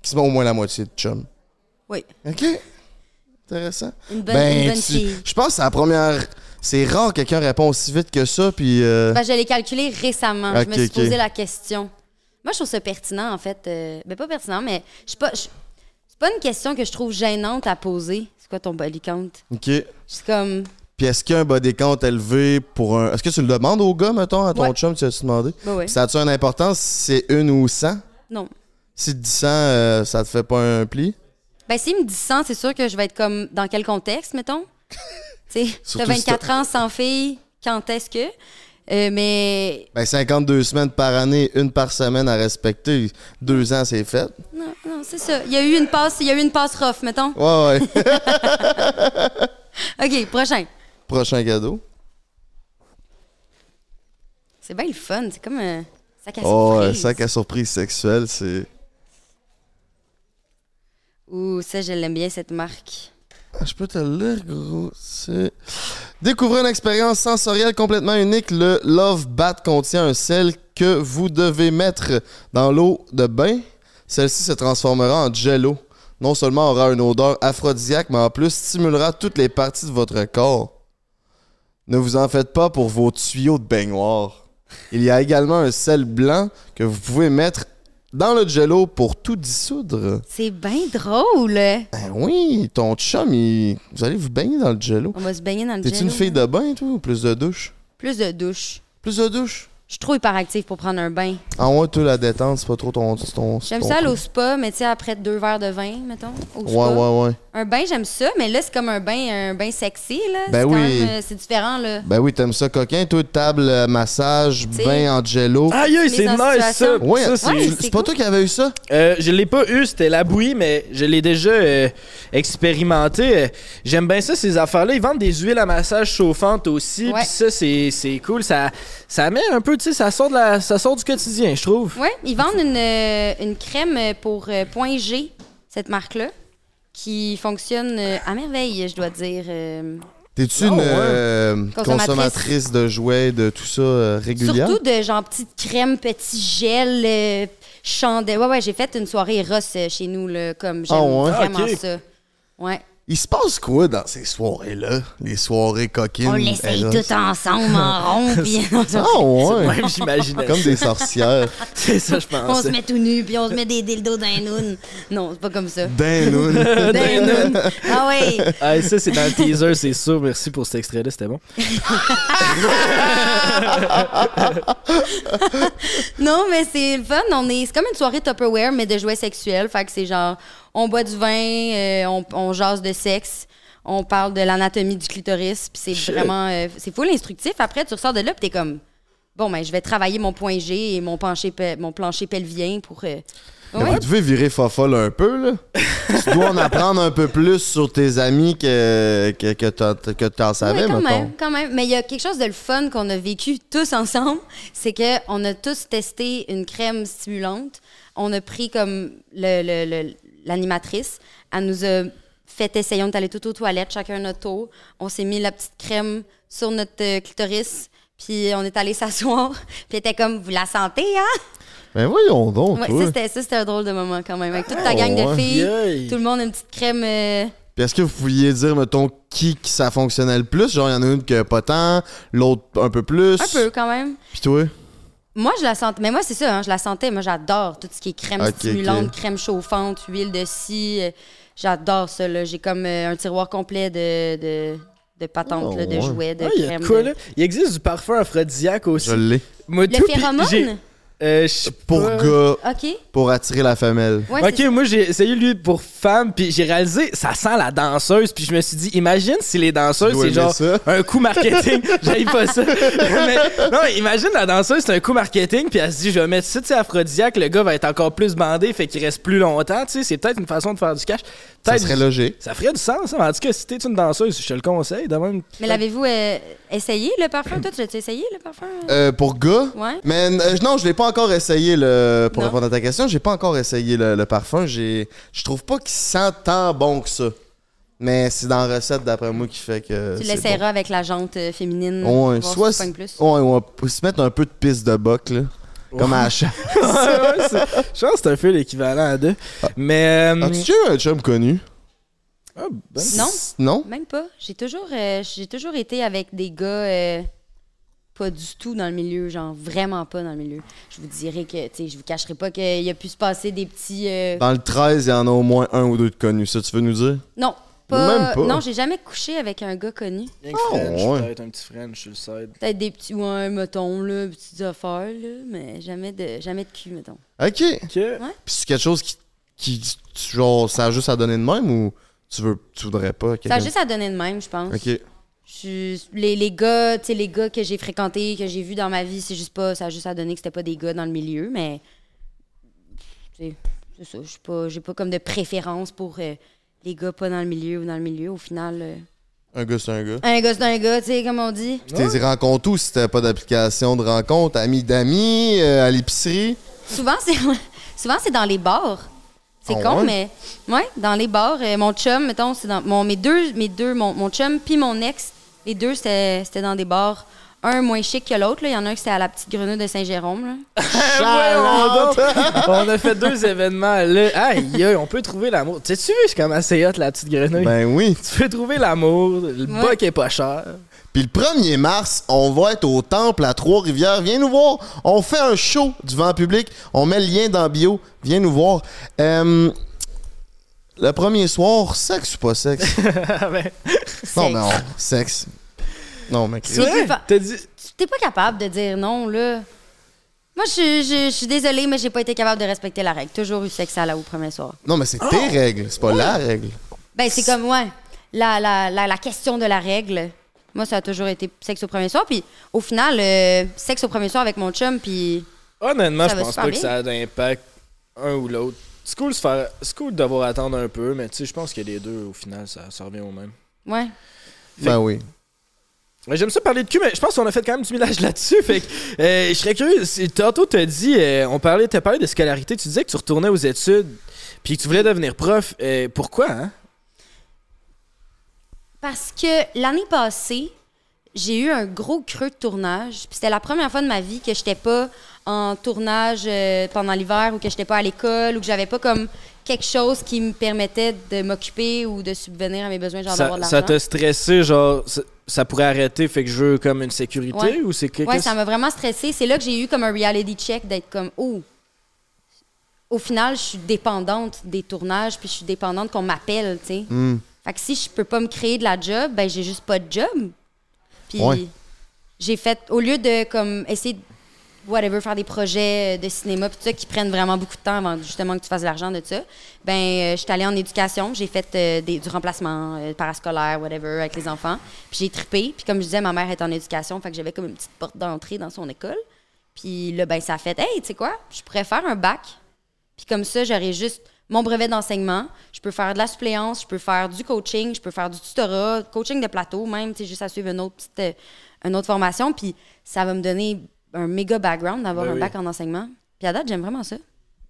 [SPEAKER 1] quasiment au moins la moitié de chum.
[SPEAKER 3] Oui.
[SPEAKER 1] OK. Intéressant.
[SPEAKER 3] Une bonne,
[SPEAKER 1] ben,
[SPEAKER 3] une bonne
[SPEAKER 1] tu-
[SPEAKER 3] fille.
[SPEAKER 1] Je pense que c'est la première... C'est rare que quelqu'un répond aussi vite que ça, puis... euh,
[SPEAKER 3] Ben, je l'ai calculé récemment. je me
[SPEAKER 1] Ok,
[SPEAKER 3] suis
[SPEAKER 1] ok.
[SPEAKER 3] posé la question. Moi, je trouve ça pertinent, en fait. Euh, ben, pas pertinent, mais je suis pas. je- C'est pas une question que je trouve gênante à poser. C'est quoi ton body count?
[SPEAKER 1] OK.
[SPEAKER 3] Je suis comme.
[SPEAKER 1] Puis est-ce qu'un body count élevé pour un... Est-ce que tu le demandes au gars, mettons, à ton
[SPEAKER 3] Ouais.
[SPEAKER 1] chum, tu as-tu demandé?
[SPEAKER 3] Ben ouais.
[SPEAKER 1] Ça a-tu une importance si c'est une ou 100?
[SPEAKER 3] Non.
[SPEAKER 1] Si tu dis 100, euh, ça te fait pas un pli?
[SPEAKER 3] Ben, s'il me dit 100, c'est sûr que je vais être comme. Dans quel contexte, mettons? tu sais, t'as
[SPEAKER 1] Surtout si
[SPEAKER 3] 24 ans, sans fille, quand est-ce que? Euh, mais.
[SPEAKER 1] Ben 52 semaines par année, une par semaine à respecter. Deux ans, c'est fait.
[SPEAKER 3] Non, non, c'est ça. Il y a eu une passe, il y a eu une passe rough, mettons.
[SPEAKER 1] Ouais, ouais.
[SPEAKER 3] OK, prochain.
[SPEAKER 1] Prochain cadeau.
[SPEAKER 3] C'est bien le fun. C'est comme un sac à
[SPEAKER 1] Oh, un
[SPEAKER 3] surprise.
[SPEAKER 1] sac à surprise sexuelle, c'est.
[SPEAKER 3] Ouh, ça, je l'aime bien, cette marque.
[SPEAKER 1] Ah, Je peux te le lire, gros. C'est. Découvrez une expérience sensorielle complètement unique. Le Love Bat contient un sel que vous devez mettre dans l'eau de bain. Celle-ci se transformera en jello. Non seulement aura une odeur aphrodisiaque, mais en plus stimulera toutes les parties de votre corps. Ne vous en faites pas pour vos tuyaux de baignoire. Il y a également un sel blanc que vous pouvez mettre dans le jello pour tout dissoudre.
[SPEAKER 3] C'est bien drôle.
[SPEAKER 1] Ben oui, ton chum, il- vous allez vous baigner dans le jello.
[SPEAKER 3] On va se baigner dans le
[SPEAKER 1] T'es-tu
[SPEAKER 3] jello.
[SPEAKER 1] une fille de bain, toi, ou plus de douche?
[SPEAKER 3] Plus de douche.
[SPEAKER 1] Plus de douche?
[SPEAKER 3] Je suis trop hyperactive pour prendre un bain.
[SPEAKER 1] Ah ouais, toi, la détente, c'est pas trop ton... ton
[SPEAKER 3] J'aime
[SPEAKER 1] ton
[SPEAKER 3] ça aller au
[SPEAKER 1] truc.
[SPEAKER 3] spa, mais tu sais, après deux verres de vin, mettons. Au
[SPEAKER 1] Ouais,
[SPEAKER 3] spa.
[SPEAKER 1] ouais, ouais.
[SPEAKER 3] Un bain, j'aime ça, mais là, c'est comme un bain, un bain sexy, là.
[SPEAKER 1] Ben
[SPEAKER 3] c'est quand
[SPEAKER 1] oui.
[SPEAKER 3] même, euh, c'est différent, là.
[SPEAKER 1] Ben oui, t'aimes ça coquin, toi, table, euh, massage,
[SPEAKER 3] T'sais.
[SPEAKER 1] bain en jello.
[SPEAKER 2] Aïe, aïe,
[SPEAKER 3] Mise
[SPEAKER 2] c'est
[SPEAKER 3] en
[SPEAKER 2] nice ça.
[SPEAKER 3] situation.
[SPEAKER 1] ouais,
[SPEAKER 2] Ça,
[SPEAKER 1] c'est
[SPEAKER 2] c'est-
[SPEAKER 3] Ouais, c'est
[SPEAKER 1] pas
[SPEAKER 3] cool.
[SPEAKER 1] toi qui avais eu ça?
[SPEAKER 2] Euh, je l'ai pas eu, c'était la bouillie, mais je l'ai déjà euh, expérimenté. Euh, J'aime bien ça, ces affaires-là. Ils vendent des huiles à massage chauffantes aussi.
[SPEAKER 3] Ouais.
[SPEAKER 2] Puis ça, c'est c'est cool. Ça, ça met un peu, tu sais, ça, sort de la- ça sort du quotidien, je trouve.
[SPEAKER 3] Ouais, ils vendent une, euh, une crème euh, pour euh, point G, cette marque-là, qui fonctionne euh, à merveille, je dois dire. euh,
[SPEAKER 1] T'es-tu une
[SPEAKER 2] ouais.
[SPEAKER 1] euh,
[SPEAKER 3] Consommatrice.
[SPEAKER 1] consommatrice de jouets, de tout ça, euh, régulière?
[SPEAKER 3] Surtout de genre petites crèmes, petits gels, euh, chandelles. Ouais, ouais, j'ai fait une soirée Ross euh, chez nous, là, comme j'aime
[SPEAKER 1] Ah ouais?
[SPEAKER 3] vraiment
[SPEAKER 2] Ah, ok.
[SPEAKER 3] ça. Ouais.
[SPEAKER 1] Il se passe quoi dans ces soirées-là? Les soirées coquines?
[SPEAKER 3] On l'essaye
[SPEAKER 1] Eros?
[SPEAKER 3] tout ensemble en rond, puis
[SPEAKER 1] Ah
[SPEAKER 2] C'est
[SPEAKER 1] ouais,
[SPEAKER 2] Même j'imaginais.
[SPEAKER 1] comme des sorcières.
[SPEAKER 2] C'est ça, je
[SPEAKER 3] on se
[SPEAKER 2] pensais.
[SPEAKER 3] met tout nu, puis on se met des dildos dans les nounes. Non, c'est pas comme ça.
[SPEAKER 1] Danoun.
[SPEAKER 3] Dans les nounes. Ah oui.
[SPEAKER 2] Ah, ça, c'est dans le teaser, c'est sûr. Merci pour cet extrait-là, c'était bon.
[SPEAKER 3] Non, mais c'est le fun. On est, c'est comme une soirée Tupperware, mais de jouets sexuels. Fait que c'est genre, on boit du vin, euh, on, on jase de sexe, on parle de l'anatomie du clitoris. Puis c'est
[SPEAKER 2] Shit.
[SPEAKER 3] vraiment, euh, c'est full instructif. Après, tu ressors de là, puis t'es comme, bon, ben, je vais travailler mon point G et mon, pencher pe- mon plancher pelvien pour. euh,
[SPEAKER 1] Mais
[SPEAKER 3] ouais.
[SPEAKER 1] Vous devez virer fofolle un peu, là. tu dois en apprendre un peu plus sur tes amis que, que, que t'en- que t'en savais,
[SPEAKER 3] Ouais, quand
[SPEAKER 1] Ah ben, mettons.
[SPEAKER 3] même, quand même. Mais il y a quelque chose de le fun qu'on a vécu tous ensemble, c'est que on a tous testé une crème stimulante. On a pris comme le- le- le- l'animatrice. Elle nous a fait essayer, on est allé tout aux toilettes, chacun notre tour. On s'est mis la petite crème sur notre euh, clitoris. Puis on est allé s'asseoir. Puis elle était comme, vous la sentez, hein?
[SPEAKER 1] Mais Ben, voyons donc,
[SPEAKER 3] Ouais,
[SPEAKER 1] Oh, toi. Oh,
[SPEAKER 3] ça, c'était- ça, c'était un drôle de moment quand même. Avec toute ta gang
[SPEAKER 1] ouais.
[SPEAKER 3] de filles,
[SPEAKER 2] Yay.
[SPEAKER 3] tout le monde une petite crème. euh,
[SPEAKER 1] Puis est-ce que vous pourriez dire, mettons, qui, qui ça fonctionnait le plus? Genre, il y en a une que pas tant, l'autre un peu plus.
[SPEAKER 3] un peu quand même.
[SPEAKER 1] Puis toi?
[SPEAKER 3] Moi, je la sentais. Mais moi, c'est ça, hein, je la sentais. Moi, j'adore tout ce qui est crème
[SPEAKER 1] Ok,
[SPEAKER 3] stimulante,
[SPEAKER 1] ok.
[SPEAKER 3] crème chauffante, huile de scie. euh, J'adore ça. là. J'ai comme euh, un tiroir complet de, de, de patentes,
[SPEAKER 1] Oh,
[SPEAKER 3] là, de
[SPEAKER 1] ouais.
[SPEAKER 3] jouets, de
[SPEAKER 2] Ouais, Ah, il y a
[SPEAKER 3] crème.
[SPEAKER 2] de quoi, là? Il existe du parfum aphrodisiaque aussi.
[SPEAKER 1] Je l'ai.
[SPEAKER 2] Moi,
[SPEAKER 3] Le
[SPEAKER 2] tout, puis
[SPEAKER 3] phéromone?
[SPEAKER 2] j'ai- euh, je sais
[SPEAKER 1] Pour
[SPEAKER 2] pas.
[SPEAKER 1] gars,
[SPEAKER 3] OK.
[SPEAKER 1] pour attirer la femelle.
[SPEAKER 3] Ouais,
[SPEAKER 2] ok, moi j'ai essayé lui pour femme, puis j'ai réalisé ça sent la danseuse, puis je me suis dit imagine si les danseuses
[SPEAKER 1] Tu dois
[SPEAKER 2] c'est
[SPEAKER 1] aimer
[SPEAKER 2] genre
[SPEAKER 1] ça.
[SPEAKER 2] un coup marketing, j'aille pas ça. Mais, non, mais imagine la danseuse c'est un coup marketing, puis elle se dit je vais mettre ça, tu sais, aphrodisiaque, le gars va être encore plus bandé, fait qu'il reste plus longtemps, tu sais, c'est peut-être une façon de faire du cash.
[SPEAKER 1] Ça
[SPEAKER 2] Peut-être-
[SPEAKER 1] serait logique.
[SPEAKER 2] Ça ferait du sens, ça. mais En tout cas, si t'es une danseuse, je te le conseille. De même.
[SPEAKER 3] Mais l'avez-vous euh, essayé, le parfum? Toi, tu l'as essayé, le parfum?
[SPEAKER 1] Euh, pour gars,
[SPEAKER 3] Ouais.
[SPEAKER 1] mais euh, non, je l'ai pas encore essayé le, pour
[SPEAKER 3] Non.
[SPEAKER 1] répondre à ta question. J'ai pas encore essayé le, le parfum. J'ai, je trouve pas qu'il sent tant bon que ça. Mais c'est dans la recette d'après moi qui fait que.
[SPEAKER 3] tu
[SPEAKER 1] c'est
[SPEAKER 3] l'essayeras avec la jante euh, féminine.
[SPEAKER 1] bon. Ouais,
[SPEAKER 3] voir
[SPEAKER 1] soit
[SPEAKER 3] si tu
[SPEAKER 1] c'est-
[SPEAKER 3] pognes plus.
[SPEAKER 1] ouais, on va se mettre un peu de pisse de boc là, comme à la chasse.
[SPEAKER 2] Ça, ouais, c'est- je pense que c'est un peu l'équivalent à deux. Mais. euh,
[SPEAKER 1] As-tu déjà eu un chum connu
[SPEAKER 2] ah, ben,
[SPEAKER 3] Non.
[SPEAKER 1] Non.
[SPEAKER 3] Même pas. J'ai toujours, euh, j'ai toujours été avec des gars euh, pas du tout dans le milieu, genre vraiment pas dans le milieu. Je vous dirais que, tu sais, je vous cacherai pas qu'il a pu se passer des petits. euh,
[SPEAKER 1] Dans le 13, il y en a au moins un ou deux de connus. Ça, tu veux nous dire
[SPEAKER 3] Non, pas.
[SPEAKER 1] Même pas.
[SPEAKER 3] Non, j'ai jamais couché avec un gars connu.
[SPEAKER 2] rien que French,
[SPEAKER 1] ouais.
[SPEAKER 2] peut-être un petit French sur le side.
[SPEAKER 3] Peut-être des petits, ou un mettons, là, petites affaires, là, mais jamais de, jamais de cul, mettons.
[SPEAKER 1] Ok. Puis
[SPEAKER 2] Que-
[SPEAKER 1] c'est quelque chose qui, qui, tu- genre, ça a juste à donner de même ou tu veux, tu voudrais pas
[SPEAKER 3] Ça a
[SPEAKER 1] quelqu'un-
[SPEAKER 3] juste à donner de même, je pense.
[SPEAKER 1] Ok.
[SPEAKER 3] Je suis- les, les gars, tu sais, les gars que j'ai fréquentés, que j'ai vus dans ma vie, c'est juste pas, ça a juste à donner que c'était pas des gars dans le milieu, mais tu sais, c'est ça, je suis pas, j'ai pas comme de préférence pour euh, les gars pas dans le milieu ou dans le milieu. Au final, euh,
[SPEAKER 1] Un gars, c'est un gars.
[SPEAKER 3] un gars c'est un gars, tu sais, comme on dit.
[SPEAKER 1] Puis T'es rencontres où si t'as pas d'application de rencontre? Amis d'amis, euh, à l'épicerie?
[SPEAKER 3] Souvent, c'est souvent c'est dans les bars. C'est
[SPEAKER 1] Ah
[SPEAKER 3] con,
[SPEAKER 1] ouais?
[SPEAKER 3] mais ouais, dans les bars. euh, mon chum, mettons, c'est dans mon mes deux, mes deux, mon, mon chum puis mon ex, les deux c'était c'était dans des bars. Un moins chic que l'autre. là. Il y en a un qui c'était à la petite grenouille de Saint-Jérôme. là.
[SPEAKER 2] Voyons donc! on a fait deux événements là. Aïe, aïe, on peut trouver l'amour. Tu sais, tu comme assez hot la petite grenouille.
[SPEAKER 1] Ben oui.
[SPEAKER 2] Tu peux trouver l'amour, le
[SPEAKER 3] Ouais.
[SPEAKER 2] bac est pas cher.
[SPEAKER 1] Puis le 1er mars, on va être au temple à Trois-Rivières. Viens nous voir. On fait un show du vent public. On met le lien dans bio. Viens nous voir. Euh, le premier soir, sexe ou pas sexe?
[SPEAKER 2] Ah ben,
[SPEAKER 1] Non,
[SPEAKER 3] Sexe.
[SPEAKER 1] mais on- sexe. Non, mais Chris.
[SPEAKER 3] C'est vrai?
[SPEAKER 2] T'as dit.
[SPEAKER 3] Tu- T'es pas capable de dire non, là. Moi, je, je- je suis désolée, mais j'ai pas été capable de respecter la règle. Toujours eu sexe à la au premier soir.
[SPEAKER 1] Non, mais c'est tes règles. C'est pas la règle.
[SPEAKER 3] Ben, c'est comme, ouais, la, la, la, la question de la règle. Moi, ça a toujours été sexe au premier soir. Puis, au final, euh, sexe au premier soir avec mon chum, puis...
[SPEAKER 2] Honnêtement,
[SPEAKER 3] Ça
[SPEAKER 2] je
[SPEAKER 3] va
[SPEAKER 2] pense
[SPEAKER 3] super
[SPEAKER 2] pas que
[SPEAKER 3] bien.
[SPEAKER 2] ça a d'impact un ou l'autre. C'est cool, de se faire- c'est cool de devoir attendre un peu, mais tu sais, je pense que les deux, au final, ça, ça revient au même.
[SPEAKER 3] Ouais.
[SPEAKER 1] Ben oui.
[SPEAKER 2] Ouais, J'aime ça parler de cul, mais je pense qu'on a fait quand même du millage là-dessus. Fait que euh, je serais curieux. si- Tantôt, t'as dit, euh, on parlait, t'as parlé de scolarité. Tu disais que tu retournais aux études, puis que tu voulais devenir prof. Euh, pourquoi hein?
[SPEAKER 3] Parce que l'année passée, j'ai eu un gros creux de tournage. Puis c'était la première fois de ma vie que j'étais pas en tournage euh, pendant l'hiver ou que j'étais pas à l'école ou que j'avais pas comme quelque chose qui me permettait de m'occuper ou de subvenir à mes besoins, genre d'avoir de
[SPEAKER 2] Ça ça
[SPEAKER 3] l'argent.
[SPEAKER 2] t'a stressé, genre ça, ça pourrait arrêter, fait que je veux comme une sécurité
[SPEAKER 3] Ouais.
[SPEAKER 2] ou c'est quelque
[SPEAKER 3] Ouais, ça m'a vraiment stressée. C'est là que j'ai eu comme un reality check d'être comme oh. Au final, je suis dépendante des tournages, puis je suis dépendante qu'on m'appelle, tu sais. Fait que si je peux pas me créer de la job, ben j'ai juste pas de job. Puis
[SPEAKER 1] Ouais.
[SPEAKER 3] j'ai fait au lieu de comme essayer de whatever faire des projets euh, de cinéma puis tout ça qui prennent vraiment beaucoup de temps avant justement que tu fasses de l'argent de ça. Ben euh, j'étais allée en éducation, j'ai fait euh, des- du remplacement euh, parascolaire whatever avec les enfants. Puis j'ai trippé, puis comme je disais ma mère est en éducation, fait que j'avais comme une petite porte d'entrée dans son école. Puis là ben ça a fait hey, tu sais quoi Je pourrais faire un bac puis comme ça, j'aurais juste mon brevet d'enseignement. Je peux faire de la suppléance, je peux faire du coaching, je peux faire du tutorat, coaching de plateau même, tu sais, juste à suivre une autre, petite, euh, une autre formation. Puis ça va me donner un méga background d'avoir
[SPEAKER 2] Ben
[SPEAKER 3] un
[SPEAKER 2] oui.
[SPEAKER 3] bac en enseignement. Puis à date, j'aime vraiment ça.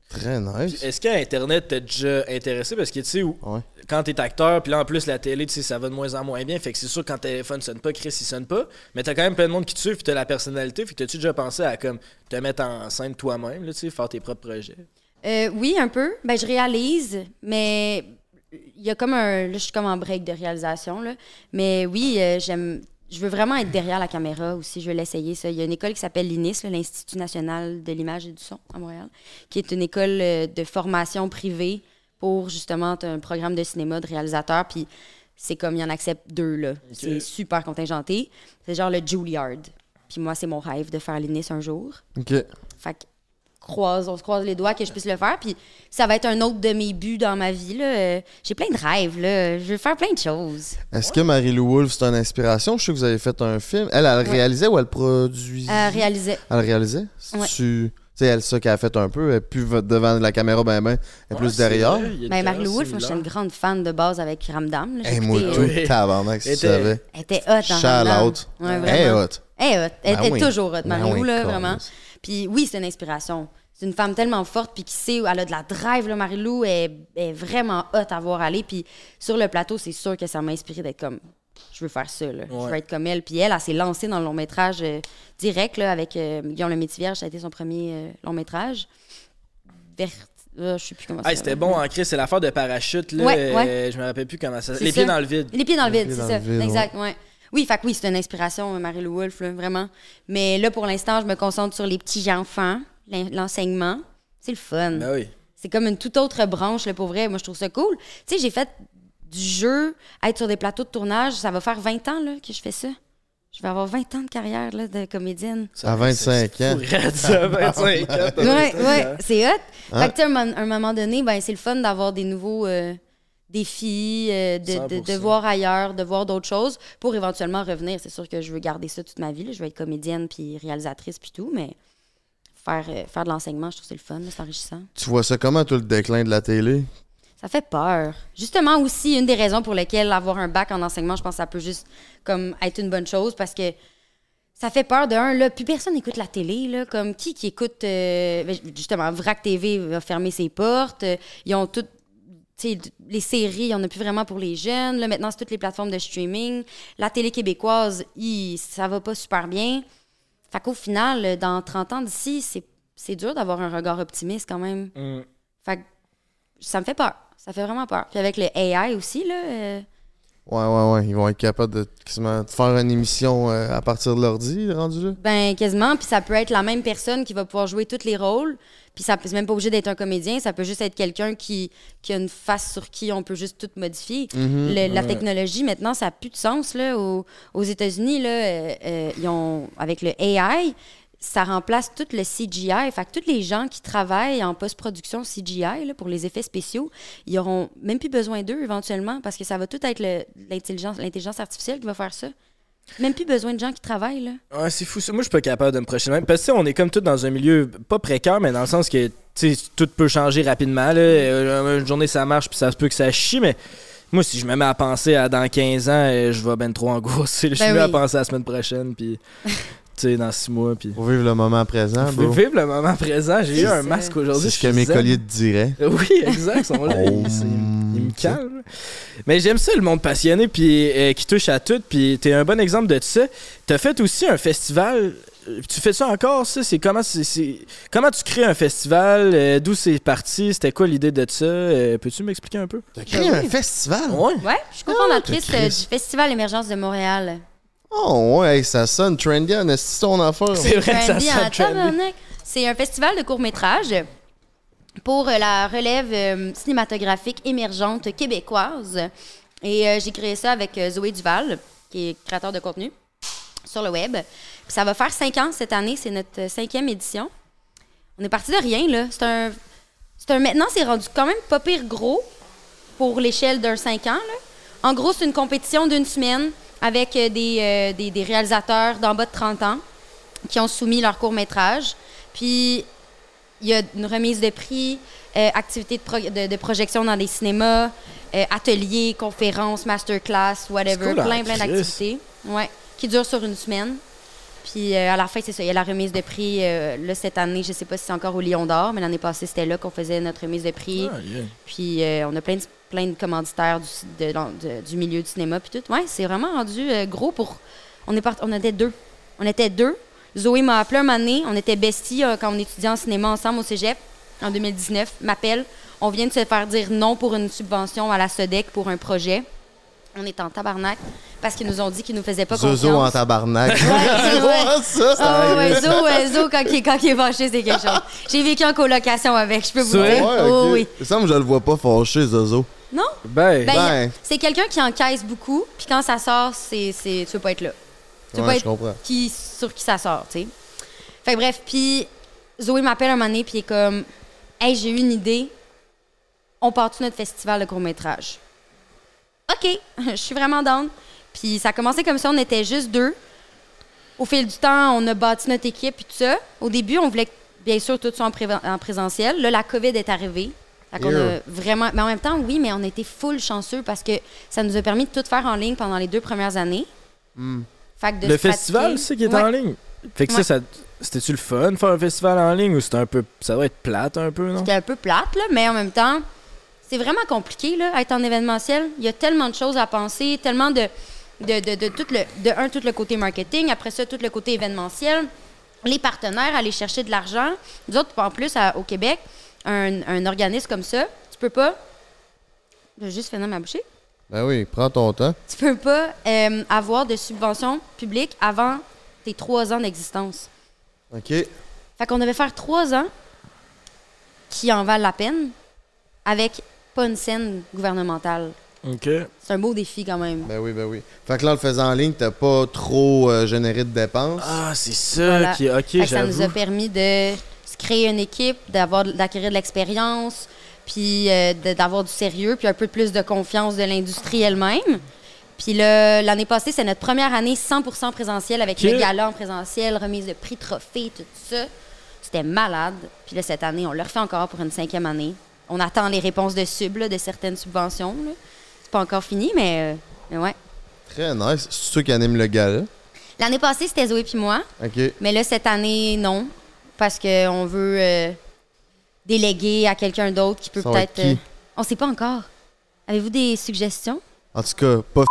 [SPEAKER 1] Très nice.
[SPEAKER 2] Est-ce qu'Internet t'a déjà intéressé? Parce que, tu sais, où-
[SPEAKER 1] Ouais.
[SPEAKER 2] quand t'es acteur, puis là, en plus, la télé, tu sais, ça va de moins en moins bien. Fait que c'est sûr, quand le téléphone sonne pas, Chris, il sonne pas. Mais t'as quand même plein de monde qui te suit, puis t'as la personnalité. Fait que t'as-tu déjà pensé à, comme, te mettre en scène toi-même, là, tu sais, faire tes propres projets?
[SPEAKER 3] Euh, oui, un peu. Ben, je réalise, mais il y a comme un. Là, je suis comme en break de réalisation. Là. Mais oui, euh, j'aime. Je veux vraiment être derrière la caméra aussi. Je veux l'essayer, ça. Il y a une école qui s'appelle l'INIS, là, l'Institut national de l'image et du son à Montréal, qui est une école euh, de formation privée pour justement t'as un programme de cinéma de réalisateur. Puis c'est comme il en accepte deux, là. C'est super contingenté. C'est genre le Juilliard. Puis moi, c'est mon rêve de faire l'INIS un jour.
[SPEAKER 1] OK.
[SPEAKER 3] Fait que croise, on se croise les doigts que je puisse le faire. Puis ça va être un autre de mes buts dans ma vie. là. Euh, J'ai plein de rêves. Là. Je veux faire plein de choses.
[SPEAKER 1] Est-ce que Marie-Lou Wolfe, c'est une inspiration? Je sais que vous avez fait un film. Elle, elle le réalisait ou elle le produisait?
[SPEAKER 3] Euh, réaliser.
[SPEAKER 1] Elle le réalisait?
[SPEAKER 3] Ouais.
[SPEAKER 1] Tu sais, elle, ça qu'elle a fait un peu. Elle est plus v- devant la caméra, ben ben. Elle est plus derrière.
[SPEAKER 3] Ben, Marie-Lou Wolfe, moi, je suis une grande fan de base avec Ramdam. là. J'ai
[SPEAKER 1] Hey, moi,
[SPEAKER 3] écouté,
[SPEAKER 1] tout
[SPEAKER 3] euh,
[SPEAKER 2] oui.
[SPEAKER 1] tabarnak, si tu
[SPEAKER 2] Elle était-
[SPEAKER 1] savais.
[SPEAKER 3] Elle était hot en
[SPEAKER 1] Shout out.
[SPEAKER 3] Ouais, vraiment.
[SPEAKER 1] Hey, hot.
[SPEAKER 3] Elle est hot. Elle
[SPEAKER 1] Ben
[SPEAKER 3] était
[SPEAKER 1] oui.
[SPEAKER 3] toujours hot,
[SPEAKER 1] Ben
[SPEAKER 3] Marie-Lou,
[SPEAKER 1] oui,
[SPEAKER 3] là,
[SPEAKER 1] Carlos.
[SPEAKER 3] vraiment. Puis oui, c'est une inspiration. C'est une femme tellement forte, puis qui sait, elle a de la drive, là, Marie-Lou, elle, elle est vraiment hot à voir aller. Puis sur le plateau, c'est sûr que ça m'a inspiré d'être comme, je veux faire ça, là. je veux être comme elle. Puis elle, elle, s'est lancée dans le long métrage euh, direct, là, avec euh, Guillaume Le Métivier, ça a été son premier euh, long métrage. Vert... euh, je sais plus comment ça
[SPEAKER 2] Ah, c'était
[SPEAKER 3] s'appelle.
[SPEAKER 2] bon en Chris, c'est l'affaire de parachute, là.
[SPEAKER 3] Ouais,
[SPEAKER 2] euh,
[SPEAKER 3] ouais.
[SPEAKER 2] Je me rappelle plus comment ça
[SPEAKER 3] C'est
[SPEAKER 2] Les
[SPEAKER 3] ça.
[SPEAKER 2] pieds dans le vide.
[SPEAKER 3] Les pieds dans le vide,
[SPEAKER 1] pieds
[SPEAKER 3] c'est
[SPEAKER 1] dans
[SPEAKER 3] ça.
[SPEAKER 1] le vide,
[SPEAKER 3] exact, ouais. Oui, fait que oui, c'est une inspiration, euh, Marie-Lou Wolfe, là, vraiment. Mais là, pour l'instant, je me concentre sur les petits enfants, l'en- l'enseignement. C'est le fun.
[SPEAKER 2] Ben oui.
[SPEAKER 3] C'est comme une toute autre branche, là, pour vrai. Moi, je trouve ça cool. Tu sais, j'ai fait du jeu, être sur des plateaux de tournage. Ça va faire 20 ans là, que je fais ça. Je vais avoir 20 ans de carrière là, de comédienne.
[SPEAKER 1] À 25 ans.
[SPEAKER 2] Raide, ça, 25 ans.
[SPEAKER 3] Oui, ouais, c'est hot.
[SPEAKER 1] Hein?
[SPEAKER 3] Fait que, tu sais, à un, mo- un moment donné, ben, c'est le fun d'avoir des nouveaux euh, défis, euh, de, de- de
[SPEAKER 2] 100%.
[SPEAKER 3] voir ailleurs, de voir d'autres choses pour éventuellement revenir. C'est sûr que je veux garder ça toute ma vie. là. Je veux être comédienne puis réalisatrice puis tout, mais faire, euh, faire de l'enseignement, je trouve que c'est le fun, là, c'est enrichissant.
[SPEAKER 1] Tu vois ça comment, tout le déclin de la télé?
[SPEAKER 3] Ça fait peur. Justement aussi, une des raisons pour lesquelles avoir un bac en enseignement, je pense que ça peut juste comme être une bonne chose parce que ça fait peur de un, là, plus personne n'écoute la télé, là, comme qui qui écoute, euh, ben, justement, VRAC TV va fermer ses portes, euh, ils ont toutes, tu sais, d- les séries, il n'y en a plus vraiment pour les jeunes, là, maintenant, c'est toutes les plateformes de streaming, la télé québécoise, hi, ça va pas super bien, fait qu'au final, euh, dans 30 ans d'ici, c'est c'est dur d'avoir un regard optimiste quand même. Fait que ça me fait peur. Ça fait vraiment peur. Puis avec le AI aussi, là, euh,
[SPEAKER 1] Ouais, ouais, ouais. Ils vont être capables de, quasiment, de faire une émission euh, à partir de l'ordi, rendu là.
[SPEAKER 3] ben quasiment. Puis ça peut être la même personne qui va pouvoir jouer tous les rôles. Puis ça peut c'est même pas obligé d'être un comédien. Ça peut juste être quelqu'un qui, qui a une face sur qui on peut juste tout modifier.
[SPEAKER 1] Mm.
[SPEAKER 2] Mm-hmm.
[SPEAKER 3] Le- La technologie, maintenant, ça n'a plus de sens. Là, aux aux États-Unis, là, euh, euh, ils ont, avec le AI, ça remplace tout le CGI. Fait que tous les gens qui travaillent en post-production CGI là, pour les effets spéciaux, ils auront même plus besoin d'eux éventuellement parce que ça va tout être le- l'intelligence l'intelligence artificielle qui va faire ça. Même plus besoin de gens qui travaillent. Là.
[SPEAKER 2] Ouais, c'est fou. ça. Moi, je suis pas capable de me projeter de même. Parce que, tu sais, on est comme tout dans un milieu pas précaire, mais dans le sens que, tu sais, tout peut changer rapidement. Là. Euh, Une journée, ça marche, puis ça se peut que ça chie, mais moi, si je me mets à penser à dans 15 ans, euh, je vais ben trop angoisser. là. Je
[SPEAKER 3] Ben
[SPEAKER 2] suis mieux à
[SPEAKER 3] oui.
[SPEAKER 2] penser à la semaine prochaine, puis, tu sais, dans 6 mois, puis.
[SPEAKER 1] Pour vivre le moment présent,
[SPEAKER 2] Faut
[SPEAKER 1] bro.
[SPEAKER 2] Vive le moment présent. J'ai eu
[SPEAKER 3] C'est
[SPEAKER 2] un
[SPEAKER 3] ça.
[SPEAKER 2] masque aujourd'hui.
[SPEAKER 1] Ah, C'est
[SPEAKER 2] je
[SPEAKER 1] ce
[SPEAKER 2] suis
[SPEAKER 1] que mes
[SPEAKER 2] zen.
[SPEAKER 1] colliers te diraient.
[SPEAKER 2] Euh, Oui, exact, ils sont là.
[SPEAKER 1] Oh,
[SPEAKER 2] Ils- c'est- ils me
[SPEAKER 1] ok.
[SPEAKER 2] calment. Mais j'aime ça, le monde passionné, puis euh, qui touche à tout. Puis t'es un bon exemple de ça. T'as fait aussi un festival. Euh, Tu fais ça encore, ça? C'est comment, c'est- c'est- comment tu crées un festival? Euh, D'où c'est parti? C'était quoi l'idée de ça? Euh, Peux-tu m'expliquer un peu?
[SPEAKER 1] T'as créé un festival?
[SPEAKER 2] Ouais.
[SPEAKER 3] Ouais, je suis cofondatrice
[SPEAKER 1] t'as
[SPEAKER 3] euh,
[SPEAKER 1] Chris.
[SPEAKER 3] du Festival Émergence de Montréal.
[SPEAKER 1] Oh, ouais, hey, ça sonne trendy en esti ton affaire.
[SPEAKER 2] C'est vrai que ça
[SPEAKER 3] Trendy en
[SPEAKER 2] sent trendy.
[SPEAKER 3] tabarnak. C'est un festival de court-métrage pour euh, la relève euh, cinématographique émergente québécoise. Et euh, j'ai créé ça avec euh, Zoé Duval, qui est créateur de contenu sur le web. Puis ça va faire cinq ans cette année, c'est notre euh, cinquième édition. On est parti de rien, là. C'est un, c'est un- Maintenant, c'est rendu quand même pas pire gros pour l'échelle d'un 5 ans. là. En gros, c'est une compétition d'une semaine avec euh, des, euh, des- des réalisateurs d'en bas de 30 ans qui ont soumis leur court-métrage. Puis, il y a une remise de prix, euh, activités de, pro- de- de projection dans des cinémas, euh, ateliers, conférences, masterclass, whatever,
[SPEAKER 2] C'est cool,
[SPEAKER 3] plein,
[SPEAKER 2] hein,
[SPEAKER 3] plein
[SPEAKER 2] Chris.
[SPEAKER 3] d'activités ouais, qui durent sur une semaine. Puis euh, à la fin, c'est ça, il y a la remise de prix. euh, là, cette année, je sais pas si c'est encore au Lion d'Or, mais l'année passée, c'était là qu'on faisait notre remise de prix.
[SPEAKER 2] Ah, yeah.
[SPEAKER 3] Puis euh, on a plein de, plein de commanditaires du, de- de- du milieu du cinéma. Puis tout. Ouais, c'est vraiment rendu euh, gros pour. On, est part... on était deux. On était deux. Zoé m'a appelé un moment donné. On était besties euh, quand on étudiait en cinéma ensemble au cégep en 2019. M'appelle. On vient de se faire dire non pour une subvention à la SODEC pour un projet. on est en tabarnak parce qu'ils nous ont dit qu'ils nous faisaient pas
[SPEAKER 1] Zozo en
[SPEAKER 3] confiance.
[SPEAKER 1] tabarnac.
[SPEAKER 3] c'est vrai.
[SPEAKER 1] ça, c'est
[SPEAKER 3] Ah ouais,
[SPEAKER 1] arrivé.
[SPEAKER 3] Zo, ouais, Zo, quand il, est- quand il est fâché, c'est quelque chose. J'ai vécu en colocation avec, je peux vous
[SPEAKER 2] C'est vrai?
[SPEAKER 3] dire.
[SPEAKER 1] Ah Ouais,
[SPEAKER 3] Oh,
[SPEAKER 1] ok.
[SPEAKER 3] oui.
[SPEAKER 1] Il semble que je le vois pas fâché, Zozo.
[SPEAKER 3] Non?
[SPEAKER 2] Ben,
[SPEAKER 3] Ben,
[SPEAKER 1] Ben.
[SPEAKER 3] c'est quelqu'un qui encaisse beaucoup, puis quand ça sort, c'est, c'est, tu veux pas être là. Tu veux
[SPEAKER 1] Ouais,
[SPEAKER 3] pas
[SPEAKER 1] je
[SPEAKER 3] être
[SPEAKER 1] comprends.
[SPEAKER 3] qui, sur qui ça sort, tu sais. Fait que bref, puis Zoé m'appelle un moment donné, puis il est comme Hey, j'ai eu une idée. On part-tu notre festival de court-métrage? OK, je suis vraiment down. Puis ça a commencé comme ça, on était juste deux. Au fil du temps, on a bâti notre équipe et tout ça. Au début, on voulait que, bien sûr tout soit en, préven- en présentiel. Là, la COVID est arrivée. Fait qu'on
[SPEAKER 1] Yeah.
[SPEAKER 3] a vraiment. Mais en même temps, oui, mais on a été full chanceux parce que ça nous a permis de tout faire en ligne pendant les deux premières années. Fait que de
[SPEAKER 2] Hmm. le
[SPEAKER 3] se
[SPEAKER 2] festival,
[SPEAKER 3] pratiquer-
[SPEAKER 2] c'est qui est
[SPEAKER 3] Ouais.
[SPEAKER 2] en ligne. Fait que
[SPEAKER 3] Ouais.
[SPEAKER 2] ça, ça c'était-tu le fun de faire un festival en ligne ou c'était un peu. Ça doit être plate un peu, non?
[SPEAKER 3] C'était un peu plate, là, mais en même temps, c'est vraiment compliqué, là, être en événementiel. Il y a tellement de choses à penser, tellement de. De, de, de tout le, de un, tout le côté marketing, après ça, tout le côté événementiel, les partenaires, aller chercher de l'argent. Nous autres, en plus, à- au Québec, un, un organisme comme ça, tu peux pas. Je vais juste finir ma bouchée.
[SPEAKER 1] Ben oui, prends ton temps.
[SPEAKER 3] Tu peux pas euh, avoir de subvention publique avant tes trois ans d'existence.
[SPEAKER 1] OK.
[SPEAKER 3] Fait qu'on devait faire trois ans qui en valent la peine avec pas une scène gouvernementale.
[SPEAKER 2] Ok.
[SPEAKER 3] C'est un beau défi quand même.
[SPEAKER 1] Ben oui, ben oui. Fait que là, en le faisant en ligne, t'as pas trop euh, généré de dépenses.
[SPEAKER 2] Ah, c'est ça
[SPEAKER 3] Voilà.
[SPEAKER 2] qui.
[SPEAKER 3] Fait
[SPEAKER 2] Ok,
[SPEAKER 3] que ça nous a
[SPEAKER 2] j'avoue.
[SPEAKER 3] permis de se créer une équipe, d'avoir, d'acquérir de l'expérience, puis euh, de- d'avoir du sérieux, puis un peu plus de confiance de l'industrie elle-même. Puis là, l'année passée, c'est notre première année 100% présentiel avec
[SPEAKER 2] Ok.
[SPEAKER 3] le gala en présentiel, remise de prix, trophée, tout ça. C'était malade. Puis là, cette année, on le refait encore pour une cinquième année. On attend les réponses de sub, là, de certaines subventions. là. C'est pas encore fini, mais, euh, mais ouais.
[SPEAKER 1] Très nice. C'est ceux qui animent le gala.
[SPEAKER 3] L'année passée, c'était Zoé puis moi.
[SPEAKER 1] OK.
[SPEAKER 3] Mais là, cette année, non. Parce qu'on veut euh, déléguer à quelqu'un d'autre qui peut
[SPEAKER 1] Ça va être
[SPEAKER 3] peut-être.
[SPEAKER 1] qui?
[SPEAKER 3] euh, on sait pas encore. Avez-vous des suggestions?
[SPEAKER 1] En tout cas, pas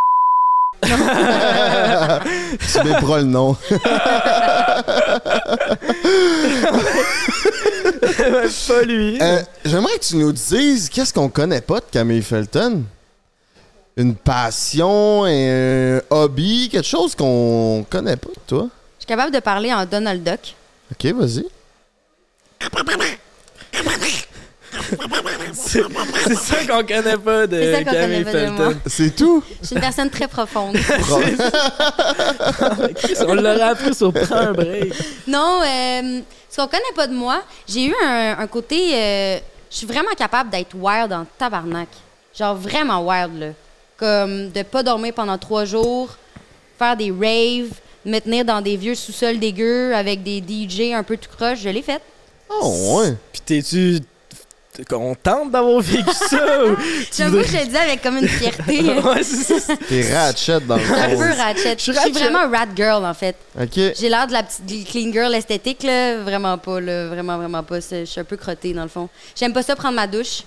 [SPEAKER 1] f- Tu m'éperas le nom.
[SPEAKER 2] pas lui.
[SPEAKER 1] Euh, J'aimerais que tu nous dises qu'est-ce qu'on connaît pas de Camille Felton. Une passion, un hobby, quelque chose qu'on connaît pas de toi.
[SPEAKER 3] Je suis capable de parler en Donald Duck.
[SPEAKER 1] OK, vas-y.
[SPEAKER 2] C'est c'est ça qu'on connaît pas de
[SPEAKER 3] C'est ça qu'on
[SPEAKER 2] Camille
[SPEAKER 3] connaît pas de moi.
[SPEAKER 2] Felton.
[SPEAKER 1] C'est tout.
[SPEAKER 3] Je suis une personne très profonde.
[SPEAKER 2] Chris, On l'aurait appris sur Prends un break.
[SPEAKER 3] non, euh, ce qu'on connaît pas de moi, j'ai eu un, un côté. euh, je suis vraiment capable d'être wild en tabarnak. Genre vraiment wild, là. Comme de pas dormir pendant trois jours, faire des raves, me tenir dans des vieux sous-sols dégueux avec des DJ un peu tout croche. Je l'ai fait.
[SPEAKER 1] Oh, ouais.
[SPEAKER 2] Puis t'es-tu contente d'avoir vécu ça? ou tu
[SPEAKER 3] J'avoue,
[SPEAKER 2] voudrais-
[SPEAKER 3] que je le dis avec comme une fierté. euh,
[SPEAKER 2] Ouais, c'est ça.
[SPEAKER 1] T'es ratchet dans le
[SPEAKER 3] un peu
[SPEAKER 1] fond.
[SPEAKER 3] ratchet.
[SPEAKER 2] Je suis
[SPEAKER 3] Je suis
[SPEAKER 2] ratchet.
[SPEAKER 3] vraiment rat girl, en fait.
[SPEAKER 1] OK.
[SPEAKER 3] J'ai l'air de la petite gl- clean girl esthétique, là. Vraiment pas, là. Vraiment, vraiment pas. C'est- Je suis un peu crottée, dans le fond. J'aime pas ça prendre ma douche.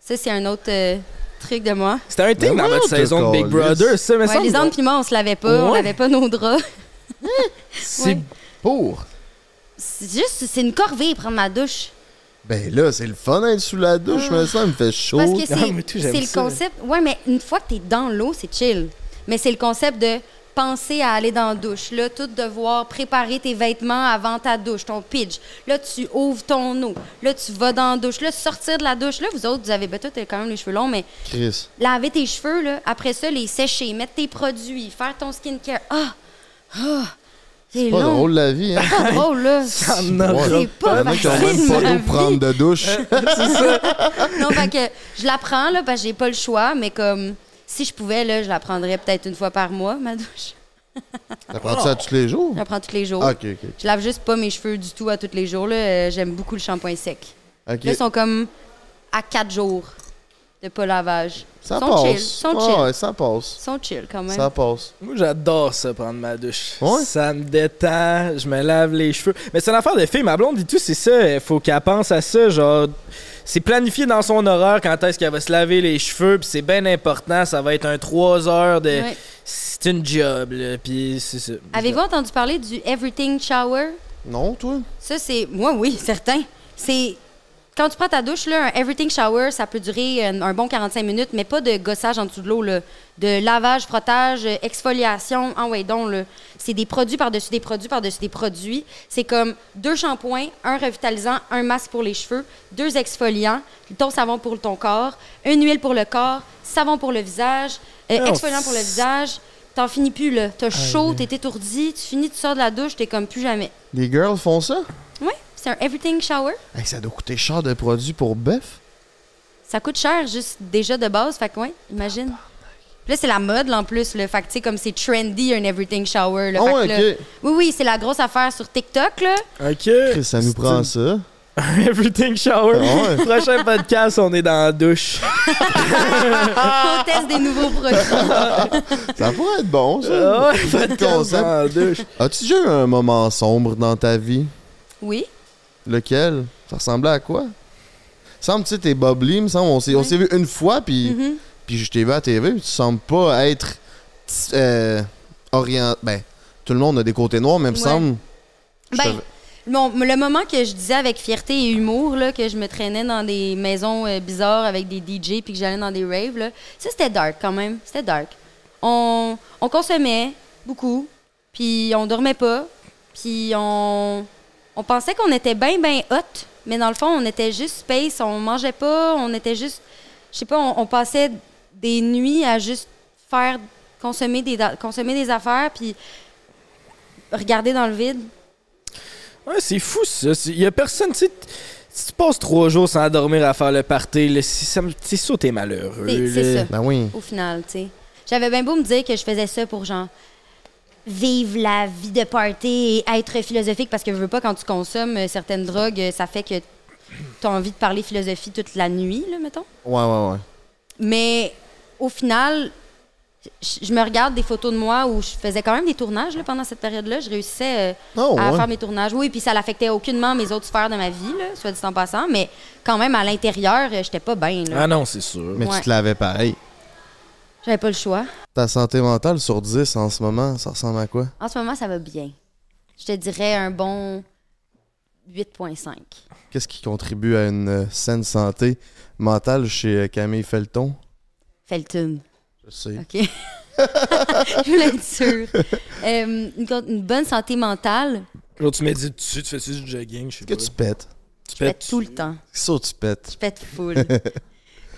[SPEAKER 3] Ça, c'est un autre euh, truc de moi.
[SPEAKER 2] C'était un thème
[SPEAKER 1] Mais
[SPEAKER 2] dans
[SPEAKER 1] voyons,
[SPEAKER 2] votre
[SPEAKER 1] t'as
[SPEAKER 2] saison de Big
[SPEAKER 1] calé.
[SPEAKER 2] Brother, ça, mais
[SPEAKER 3] Ouais, les
[SPEAKER 2] ça.
[SPEAKER 3] hommes puis moi, on se lavait pas. On
[SPEAKER 2] Ouais.
[SPEAKER 3] lavait pas nos draps.
[SPEAKER 2] C'est
[SPEAKER 3] Ouais.
[SPEAKER 1] Pour.
[SPEAKER 3] C'est juste, c'est une corvée, prendre ma douche.
[SPEAKER 1] Ben là, c'est le fun d'être sous la douche, mais ça me fait chaud.
[SPEAKER 3] Parce que
[SPEAKER 2] Ah,
[SPEAKER 3] c'est
[SPEAKER 2] moi, tout, j'aime
[SPEAKER 3] c'est le
[SPEAKER 2] ça.
[SPEAKER 3] concept. Ouais, mais une fois que t'es dans l'eau, c'est chill. Mais c'est le concept de penser à aller dans la douche. Là, tout devoir préparer tes vêtements avant ta douche, ton pitch. Là, tu ouvres ton eau. Là, tu vas dans la douche. Là, sortir de la douche. Là, vous autres, vous avez ben, toi, t'as quand même les cheveux longs, mais
[SPEAKER 1] Chris.
[SPEAKER 3] laver tes cheveux, là, après ça, les sécher, mettre tes produits, faire ton skincare. Ah! Ah! c'est
[SPEAKER 1] Pas
[SPEAKER 3] long.
[SPEAKER 1] drôle la vie, hein.
[SPEAKER 3] Pas drôle, là.
[SPEAKER 2] en aura
[SPEAKER 3] C'est pas
[SPEAKER 1] Il y en a qui ont même
[SPEAKER 3] facile,
[SPEAKER 1] pas
[SPEAKER 3] ma
[SPEAKER 1] d'eau pour prendre
[SPEAKER 3] vie. Euh.
[SPEAKER 1] de douche.
[SPEAKER 3] Non, fait que je la prends, là, parce que j'ai pas le choix, mais comme si je pouvais, là, je la prendrais peut-être une fois par mois, ma douche.
[SPEAKER 1] T'apprends ça tous les jours?
[SPEAKER 3] Je la prends tous les jours.
[SPEAKER 1] Ah, ok, ok.
[SPEAKER 3] Je lave juste pas mes cheveux du tout à tous les jours, là. Euh, J'aime beaucoup le shampoing sec.
[SPEAKER 1] Ok.
[SPEAKER 3] Là, ils sont comme à quatre jours de pas lavage.
[SPEAKER 1] Ça
[SPEAKER 3] ils sont
[SPEAKER 1] passe.
[SPEAKER 3] chill. Ils sont
[SPEAKER 1] Ah
[SPEAKER 3] chill.
[SPEAKER 1] ouais, ça passe.
[SPEAKER 3] Ils sont chill quand même.
[SPEAKER 1] Ça passe.
[SPEAKER 2] Moi, j'adore ça, prendre ma douche.
[SPEAKER 1] Ouais?
[SPEAKER 2] Ça me détend, je me lave les cheveux. Mais c'est une affaire de fille, ma blonde dit tout, c'est ça. Il faut qu'elle pense à ça. Genre, c'est planifié dans son horaire quand est-ce qu'elle va se laver les cheveux, puis c'est bien important. Ça va être un 3 heures de.
[SPEAKER 3] Ouais.
[SPEAKER 2] C'est une job, là. Puis c'est ça.
[SPEAKER 3] Avez-vous entendu parler du Everything Shower?
[SPEAKER 1] Non, toi?
[SPEAKER 3] Ça, c'est. Moi, oui, certain. C'est Quand tu prends ta douche, là, un everything shower, ça peut durer euh, un, un bon 45 minutes, mais pas de gossage en dessous de l'eau. là. De lavage, frottage, euh, exfoliation, en ouais donc. là. C'est des produits par-dessus des produits par-dessus des produits. C'est comme deux shampoings, un revitalisant, un masque pour les cheveux, deux exfoliants, ton savon pour ton corps, une huile pour le corps, savon pour le visage, euh,
[SPEAKER 2] Ah, on
[SPEAKER 3] exfoliant pour le visage. T'en finis plus, là. T'as chaud, t'es étourdi, tu finis, tu sors de la douche, t'es comme plus jamais.
[SPEAKER 1] Les girls font ça?
[SPEAKER 3] Oui, c'est un everything shower.
[SPEAKER 1] Hey, ça doit coûter cher de produits pour bœuf.
[SPEAKER 3] Ça coûte cher, juste déjà de base. Fait que, ouais, imagine. Puis Là, c'est la mode, là, en plus. Le Fait que, tu sais, comme c'est trendy, un everything shower. Là,
[SPEAKER 1] Ah
[SPEAKER 3] Fait que,
[SPEAKER 1] ouais,
[SPEAKER 3] là-
[SPEAKER 1] ok.
[SPEAKER 3] oui, oui, c'est la grosse affaire sur TikTok, là.
[SPEAKER 2] OK.
[SPEAKER 1] Chris, ça nous prend ça.
[SPEAKER 2] Everything shower.
[SPEAKER 1] Ah ouais.
[SPEAKER 2] Prochain podcast, on est dans la douche.
[SPEAKER 3] On teste des nouveaux produits.
[SPEAKER 1] Ça pourrait être bon, ça.
[SPEAKER 2] Ah ouais, podcast
[SPEAKER 1] concept.
[SPEAKER 2] dans la douche.
[SPEAKER 1] As-tu déjà eu un moment sombre dans ta vie?
[SPEAKER 3] Oui.
[SPEAKER 1] Lequel? Ça ressemblait à quoi? Semble, tu sais, t'es bubbly, me semble. On s'est on s'est vu une fois, puis puis je t'ai vu à la TV, puis tu sembles pas être euh, orient... Ben, tout le monde a des côtés noirs, mais me
[SPEAKER 3] Ouais.
[SPEAKER 1] semble... je
[SPEAKER 3] Ben,
[SPEAKER 1] te-
[SPEAKER 3] mon- le moment que je disais avec fierté et humour là, que je me traînais dans des maisons euh, bizarres avec des DJ puis que j'allais dans des raves, là, ça c'était dark quand même. C'était dark. On, on consommait beaucoup, puis on dormait pas, puis on, on pensait qu'on était bien, bien hot, mais dans le fond, on était juste space, on mangeait pas, on était juste. Je sais pas, on, on passait des nuits à juste faire consommer des, consommer des affaires, puis regarder dans le vide.
[SPEAKER 2] Ouais, c'est fou ça. C'est- Y a personne, tu sais, t- si tu passes trois jours sans dormir à faire le party, là, si ça me- c'est ça, t'es malheureux.
[SPEAKER 3] C'est- c'est
[SPEAKER 2] là.
[SPEAKER 3] ça.
[SPEAKER 1] Ben oui.
[SPEAKER 3] au final, tu sais. J'avais bien beau me dire que je faisais ça pour genre vivre la vie de party et être philosophique parce que je veux pas quand tu consommes euh, certaines drogues, euh, ça fait que tu as envie de parler philosophie toute la nuit, là, mettons.
[SPEAKER 1] Ouais, ouais, ouais.
[SPEAKER 3] Mais au final, je je me regarde des photos de moi où je faisais quand même des tournages là, pendant cette période-là. Je réussissais euh,
[SPEAKER 1] Oh,
[SPEAKER 3] à
[SPEAKER 1] ouais.
[SPEAKER 3] faire mes tournages. Oui, puis ça l'affectait aucunement mes autres sphères de ma vie, là, soit dit en passant. Mais quand même, à l'intérieur, euh, j'étais pas bien. là.
[SPEAKER 2] Ah non, c'est sûr.
[SPEAKER 1] Mais
[SPEAKER 3] Ouais.
[SPEAKER 1] tu te l'avais pareil.
[SPEAKER 3] J'avais pas le choix.
[SPEAKER 1] Ta santé mentale sur 10 en ce moment, ça ressemble à quoi?
[SPEAKER 3] En ce moment, ça va bien. Je te dirais un bon 8,5.
[SPEAKER 1] Qu'est-ce qui contribue à une euh, saine santé mentale chez euh, Camille Felton?
[SPEAKER 3] Felton.
[SPEAKER 1] Je sais.
[SPEAKER 3] OK. Je voulais être sûre. Euh, une, con- une bonne santé mentale,
[SPEAKER 2] Genre, tu m'as dit dessus, tu fais-tu du jogging, je sais
[SPEAKER 1] Que
[SPEAKER 2] pas.
[SPEAKER 1] tu pètes.
[SPEAKER 2] tu
[SPEAKER 3] je pète
[SPEAKER 2] pètes-
[SPEAKER 3] tout le temps.
[SPEAKER 1] Ça, tu pètes.
[SPEAKER 3] Je pète full.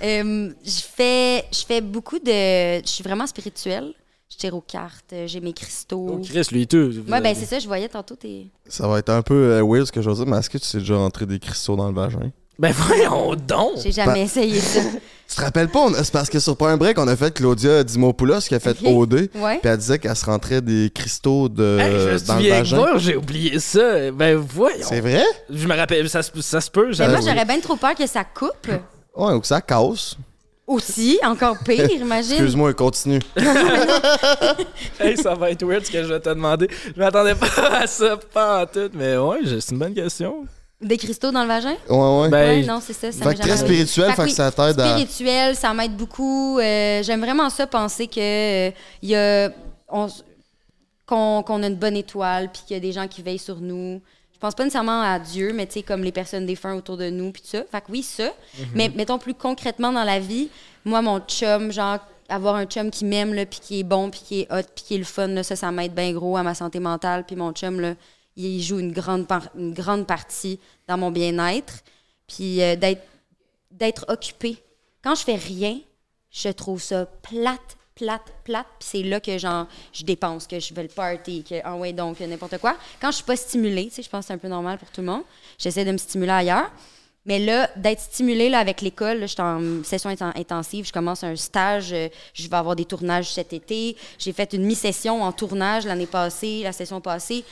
[SPEAKER 3] Euh, je, fais, je fais beaucoup de... Je suis vraiment spirituelle. Je tire aux cartes, euh, j'ai mes cristaux.
[SPEAKER 2] Oh, Chris, lui, tout.
[SPEAKER 3] Moi, ben c'est ça, je voyais tantôt tes...
[SPEAKER 1] Ça va être un peu euh, weird ce que je vais dire, mais est-ce que tu sais déjà rentrer des cristaux dans le vagin?
[SPEAKER 2] Ben voyons donc.
[SPEAKER 3] J'ai jamais essayé ça.
[SPEAKER 1] Tu te rappelles pas? on a- C'est parce que sur Pas un break, on a fait Claudia Dimopoulos qui a fait
[SPEAKER 3] Ok.
[SPEAKER 1] OD.
[SPEAKER 3] Ouais.
[SPEAKER 1] Puis elle disait qu'elle se rentrait des cristaux de,
[SPEAKER 2] Hey, je me
[SPEAKER 1] Euh, dans le
[SPEAKER 2] souviens de
[SPEAKER 1] vagin.
[SPEAKER 2] voir, j'ai oublié ça. Ben voyons.
[SPEAKER 1] C'est vrai?
[SPEAKER 2] Je me rappelle, ça, se- ça se peut.
[SPEAKER 3] Mais
[SPEAKER 2] j'avais-
[SPEAKER 3] moi,
[SPEAKER 1] oui.
[SPEAKER 3] j'aurais bien trop peur que ça coupe.
[SPEAKER 1] Ouais, ou que ça casse.
[SPEAKER 3] Aussi, encore pire, imagine.
[SPEAKER 1] Excuse-moi, continue.
[SPEAKER 2] Hey, ça va être weird ce que je vais te demander. Je m'attendais pas à ça, pas en tout. Mais ouais, je- c'est une bonne question.
[SPEAKER 3] Des cristaux dans le vagin?
[SPEAKER 1] Ouais, ouais.
[SPEAKER 2] Ben,
[SPEAKER 3] Ouais, non, c'est ça. ça
[SPEAKER 1] fait
[SPEAKER 3] m'est
[SPEAKER 1] que
[SPEAKER 3] jamais
[SPEAKER 1] très
[SPEAKER 3] arrivé.
[SPEAKER 1] spirituel, fait que
[SPEAKER 3] oui,
[SPEAKER 1] ça t'aide à-
[SPEAKER 3] Spirituel, ça m'aide beaucoup. Euh, J'aime vraiment ça, penser que euh, y a, on s- qu'on qu'on a une bonne étoile, puis qu'il y a des gens qui veillent sur nous. Je pense pas nécessairement à Dieu, mais tu sais, comme les personnes défuntes autour de nous, puis tout ça. Fait que oui, ça. Mais mettons plus concrètement dans la vie, moi, mon chum, genre, avoir un chum qui m'aime, là, puis qui est bon, puis qui est hot, puis qui est le fun, là, ça, ça m'aide bien gros à ma santé mentale. Puis mon chum, là, il joue une grande, par- une grande partie dans mon bien-être. Puis euh, d'être d'être occupée. Quand je fais rien, je trouve ça plate, plate, plate. Puis c'est là que genre, je dépense, que je vais le party, que ah ouais donc que n'importe quoi. Quand je suis pas stimulée, tu sais, je pense que c'est un peu normal pour tout le monde. J'essaie de me stimuler ailleurs. Mais là, d'être stimulée là, avec l'école, là, je suis en session inten- intensive, je commence un stage, euh, je vais avoir des tournages cet été. J'ai fait une mi-session en tournage l'année passée, la session passée.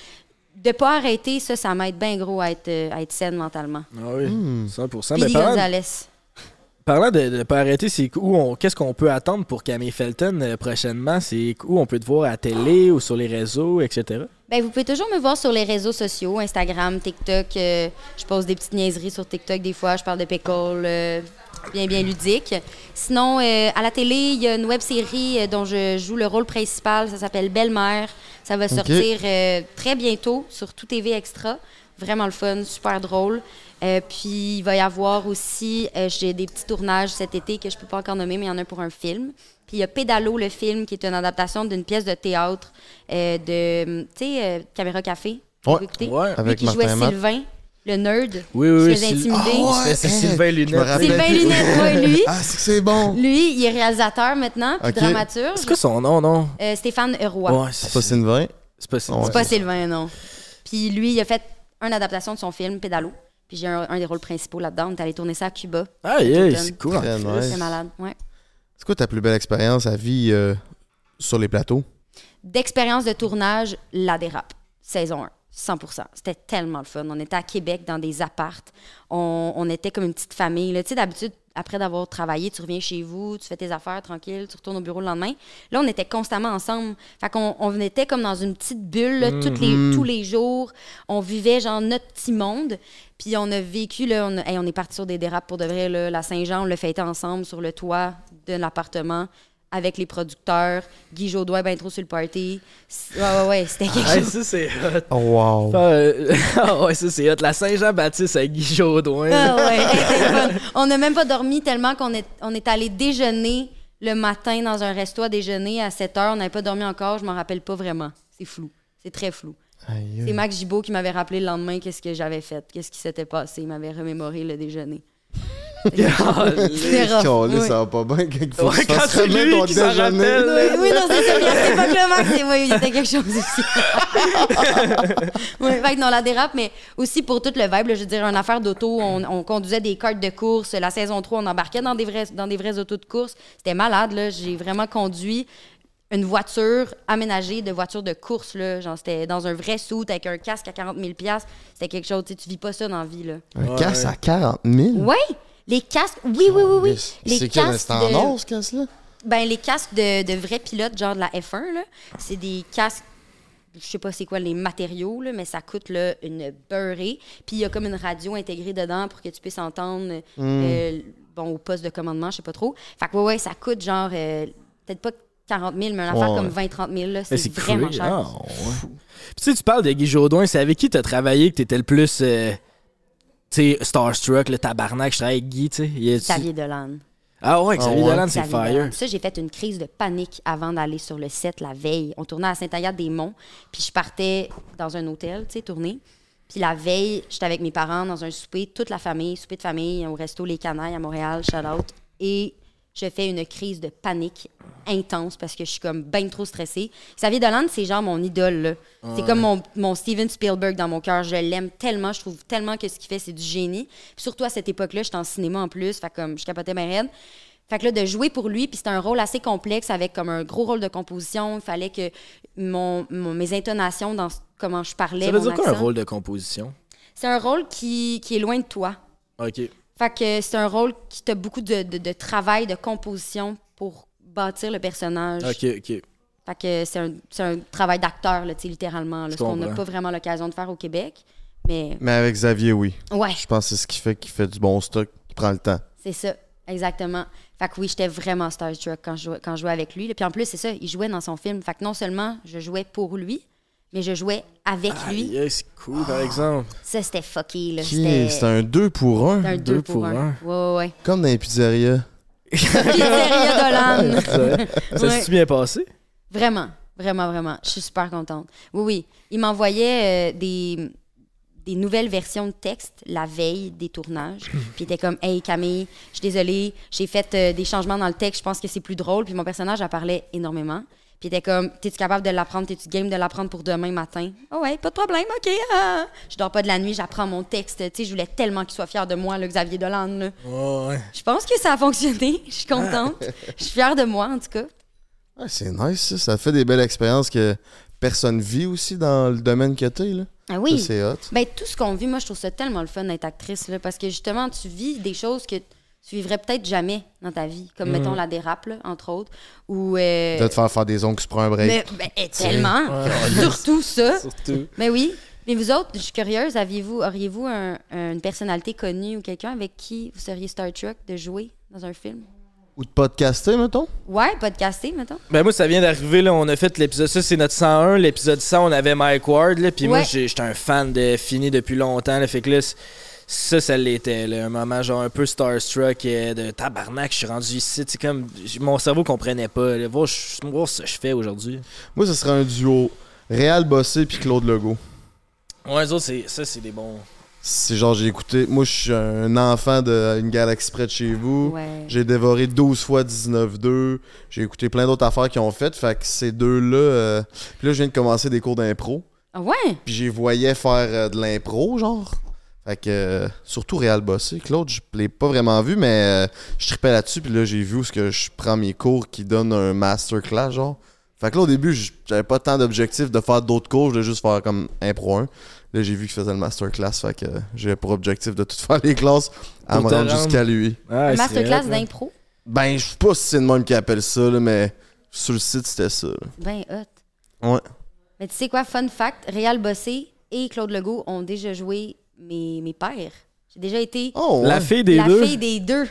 [SPEAKER 3] De pas arrêter, ça, ça m'aide bien gros à être, euh, à être saine mentalement.
[SPEAKER 2] Ah oui,
[SPEAKER 1] Hmm.
[SPEAKER 2] 100%.
[SPEAKER 3] Billy
[SPEAKER 2] Mais parlant,
[SPEAKER 3] Gonzalez.
[SPEAKER 2] parlant de ne pas arrêter, c'est où on, qu'est-ce qu'on peut attendre pour Camille Felton euh, prochainement? C'est où on peut te voir à télé ou sur les réseaux, etc.?
[SPEAKER 3] Ben, vous pouvez toujours me voir sur les réseaux sociaux, Instagram, TikTok. euh, je pose des petites niaiseries sur TikTok des fois. Je parle de pécole, euh, bien, bien ludique. Sinon, euh, à la télé, il y a une web-série euh, dont je joue le rôle principal. Ça s'appelle Belle-Mère. Ça va sortir euh, très bientôt sur Tout TV Extra. Vraiment le fun, super drôle. Euh, puis il va y avoir aussi, euh, j'ai des petits tournages cet été que je peux pas encore nommer, mais il y en a pour un film. Puis il y a Pédalo, le film, qui est une adaptation d'une pièce de théâtre euh, de, tu sais, euh, Caméra Café.
[SPEAKER 6] Ouais.
[SPEAKER 3] Vous écoutez?
[SPEAKER 2] Ouais.
[SPEAKER 3] Lui
[SPEAKER 1] Avec
[SPEAKER 3] qui
[SPEAKER 1] Martin
[SPEAKER 3] jouait
[SPEAKER 1] Matt.
[SPEAKER 3] Sylvain, le nerd.
[SPEAKER 2] Oui, oui, oui.
[SPEAKER 3] qui se faisait
[SPEAKER 2] Syl-
[SPEAKER 3] intimider.
[SPEAKER 1] Ah ouais,
[SPEAKER 2] C'est Sylvain
[SPEAKER 1] Je me
[SPEAKER 2] Lunette.
[SPEAKER 1] rappelle
[SPEAKER 3] Sylvain
[SPEAKER 1] plus.
[SPEAKER 3] Lunette, ouais, lui.
[SPEAKER 1] Ah, c'est que c'est bon.
[SPEAKER 3] Lui, il est réalisateur maintenant, puis
[SPEAKER 1] Ok.
[SPEAKER 3] dramaturge.
[SPEAKER 2] C'est quoi son nom, non?
[SPEAKER 3] Euh, Stéphane Heroy.
[SPEAKER 2] Ouais,
[SPEAKER 1] C'est pas Sylvain.
[SPEAKER 2] C'est pas ça.
[SPEAKER 1] Ouais.
[SPEAKER 3] C'est pas Sylvain, non. Puis lui, il a fait une adaptation de son film, Pédalo. Puis j'ai un, un des rôles principaux là-dedans. On est allé tourner ça à Cuba.
[SPEAKER 2] Ah, yeah, c'est cool.
[SPEAKER 1] Très nice.
[SPEAKER 3] C'est malade, ouais.
[SPEAKER 1] C'est quoi ta plus belle expérience à vie euh, sur les plateaux?
[SPEAKER 3] d'expérience de tournage, la dérape. Saison 1. 100 C'était tellement le fun. On était à Québec dans des appartes. On, on était comme une petite famille. là. Tu sais, d'habitude, après d'avoir travaillé, tu reviens chez vous, tu fais tes affaires tranquille, tu retournes au bureau le lendemain. Là, on était constamment ensemble. Fait qu'on on était comme dans une petite bulle, là, toutes les, tous les jours. On vivait, genre, notre petit monde. Puis on a vécu, là, on, a- hey, on est parti sur des dérapes pour de vrai. là. la Saint-Jean, on l'a fêté ensemble sur le toit de l'appartement avec les producteurs. Guy Jodoin, ben trop sur le party. C- Ouais, ouais, ouais, c'était
[SPEAKER 1] Ah,
[SPEAKER 3] quelque
[SPEAKER 2] Hey,
[SPEAKER 3] chose.
[SPEAKER 2] ça, c'est hot.
[SPEAKER 1] Oh, wow.
[SPEAKER 2] Ah, euh, ah ouais, ça, c'est hot. La Saint-Jean-Baptiste à Guy Jodoin.
[SPEAKER 3] Ah ouais, c'était fun. On n'a même pas dormi tellement qu'on est, on est allé déjeuner le matin dans un resto à déjeuner à 7 heures. On n'avait pas dormi encore, je m'en rappelle pas vraiment. C'est flou. C'est très flou.
[SPEAKER 1] Aïe,
[SPEAKER 3] C'est Max Gibault qui m'avait rappelé le lendemain qu'est-ce que j'avais fait, qu'est-ce qui s'était passé. Il m'avait remémoré le déjeuner. C'était rough.
[SPEAKER 1] Calé,
[SPEAKER 3] Oui.
[SPEAKER 1] ça va pas bien quand il faut que
[SPEAKER 2] Ouais,
[SPEAKER 1] tu
[SPEAKER 2] Ah, quand
[SPEAKER 1] fasses
[SPEAKER 2] c'est lui
[SPEAKER 1] remettre ton
[SPEAKER 2] qui s'en
[SPEAKER 1] déjeuner.
[SPEAKER 2] rappelle.
[SPEAKER 3] Oui, oui, non, c'est ça. Puis à cette époque-là, Max, c'est- oui, il y avait quelque chose aussi. oui, fait que non, la dérape, mais aussi pour tout le vibe, là, je veux dire, une affaire d'auto, on, on conduisait des cartes de course. La saison 3, on embarquait dans des vrais, dans des vrais autos de course. C'était malade, là. J'ai vraiment conduit une voiture aménagée de voiture de course, là. Genre, c'était dans un vrai suit avec un casque à 40 000 C'était quelque chose, tu sais, tu vis pas ça dans la vie, là.
[SPEAKER 1] Un casse à 40 000?
[SPEAKER 3] Oui! Les casques, oui, oui, oui, oui. Les
[SPEAKER 1] C'est que
[SPEAKER 3] casques
[SPEAKER 1] c'est en
[SPEAKER 3] de-
[SPEAKER 1] or, ce casse-là?
[SPEAKER 3] ben, les casques de, de vrais pilotes, genre de la F1, là, c'est des casques, je sais pas c'est quoi les matériaux, là, mais ça coûte là, une beurrée. Puis il y a comme une radio intégrée dedans pour que tu puisses entendre euh, bon, au poste de commandement, je sais pas trop. Fait que ouais, ouais, ça coûte genre euh, peut-être pas 40 000, mais une affaire
[SPEAKER 1] Ouais.
[SPEAKER 3] comme 20-30 000, là,
[SPEAKER 2] Mais
[SPEAKER 3] c'est vraiment
[SPEAKER 2] cru,
[SPEAKER 3] cher.
[SPEAKER 2] ah, ouais. Puis tu sais, tu parles de Guy Jodoin, c'est avec qui t'as travaillé que t'étais le plus, euh, tu sais, starstruck, le tabarnak, je travaille avec Guy, tu sais. Y a-tu-
[SPEAKER 3] Xavier Dolan.
[SPEAKER 2] Ah ouais, Xavier
[SPEAKER 1] Ah ouais.
[SPEAKER 2] Dolan, c'est
[SPEAKER 3] Ça vient de
[SPEAKER 2] fire.
[SPEAKER 3] là. Ça, j'ai fait une crise de panique avant d'aller sur le set la veille. On tournait à Saint-Agathe-des-Monts, puis je partais dans un hôtel, tu sais, tourner. Puis la veille, j'étais avec mes parents dans un souper, toute la famille, souper de famille, au resto Les Canailles à Montréal, shout out. Et je fais une crise de panique intense parce que je suis comme ben trop stressée. Xavier Dolan, c'est genre mon idole, là.
[SPEAKER 2] Ah
[SPEAKER 3] C'est comme mon, mon Steven Spielberg dans mon cœur. Je l'aime tellement, je trouve tellement que ce qu'il fait, c'est du génie. Puis surtout à cette époque-là, j'étais en cinéma en plus, fait comme je capotais ma reine. Fait que là, de jouer pour lui, puis c'était un rôle assez complexe avec comme un gros rôle de composition. Il fallait que mon, mon- mes intonations dans ce- comment je parlais.
[SPEAKER 2] Ça veut
[SPEAKER 3] mon
[SPEAKER 2] dire quoi un
[SPEAKER 3] accent.
[SPEAKER 2] rôle de composition?
[SPEAKER 3] C'est un rôle qui, qui est loin de toi.
[SPEAKER 2] Ok.
[SPEAKER 3] Fait que c'est un rôle qui t'a beaucoup de, de- de travail, de composition pour bâtir le personnage.
[SPEAKER 2] Ok, ok.
[SPEAKER 3] Fait que c'est un, c'est un travail d'acteur, là, tu sais, littéralement, là,
[SPEAKER 2] Je
[SPEAKER 3] ce qu'on n'a
[SPEAKER 2] comprends.
[SPEAKER 3] pas vraiment l'occasion de faire au Québec. Mais
[SPEAKER 1] Mais avec Xavier, oui.
[SPEAKER 3] ouais,
[SPEAKER 1] Je pense que c'est ce qui fait qu'il fait du bon stock, qu'il prend le temps.
[SPEAKER 3] C'est ça, exactement. Fait que oui, j'étais vraiment starstruck quand je jouais, quand je jouais avec lui. là. Puis en plus, c'est ça, il jouait dans son film. Fait que non seulement je jouais pour lui, mais je jouais avec
[SPEAKER 2] Ah,
[SPEAKER 3] lui.
[SPEAKER 2] yeah, c'est cool,
[SPEAKER 3] Ah.
[SPEAKER 2] par exemple.
[SPEAKER 3] Ça, Ben, c'était fucky, là.
[SPEAKER 1] Qui est- C'est un 2 pour 1,
[SPEAKER 3] un
[SPEAKER 2] deux
[SPEAKER 3] 2 pour
[SPEAKER 2] pour
[SPEAKER 3] 1. Ouais, ouais,
[SPEAKER 1] comme dans les pizzerias.
[SPEAKER 3] ouais. Pizzeria Dolan.
[SPEAKER 2] Ça s'est bien passé?
[SPEAKER 3] Vraiment, vraiment, vraiment. Je suis super contente. Oui, oui. Il m'envoyait euh, des, des nouvelles versions de texte la veille des tournages. Puis il était comme Hey Camille, je suis désolée, j'ai fait euh, des changements dans le texte, je pense que c'est plus drôle. Puis mon personnage, elle parlait énormément. Puis il était comme T'es-tu capable de l'apprendre T'es-tu game de l'apprendre pour demain matin Ah ouais, pas de problème, OK. ah. Je dors pas de la nuit, j'apprends mon texte. Tu sais, je voulais tellement qu'il soit fier de moi, le Xavier Dolan. là.
[SPEAKER 2] Oh. ouais.
[SPEAKER 3] Je pense que ça a fonctionné. Je suis contente. Je suis fière de moi, en tout cas.
[SPEAKER 1] Ah, c'est nice, ça. Ça fait des belles expériences que personne vit aussi dans le domaine que t'es, là.
[SPEAKER 3] Ah oui.
[SPEAKER 1] Ça, c'est hot.
[SPEAKER 3] Ben, tout ce qu'on vit, moi, je trouve ça tellement le fun d'être actrice, là, parce que justement, tu vis des choses que tu vivrais peut-être jamais dans ta vie, comme mettons la dérape, là, entre autres, ou. euh,
[SPEAKER 1] De te faire faire des ongles qui se prend un break.
[SPEAKER 3] mais- ben, eh, tellement! Surtout ça!
[SPEAKER 2] Surtout.
[SPEAKER 3] Mais oui. Mais vous autres, je suis curieuse, aviez-vous, auriez-vous un- une personnalité connue ou quelqu'un avec qui vous seriez Star Trek de jouer dans un film?
[SPEAKER 1] Ou de podcaster, mettons?
[SPEAKER 3] Ouais, podcasté, mettons.
[SPEAKER 2] Ben moi, ça vient d'arriver, là, on a fait l'épisode, ça c'est notre 101, l'épisode 100, on avait Mike Ward, là, puis moi,
[SPEAKER 3] Ouais.
[SPEAKER 2] j'ai- j'étais un fan de Fini depuis longtemps, là, fait que là, c- ça, ça l'était, là, un moment genre un peu starstruck, euh, de tabarnak, je suis rendu ici, c'est comme, j- mon cerveau comprenait pas, là, voir, je- voir ce que je fais aujourd'hui.
[SPEAKER 1] Moi, ce serait un duo. Réal Bossé puis Claude Legault.
[SPEAKER 2] Ouais, eux autres, c'est- ça, c'est des bons...
[SPEAKER 1] C'est genre, j'ai écouté. Moi, je suis un enfant d'une galaxie près de chez vous.
[SPEAKER 3] Ouais.
[SPEAKER 1] J'ai dévoré 12 fois 19-2. J'ai écouté plein d'autres affaires qu'ils ont faites. Fait que ces deux-là. euh, Puis là, je viens de commencer des cours d'impro.
[SPEAKER 3] Ah ouais?
[SPEAKER 1] Puis j'ai voyais faire euh, de l'impro, genre. Fait que. euh, surtout Réal Bossé. Claude, je l'ai pas vraiment vu, mais euh, je tripais là-dessus. Puis là, j'ai vu où ce que je prends mes cours qui donnent un masterclass, genre. Fait que là, au début, j- j'avais pas tant d'objectif de faire d'autres cours. Je voulais juste faire comme impro 1. Là, j'ai vu qu'il faisait le masterclass. Fait que euh, j'avais pour objectif de tout faire les classes à
[SPEAKER 2] Pour
[SPEAKER 1] me
[SPEAKER 2] te
[SPEAKER 1] rendre
[SPEAKER 2] rendre.
[SPEAKER 1] jusqu'à lui.
[SPEAKER 2] Ah,
[SPEAKER 3] Masterclass d'impro.
[SPEAKER 1] Ben, je sais pas si c'est le même qui appelle ça, là, mais sur le site, c'était ça. là.
[SPEAKER 3] Ben hot.
[SPEAKER 1] Ouais.
[SPEAKER 3] Mais tu sais quoi, fun fact, Réal Bossé et Claude Legault ont déjà joué mes, mes pères. J'ai déjà été
[SPEAKER 1] Oh,
[SPEAKER 2] La
[SPEAKER 1] ouais.
[SPEAKER 2] fille des
[SPEAKER 3] la
[SPEAKER 2] deux,
[SPEAKER 3] fille des deux.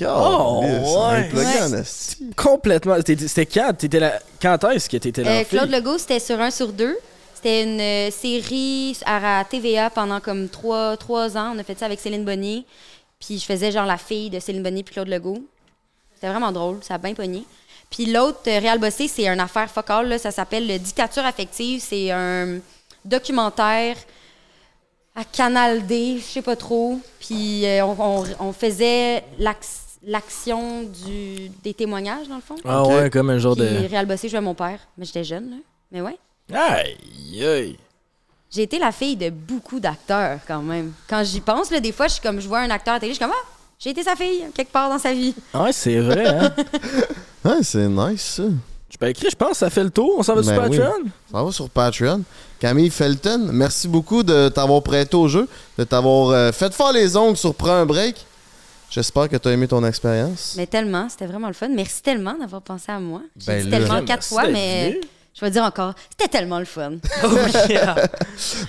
[SPEAKER 2] Oh,
[SPEAKER 1] Calisse, on est
[SPEAKER 2] ouais.
[SPEAKER 1] plugué
[SPEAKER 3] Ouais.
[SPEAKER 1] en esti.
[SPEAKER 2] complètement, T'étais- c'était quand, t'étais la... quand est-ce que t'étais la
[SPEAKER 3] Euh,
[SPEAKER 2] fille?
[SPEAKER 3] Claude Legault, c'était sur un sur deux. C'était une euh, série à la TVA pendant comme trois, trois ans. On a fait ça avec Céline Bonnier. Puis je faisais genre la fille de Céline Bonnier puis Claude Legault. C'était vraiment drôle. Ça a bien pogné. Puis l'autre, euh, Réal Bossé, c'est une affaire focale. là. Ça s'appelle le Dictature affective. C'est un documentaire à Canal D, je sais pas trop. Puis euh, on, on- on faisait l'ax- l'action du- des témoignages, dans le fond.
[SPEAKER 2] Ah
[SPEAKER 1] Ok.
[SPEAKER 2] ouais, comme un genre
[SPEAKER 3] Puis
[SPEAKER 2] de...
[SPEAKER 3] Réal Bossé jouait mon père. Mais j'étais jeune, là. Mais ouais.
[SPEAKER 2] Aïe, aïe.
[SPEAKER 3] J'ai été la fille de beaucoup d'acteurs, quand même. Quand j'y pense, là, des fois, je suis comme, je vois un acteur à la télé, je suis comme, ah, j'ai été sa fille, quelque part dans sa vie.
[SPEAKER 2] Ouais, c'est vrai, hein?
[SPEAKER 1] Ouais, c'est nice, ça.
[SPEAKER 2] Je peux écrire, je pense, ça fait le tour. On s'en va sur
[SPEAKER 1] Ben oui.
[SPEAKER 2] Patreon.
[SPEAKER 1] Ça va sur Patreon. Camille Felton, merci beaucoup de t'avoir prêté au jeu, de t'avoir euh, fait faire les ongles sur Prends un break. J'espère que t'as aimé ton expérience.
[SPEAKER 3] Mais tellement, c'était vraiment le fun. Merci tellement d'avoir pensé à moi. J'ai
[SPEAKER 1] Ben
[SPEAKER 3] dit
[SPEAKER 1] là.
[SPEAKER 3] tellement
[SPEAKER 2] Merci
[SPEAKER 3] quatre fois,
[SPEAKER 2] d'être
[SPEAKER 3] mais
[SPEAKER 2] venu.
[SPEAKER 3] je vais dire encore, c'était tellement le fun.
[SPEAKER 2] Oh yeah.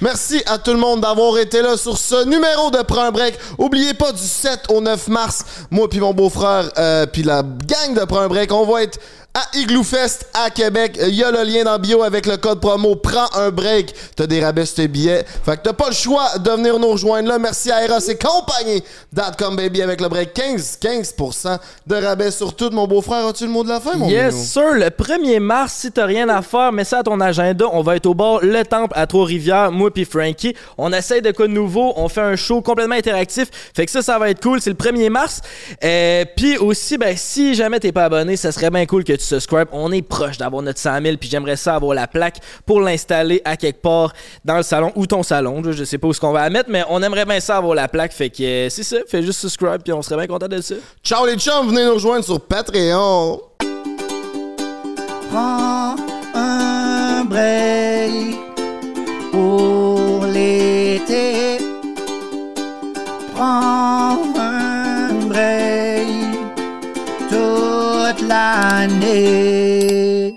[SPEAKER 1] Merci à tout le monde d'avoir été là sur ce numéro de Prends un break. Oubliez pas du 7 au 9 mars, moi puis mon beau-frère euh, puis la gang de Prends un break, on va être à Igloo Fest à Québec. Il y a le lien dans bio avec le code promo Prends un break. T'as des rabais sur tes billets. Fait que t'as pas le choix de venir nous rejoindre là. Merci à Eros et compagnie. Datcom Baby avec le break 15 15% de rabais sur tout. Mon beau-frère, as-tu le mot de la fin mon minou?
[SPEAKER 2] yes, sir. Le 1er mars, si t'as rien à faire, mets ça à ton agenda. On va être au bord Le Temple à Trois-Rivières, moi puis Frankie. On essaye de quoi de nouveau. On fait un show complètement interactif. Fait que ça, ça va être cool. C'est le 1er mars. Euh, puis aussi, ben, si jamais t'es pas abonné, ça serait bien cool que tu subscribes. On est proche d'avoir notre 100 000. Puis j'aimerais ça avoir la plaque pour l'installer à quelque part dans le salon ou ton salon. Je- Je sais pas où ce qu'on va la mettre, mais on aimerait bien ça avoir la plaque. Fait que euh, c'est ça. Fais juste subscribe. Puis on serait bien content de ça.
[SPEAKER 1] Ciao les chums, venez nous rejoindre sur Patreon.
[SPEAKER 6] prends un break pour l'été. Prends un break toute l'année.